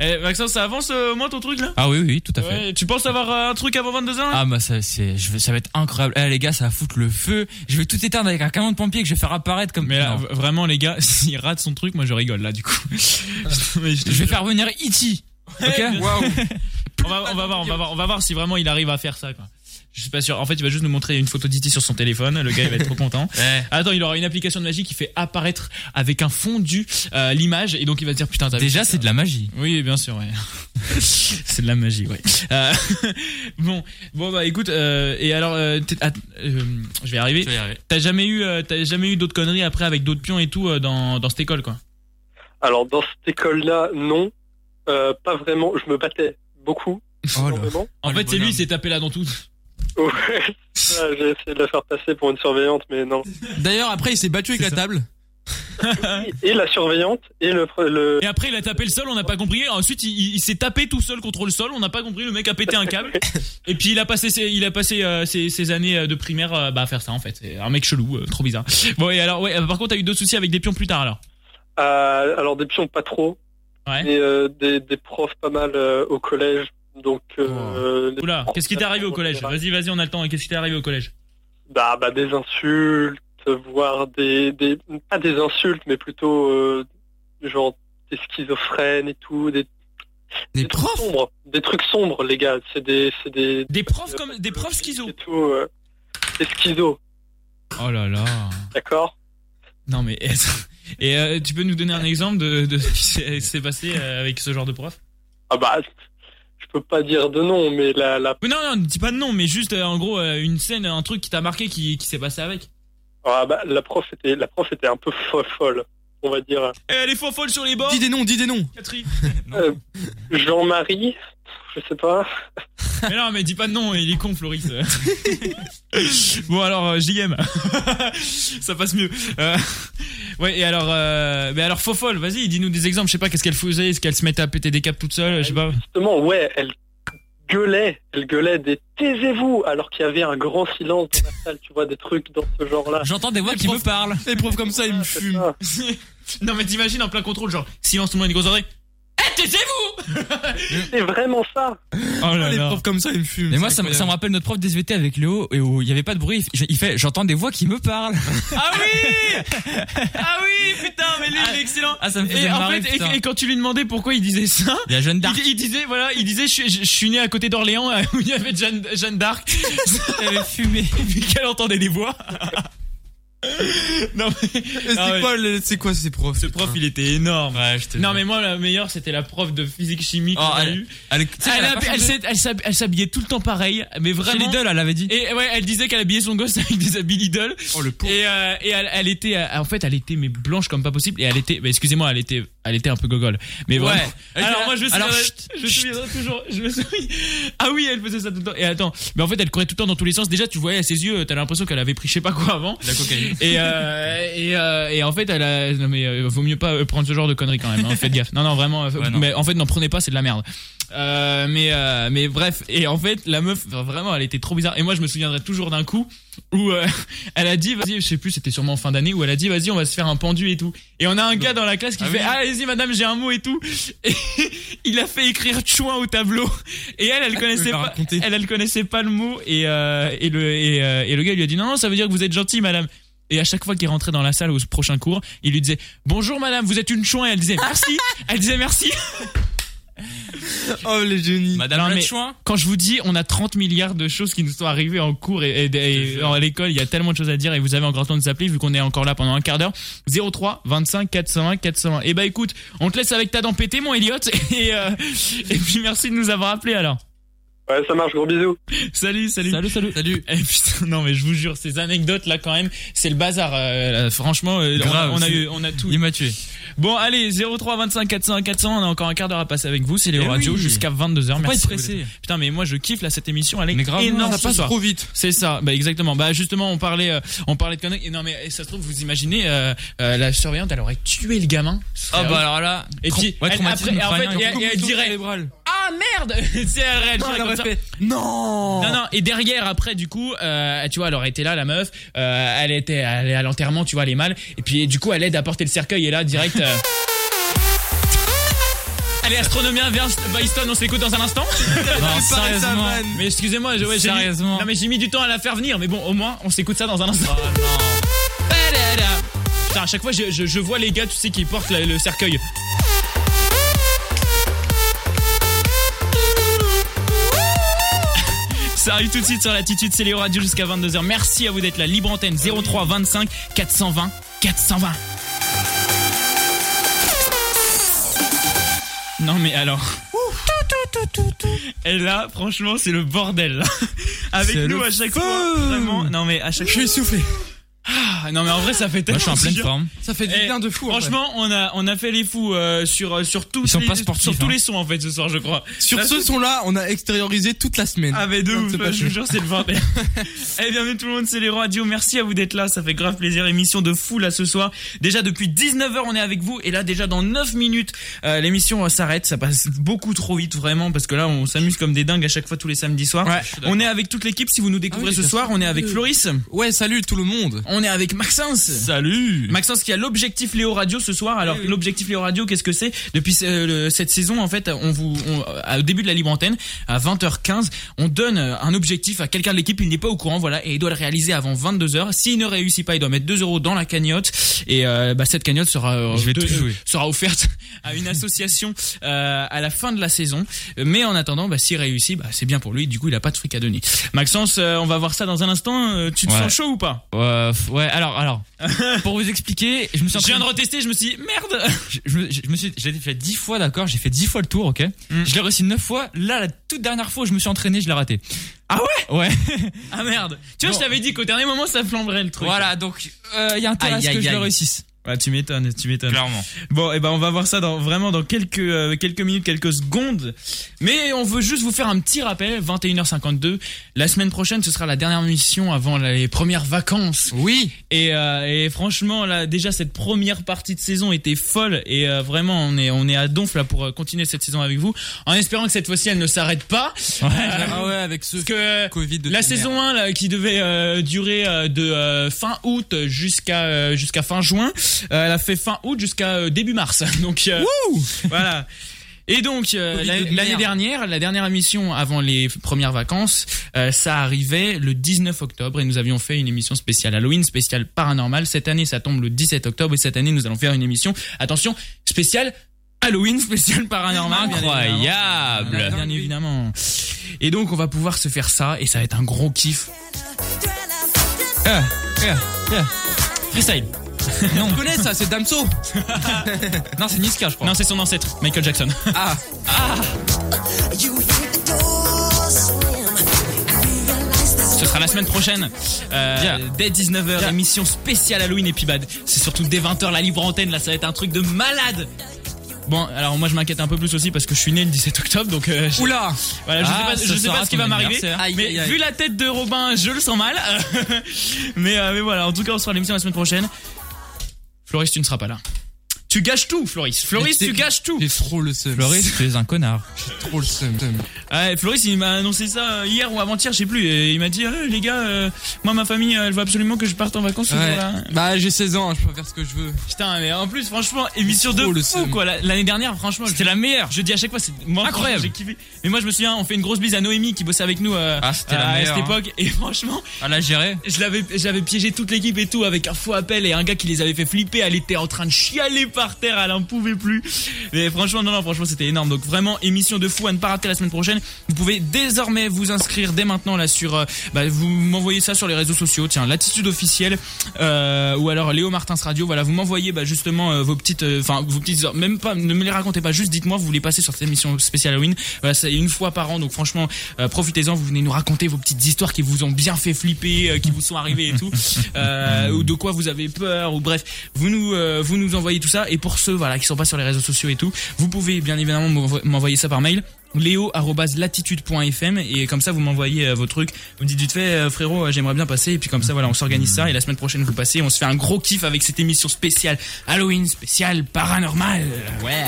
B: Eh, Maxence, ça avance euh, au moins ton truc là
D: Ah oui, oui, tout à fait.
B: Ouais, Tu penses avoir euh, un truc avant 22h
D: Ah bah ça c'est je vais- ça va être incroyable. Eh les gars, ça va foutre le feu. Je vais tout éteindre avec un camion de pompier que je vais faire apparaître comme Mais là
B: vraiment les gars, s'il rate son truc, moi je rigole là du coup. je
D: vais faire venir E.T. OK
B: on, va, on va voir, on va voir, on va voir si vraiment il arrive à faire ça quoi. Je suis pas sûr. En fait, il va juste nous montrer une photo d'Iti sur son téléphone. Le gars, il va être trop content. Attends, il aura une application de magie qui fait apparaître avec un fondu euh, l'image et donc il va se dire putain. t'as
D: Déjà,
B: vu ça
D: c'est de la magie.
B: Oui, bien sûr. Ouais. c'est de la magie, ouais. Euh, bon, bon bah écoute. euh, et alors, euh, t'es- att- euh, je vais y arriver. T'as jamais eu, euh, t'as jamais eu d'autres conneries après avec d'autres pions et tout euh, dans dans cette école quoi.
F: Alors dans cette école-là, non, Euh, pas vraiment. Je me battais beaucoup. énormément.
B: En fait, c'est lui, il s'est tapé là dans tout.
F: Ouais, ça, Ah, j'ai essayé de la faire passer pour une surveillante, mais non.
H: D'ailleurs, après, il s'est battu avec la table.
F: Et la surveillante et le, le...
B: Et après, il a tapé le sol, on n'a pas compris. Ensuite, il, il- il s'est tapé tout seul contre le sol, on n'a pas compris. Le mec a pété un câble. Et puis, il a passé ses, il a passé euh, ses, ses années euh, de primaire euh, bah, à faire ça, en fait. C'est un mec chelou, euh, trop bizarre. Bon, et alors, ouais, euh, par contre, t'as eu d'autres soucis avec des pions plus tard, alors.
F: Euh, alors des pions pas trop, mais euh, des, des profs pas mal euh, au collège. Donc, euh, les
B: Oh. Oula,
F: profs-
B: qu'est-ce qui t'est arrivé au collège Vas-y, vas-y, on a le temps. Qu'est-ce qui t'est arrivé au collège
F: bah, bah, des insultes, voire des, des pas des insultes, mais plutôt euh, genre des schizophrènes et tout, des
H: des,
F: trucs sombres, des trucs sombres, les gars. C'est des, c'est des
B: des profs comme des profs schizo.
F: Et tout, euh, des schizos,
B: Oh là là.
F: d'accord.
B: Non, mais. Et euh, tu peux nous donner un exemple de, de ce qui s'est s'est passé euh, avec ce genre de prof
F: Ah bah, je peux pas dire de nom, mais la, la
B: Mais non, non, dis pas de nom, mais juste euh, en gros euh, une scène, un truc qui t'a marqué, qui, qui s'est passé avec.
F: Ah bah, la prof était, la prof était un peu fo- folle, on va dire.
B: Eh, Elle est folle sur les bords.
H: Dis des noms, dis des noms.
B: Catherine.
F: Euh, Jean-Marie, je sais pas.
B: mais non, mais dis pas de nom, il est con, Floris. bon, alors, euh, JM. Ça passe mieux. Euh, ouais, et alors, euh, mais alors, faux folle, vas-y, dis-nous des exemples. Je sais pas, qu'est-ce qu'elle faisait Est-ce qu'elle se mettait à péter des câbles toute seule Je sais pas.
F: Justement, ouais, elle gueulait, elle gueulait des taisez-vous, alors qu'il y avait un grand silence dans la salle, tu vois, des trucs dans ce genre-là. Ah,
D: J'entends des voix qui me parlent.
H: Les profs comme ça, ils me fument.
B: non, mais t'imagines en plein contrôle, genre, silence, tout le monde, une grosse oreille. Eh, taisez-vous
F: C'est vraiment ça.
B: Oh là
D: Ah, les
B: là.
D: profs
H: comme ça, ils me fument.
D: Mais moi, ça, me- ça me rappelle notre prof d'SVT avec Léo, et où il y avait pas de bruit. Il- Il fait, j'entends des voix qui me parlent.
B: Ah oui Ah oui, putain, mais lui, il est excellent.
D: Ah, ça me faisait
B: et, en
D: marrer,
B: fait, et-
D: putain.
B: et quand tu lui demandais pourquoi il disait ça,
D: Il y a Jeanne d'Arc.
B: Il, il disait, voilà, il disait, je, suis- je- je suis né à côté d'Orléans, euh, où il y avait Jeanne, Jeanne d'Arc. Elle avait fumé. Et puis qu'elle entendait des voix. non, mais.
H: C'est quoi, le- c'est quoi ces profs Ce
B: prof, il était énorme.
H: non,
B: Non mais moi la meilleure c'était la prof de physique chimie
H: Oh,
B: qu'on a
H: elle-
B: eue.
H: elle-
D: tu sais qu'elle
B: Elle
D: a
B: hab-
D: pas
B: elle
D: changé.
B: s'est- elle s'hab- elle s'habillait tout le temps pareil, mais vraiment.
D: Lidl, elle avait dit.
B: Et ouais, elle disait qu'elle habillait son gosse avec des habits Lidl. Et, euh, et elle, elle était, euh, en fait, elle était mais blanche comme pas possible. Et elle était, bah, excusez-moi, elle était elle était un peu gogole. Mais
D: Ouais.
B: ouais.
D: Alors, moi, je me
B: alors,
D: souviendrai-
B: chut, je me souviendrai toujours. Je me souviens. Ah oui, elle faisait ça tout le temps. Et attends, mais en fait, elle courait tout le temps dans tous les sens. Déjà, tu voyais à ses yeux, t'as l'impression qu'elle avait pris je sais pas quoi avant.
D: La cocaïne.
B: Et, euh, et, euh, et en fait, elle a. Non, mais euh, vaut mieux pas euh, prendre ce genre de conneries quand même. hein. Faites gaffe. Non, non, vraiment. euh,
D: non.
B: Mais en fait, n'en prenez pas, c'est de la merde. Euh, mais euh, mais bref. Et en fait, la meuf, enfin, vraiment, elle était trop bizarre. Et moi, je me souviendrai toujours d'un coup où euh, elle a dit, vas-y, je sais plus, c'était sûrement en fin d'année, où elle a dit, vas-y, on va se faire un pendu et tout. Et on a un gars dans la classe qui
D: Ah
B: fait,
D: oui.
B: Ah, allez-y, madame, j'ai un mot et tout. Et il a fait écrire chouin au tableau. Et elle, elle connaissait pas, elle, elle connaissait pas le mot. Et, euh, et le, et, euh, et le gars lui a dit, non, non, ça veut dire que vous êtes gentil, madame. Et à chaque fois qu'il rentrait dans la salle au prochain cours, il lui disait Bonjour madame, vous êtes une chouin. Et elle disait merci. Elle disait merci.
H: Oh le génie.
B: Non,
D: Madame
B: mais
D: Latchouin.
B: Quand je vous dis, on a 30 milliards de choses qui nous sont arrivées en cours et, et- et à l'école, il y a tellement de choses à dire et vous avez encore le temps de s'appeler vu qu'on est encore là pendant un quart d'heure. 03 25 401 401. Et bah écoute, on te laisse avec ta dent pétée, mon Elliot. Et, euh, et puis merci de nous avoir appelés alors.
F: Ouais, ça marche, gros bisous.
B: Salut, salut. Salut,
D: salut.
B: Salut. putain, non mais je vous jure, ces anecdotes là quand même, c'est le bazar. euh, là, franchement, euh,
D: Grave,
B: on, a- on a
D: c'est-
B: eu, on a tout.
D: Il m'a tué.
B: Bon, allez, 03 25 400 400, on a encore un quart d'heure à passer avec vous. C'est les
D: Eh
B: radios
D: oui.
B: jusqu'à 22h.
D: Faut pas
B: Merci.
D: être pressé.
B: d'être- Putain, mais moi je kiffe là cette émission. Elle est
D: Mais grave,
B: énorme.
D: ça
B: ce
D: passe
B: soir.
D: trop
H: vite.
B: C'est ça. Bah exactement. Bah justement, on parlait, euh, on parlait de conneries. Et Non mais et ça se trouve, vous imaginez euh, euh, la surveillante, elle aurait tué le gamin. Ce serait
D: Ah bah
B: horrible.
D: alors là.
B: Et
D: tra-
B: puis
D: ouais,
B: elle,
D: traumatisme
B: après, et en fait,
D: crânien,
B: et elle, et elle
D: concussion
B: dirait.
D: cérébrale.
B: Ah merde C'est elle réagirait
D: elle
B: comme
D: aurait
B: ça.
D: fait, Non
B: Non, non, et derrière, après, du coup, euh, tu vois, elle aurait été là, la meuf, euh, elle était elle est à l'enterrement, tu vois, elle est mal, et puis du coup, elle aide à porter le cercueil, et là, direct. euh, Allez, astronomien, Weiston, on s'écoute dans un instant
D: Non, sérieusement.
B: Mais excusez-moi, je- ouais, j'ai mis-
D: Sérieusement.
B: non, mais j'ai mis du temps à la faire venir, mais bon, au moins, on s'écoute ça dans un instant. Putain, à chaque fois, je, je- je vois les gars, tu sais, qui portent la- le cercueil. Ça arrive tout de suite sur l'attitude, c'est Léo Radio jusqu'à 22h. Merci à vous d'être là. Libre antenne 03 25 420 420. Non mais alors. Et là, franchement, c'est le bordel. là. Avec
D: C'est
B: nous
D: le
B: à chaque fois, vraiment. Non mais à chaque fois. Je suis soufflé. Ah, non mais en vrai ça fait tellement
D: Moi, je suis en pleine
B: plaisir.
D: forme.
H: Ça fait
B: Eh,
H: bien de fou. en fait.
B: Franchement, on a on a fait les fous euh, sur euh, sur tous
H: sont
B: les,
H: pas sportifs,
B: sur tous
H: hein.
B: les sons en fait ce soir je crois.
H: Sur
B: La
H: ce son là, on a extériorisé toute la semaine.
B: ah mais de
H: Non,
B: ouf,
H: c'est pas
B: je vous
H: chaud.
B: jure c'est le bordel. Eh bienvenue tout le monde, c'est les radios. Merci à vous d'être là, ça fait grave plaisir. Émission de fou là ce soir. Déjà depuis 19h on est avec vous et là déjà dans 9 minutes euh, l'émission euh, s'arrête, ça passe beaucoup trop vite vraiment parce que là on s'amuse comme des dingues à chaque fois tous les samedis soirs.
H: Ouais, je suis d'accord.
B: on est avec toute l'équipe si vous nous découvrez
H: Ah oui,
B: ce
H: bien
B: soir,
H: sûr.
B: on est avec Floris.
H: Ouais, salut tout le monde.
B: On est avec Maxence.
D: Salut.
B: Maxence qui a l'objectif Léo Radio ce soir. Alors l'objectif Léo Radio, qu'est-ce que c'est Depuis euh, le- cette saison, en fait, on vous, on- euh, au début de la libre antenne, à 20h15, on donne euh, un objectif à quelqu'un de l'équipe. Il n'est pas au courant, voilà, et il doit le réaliser avant 22h. S'il ne réussit pas, il doit mettre 2 euros dans la cagnotte. Et euh, bah, cette cagnotte sera, euh,
D: Je vais
B: de-
D: tout jouer.
B: sera offerte à une association euh, à la fin de la saison. Mais en attendant, bah, s'il réussit, bah, c'est bien pour lui. Du coup, il a pas de fric à donner. Maxence, euh, on va voir ça dans un instant. Euh, Tu te
D: Ouais.
B: sens chaud ou pas
D: Euh, f- ouais, alors, alors. pour vous expliquer, je me suis en
B: Je
D: train
B: viens de retester, je me suis dit, merde
D: je, je me- je me suis, j'ai fait 10 fois, d'accord, j'ai fait 10 fois le tour, ok.
B: Mm.
D: Je l'ai réussi 9 fois. Là, la toute dernière fois où je me suis entraîné, je l'ai raté.
B: Ah
D: ouais Ouais.
B: Ah merde Tu vois,
D: Non.
B: je t'avais dit qu'au dernier moment, ça flamberait le truc.
D: Voilà, donc il y a intérêt à
B: Aïe,
D: ce que
B: aïe,
D: je le
B: aïe.
D: réussisse.
B: Ouais, tu m'étonnes, tu m'étonnes.
D: Clairement.
B: Bon,
D: eh
B: et ben on va voir ça dans, vraiment dans quelques, euh, quelques minutes, quelques secondes. Mais on veut juste vous faire un petit rappel, 21h52. La semaine prochaine, ce sera la dernière mission avant la- les premières vacances.
H: Oui.
B: Et, euh, et franchement, là, déjà, cette première partie de saison était folle. Et euh, vraiment, on est, on est à donf là pour euh, continuer cette saison avec vous. En espérant que cette fois-ci, elle ne s'arrête pas. Euh,
H: Ah ouais, avec ce
B: parce que
H: Covid de
B: la
H: merde.
B: saison 1 là, qui devait euh, durer euh, de euh, fin août jusqu'à euh, jusqu'à fin juin, euh, elle a fait fin août jusqu'à euh, début mars. Donc euh, voilà. Et donc euh,
H: Covid
B: la-
H: de merde.
B: l'année dernière, la dernière émission avant les f- premières vacances, euh, ça arrivait le 19 octobre et nous avions fait une émission spéciale Halloween, spéciale paranormal. Cette année, ça tombe le 17 octobre et cette année, nous allons faire une émission. Attention, spéciale Halloween, spéciale paranormal. bien évidemment.
D: Incroyable.
B: Bien évidemment. Et donc on va pouvoir se faire ça et ça va être un gros kiff.
H: Ah, eh.
B: Freestyle.
H: On connaît ça, c'est Damso.
D: Non, c'est Niska, je crois.
B: Non, c'est son ancêtre, Michael Jackson.
H: Ah.
B: Ce sera la semaine prochaine, euh,
D: Bien.
B: dès 19h,
D: Bien.
B: émission spéciale Halloween et puis bah, C'est surtout dès 20h la libre antenne, là ça va être un truc de malade.
D: Bon, alors moi je m'inquiète un peu plus aussi parce que je suis né le 17 octobre, donc. euh, je-
B: Oula
D: Voilà, je
B: Ah,
D: sais pas,
B: ce
D: je sais
B: sera
D: pas ce qui
B: ton
D: va m'arriver.
B: anniversaire. Aïe,
D: Mais
B: aïe, aïe.
D: vu la tête de Robin, je le sens mal. mais, euh, mais voilà, en tout cas, on sera à l'émission la semaine prochaine. Floris, tu ne seras pas là. Tu gâches tout, Floris. Floris, tu gâches tout.
B: J'ai trop le seum.
V: Floris, tu es un connard.
B: trop le seum.
D: Ouais, Floris, il m'a annoncé ça euh, hier ou avant-hier, je sais plus. Et il m'a dit, Ah, les gars, euh, moi, ma famille, euh, elle veut absolument que je parte en vacances. ce
B: Ouais.
D: jour-là.
B: Bah, j'ai 16 ans, hein, je peux faire ce que je veux.
D: Putain, mais en plus, franchement, émission de fou, quoi. La- L'année dernière, franchement, c'était la meilleure. Je dis à chaque fois, c'est moi,
V: Incroyable.
D: franchement, J'ai kiffé. Mais moi, je me souviens, on fait une grosse bise à Noémie qui bossait avec nous euh,
V: Ah, c'était
D: euh,
V: la
D: à
V: meilleure, hein.
D: cette époque. Et franchement,
V: À la gérer.
D: je l'avais, j'avais piégé toute l'équipe et tout avec un faux appel et un gars qui les avait fait flipper. Elle était en train de chialer par terre, elle en pouvait plus. Mais franchement, non, non, franchement, c'était énorme. Donc vraiment, émission de fou à ne pas rater la semaine prochaine. Vous pouvez désormais vous inscrire dès maintenant là sur, euh, bah, vous m'envoyez ça sur les réseaux sociaux. Tiens, l'attitude officielle euh, ou alors Léo Martins Radio. Voilà, vous m'envoyez bah, justement euh, vos petites, euh, enfin vos petites, même pas, ne me les racontez pas. Juste dites-moi, vous voulez passer sur cette émission spéciale Halloween. Voilà, c'est une fois par an, donc franchement, euh, profitez-en. Vous venez nous raconter vos petites histoires qui vous ont bien fait flipper, euh, qui vous sont arrivées et tout, euh, ou de quoi vous avez peur, ou bref, vous nous, euh, vous nous envoyez tout ça. Et pour ceux voilà qui sont pas sur les réseaux sociaux et tout, vous pouvez bien évidemment m'envo- m'envoyer ça par mail leo@latitude.fm et comme ça vous m'envoyez euh, vos trucs vous me dites vite fait euh, frérot euh, j'aimerais bien passer et puis comme ça voilà on s'organise ça et la semaine prochaine vous passez on se fait un gros kiff avec cette émission spéciale Halloween spéciale paranormal ouais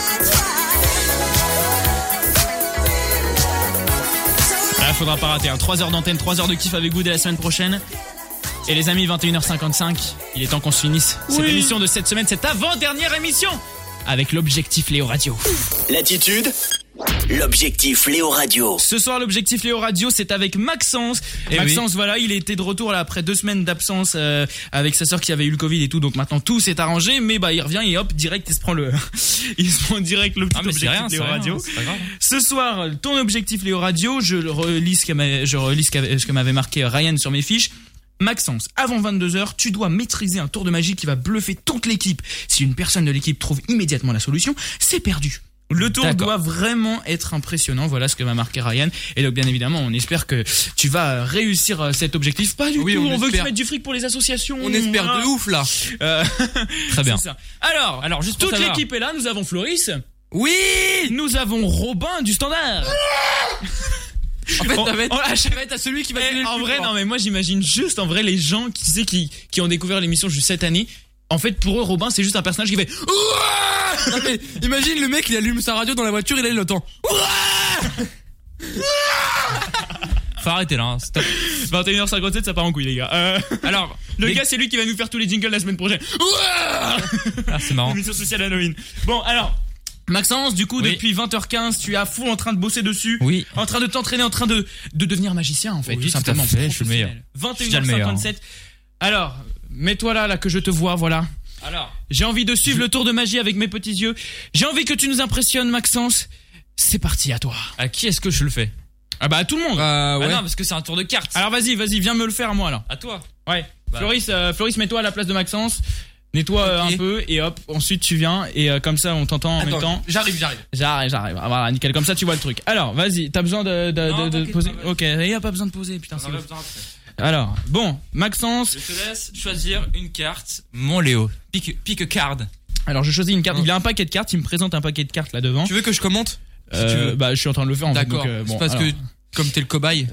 D: Là, Ah, faudra pas rater. 3 heures d'antenne, 3 heures de kiff avec vous dès la semaine prochaine. Et les amis, 21h55, il est temps qu'on se finisse cette
A: Oui.
D: émission de cette semaine, cette avant-dernière émission avec l'objectif Léo Radio.
A: L'attitude, l'objectif Léo Radio.
D: Ce soir, l'objectif Léo Radio, c'est avec Maxence.
A: Eh
D: Maxence, voilà, il était de retour là après deux semaines d'absence euh, avec sa sœur qui avait eu le Covid et tout. Donc maintenant, tout s'est arrangé, mais bah il revient et hop, direct, il se prend le, il se prend direct le petit
V: Ah, mais c'est
D: objectif
V: rien, c'est
D: Léo
V: rien,
D: Radio.
V: c'est pas grave.
D: Ce soir, ton objectif Léo Radio, je le relis ce que m'a- je relis ce qu'a- ce que m'avait marqué Ryan sur mes fiches. Maxence, avant 22h, tu dois maîtriser un tour de magie qui va bluffer toute l'équipe. Si une personne de l'équipe trouve immédiatement la solution, c'est perdu. Le tour doit vraiment être impressionnant, voilà ce que m'a marqué Ryan. Et donc bien évidemment, on espère que tu vas euh, réussir euh, cet objectif. Pas du
B: Oui,
D: tout,
B: on
D: on, veut que tu
B: espère.
D: mettes du fric pour les associations.
B: On espère de
D: Ah.
B: ouf là.
D: Très bien. Alors, Alors
B: juste pour
D: toute
B: savoir.
D: l'équipe est là, nous avons Floris. Oui Nous avons Robin du standard.
B: En fait,
D: On-
B: ça va être-
D: on- à chaque-
B: ça va être à celui qui va
D: Eh,
B: donner le
D: en
B: plus
D: vrai,
B: fort.
D: non, mais moi j'imagine juste en vrai les gens qui, tu sais, qui, qui ont découvert l'émission juste cette année. En fait, pour eux, Robin, c'est juste un personnage qui fait.
B: Non, mais imagine le mec, il allume sa radio dans la voiture, il a l'entend.
V: Faut arrêter là. hein,
D: 21h57, ça part en couille, les gars. Euh,
V: Alors,
D: Le
V: les-
D: gars, c'est lui qui va nous faire tous les jingles la semaine prochaine.
V: Ah, c'est marrant.
D: Émission sociale Halloween. Bon, alors. Maxence, du coup,
V: Oui.
D: depuis 20h15, tu es à fond en train de bosser dessus.
V: Oui.
D: En train de t'entraîner, en train de, de devenir magicien, en fait,
V: Oui,
D: tout
V: tout à
D: simplement.
V: fait, je suis le meilleur. Je suis déjà le meilleur.
D: 21h57. Alors, mets-toi là, là, que je te vois, voilà.
V: Alors.
D: J'ai envie de suivre le tour de magie avec mes petits yeux. J'ai envie que tu nous impressionnes, Maxence. C'est parti, à toi.
V: À qui est-ce que je le fais
D: Ah bah à tout le monde.
V: Ah non, parce que c'est un tour de cartes.
D: Alors vas-y, vas-y, viens me le faire à moi, alors.
V: À toi.
D: Ouais.
V: Bah.
D: Floris, euh, Floris mets-toi à la place de Maxence. Nettoie euh, un peu et hop, ensuite tu viens et euh, comme ça on t'entend en même temps.
B: J'arrive, j'arrive.
D: J'arrive, j'arrive. Ah, Voilà, nickel. Comme ça tu vois le truc. Alors, vas-y, t'as besoin de, de- de- de poser. ok, il n'y a pas besoin de poser, putain, c'est ouf. Alors, bon, Maxence.
V: Je te laisse choisir une carte. Mon Léo, pique, pique card.
D: Alors, je choisis une carte. Il a un paquet de cartes, il me présente un paquet de cartes là devant.
B: Tu veux que je commente
D: Euh, bah, je suis en train de le faire en fait,
B: D'accord.
D: donc, euh, bon,
B: c'est parce
D: alors.
B: que comme t'es le cobaye.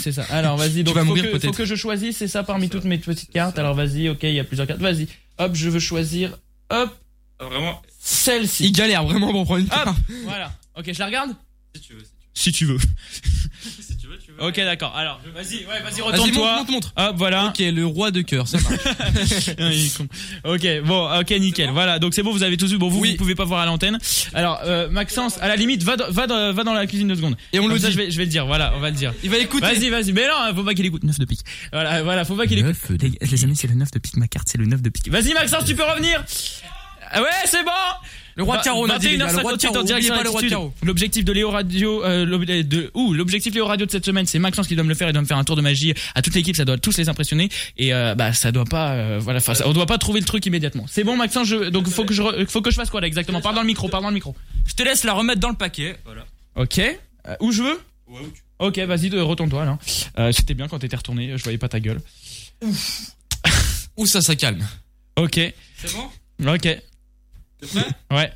D: c'est ça. Alors vas-y, donc
B: tu vas
D: faut
B: mourir
D: que, faut
B: peut-être.
D: que je choisisse, c'est ça parmi toutes mes petites cartes. Alors vas-y, ok, il y a plusieurs cartes. Vas-y, hop, je veux choisir, hop,
V: Vraiment.
D: celle-ci.
B: Il galère vraiment pour prendre une
D: Hop,
B: carte.
D: voilà. Ok, je la regarde
V: Si tu veux.
D: Si tu veux. Ok, d'accord. Alors, vas-y, ouais, vas-y,
B: Vas-y,
D: retourne-toi.
B: montre, montre, montre.
D: Hop, voilà.
B: Ok, le roi de cœur, ça marche.
D: Non, il est con. ok, bon, ok, nickel. Voilà, donc c'est bon, vous avez tous eu. Bon, vous, vous pouvez pas voir à l'antenne. Alors, euh, Maxence, à la limite, va, dans- va, dans- va dans la cuisine deux secondes.
B: Et on
D: Comme
B: le
D: ça,
B: dit.
D: Je vais, je vais le dire, voilà, on va le dire.
B: Il va écouter.
D: Vas-y, vas-y. Mais non, faut pas qu'il écoute. 9 de pique. Voilà, voilà, faut pas qu'il écoute.
B: euh,
D: Les, amis, c'est le 9 de pique, ma carte, c'est le 9 de pique. Vas-y, Maxence, tu peux revenir. Ah Ouais, c'est bon.
B: Le roi de carreau, on a dit, les gars, le roi de
D: 21h58
B: carreau,
D: en direction
B: oubliez pas le roi de
D: d'altitude.
B: carreau.
D: L'objectif de Léo Radio, euh, l'ob- de, ouh, l'objectif Léo Radio de cette semaine, c'est Maxence qui doit me le faire. Il doit me faire un tour de magie à toute l'équipe. Ça doit tous les impressionner. Et euh, bah, ça doit pas, euh, voilà, enfin, ça- on doit pas trouver le truc immédiatement. C'est bon, Maxence. Je, donc faut que je, re- faut que je fasse quoi là exactement Parle dans le micro, parle dans le micro.
V: Je te laisse la remettre dans le paquet. Voilà.
D: Ok. Euh, où je veux
V: Ouais, où tu
D: Ok, vas-y, de- retourne-toi là. Euh, C'était bien quand t'étais retourné, je voyais pas ta gueule.
B: Ouh, ça, ça calme.
D: Ok.
W: C'est bon
D: Ok. Ouais.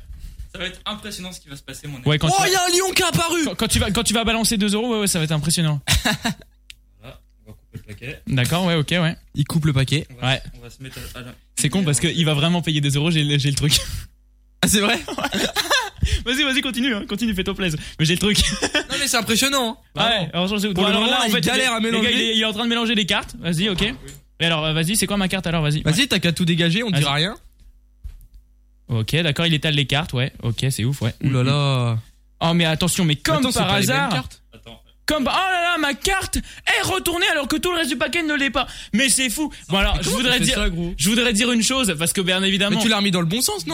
W: Ça va être impressionnant ce qui va se passer, mon
D: Ouais, quand tu
B: oh,
D: vas-
B: il y a un lion qui a apparu
D: Quand, quand tu vas, quand tu vas balancer 2 euros, ouais, ouais, ça va être impressionnant. D'accord, ouais, ok, ouais.
B: Il coupe le paquet.
D: Ouais.
W: On va se mettre à- à la-
D: C'est con parce qu'il va vraiment payer 2 euros, j'ai le j'ai le truc.
B: Ah, c'est vrai
D: Vas-y, vas-y, continue, hein, continue, fais-toi plaisir. Mais j'ai le truc.
B: Non, mais c'est impressionnant. hein.
D: Ah ouais, alors, je-
B: Pour le
D: alors
B: moment, il galère
D: les-
B: à
D: les
B: mélanger.
D: gars, il, est, il est en train de mélanger les cartes. Vas-y, ok.
W: Ah,
D: Et alors, euh, vas-y, c'est quoi ma carte alors Vas-y.
B: Vas-y, t'as qu'à tout dégager, on
D: Vas-y.
B: dira rien.
D: Ok, d'accord, il étale les cartes, ouais. Ok, c'est ouf, ouais.
B: Ouh là là.
D: Oh, mais attention, mais comme
B: Attends, c'est
D: par
B: pas les mêmes
D: hasard.
B: cartes
D: Comme par- oh là là, ma carte est retournée alors que tout le reste du paquet ne l'est pas. Mais c'est fou. Bon alors, je
B: comment
D: voudrais
B: t'as fait
D: dire,
B: ça, gros
D: je voudrais dire une chose parce que bien évidemment.
B: Mais tu l'as remis dans le bon sens, non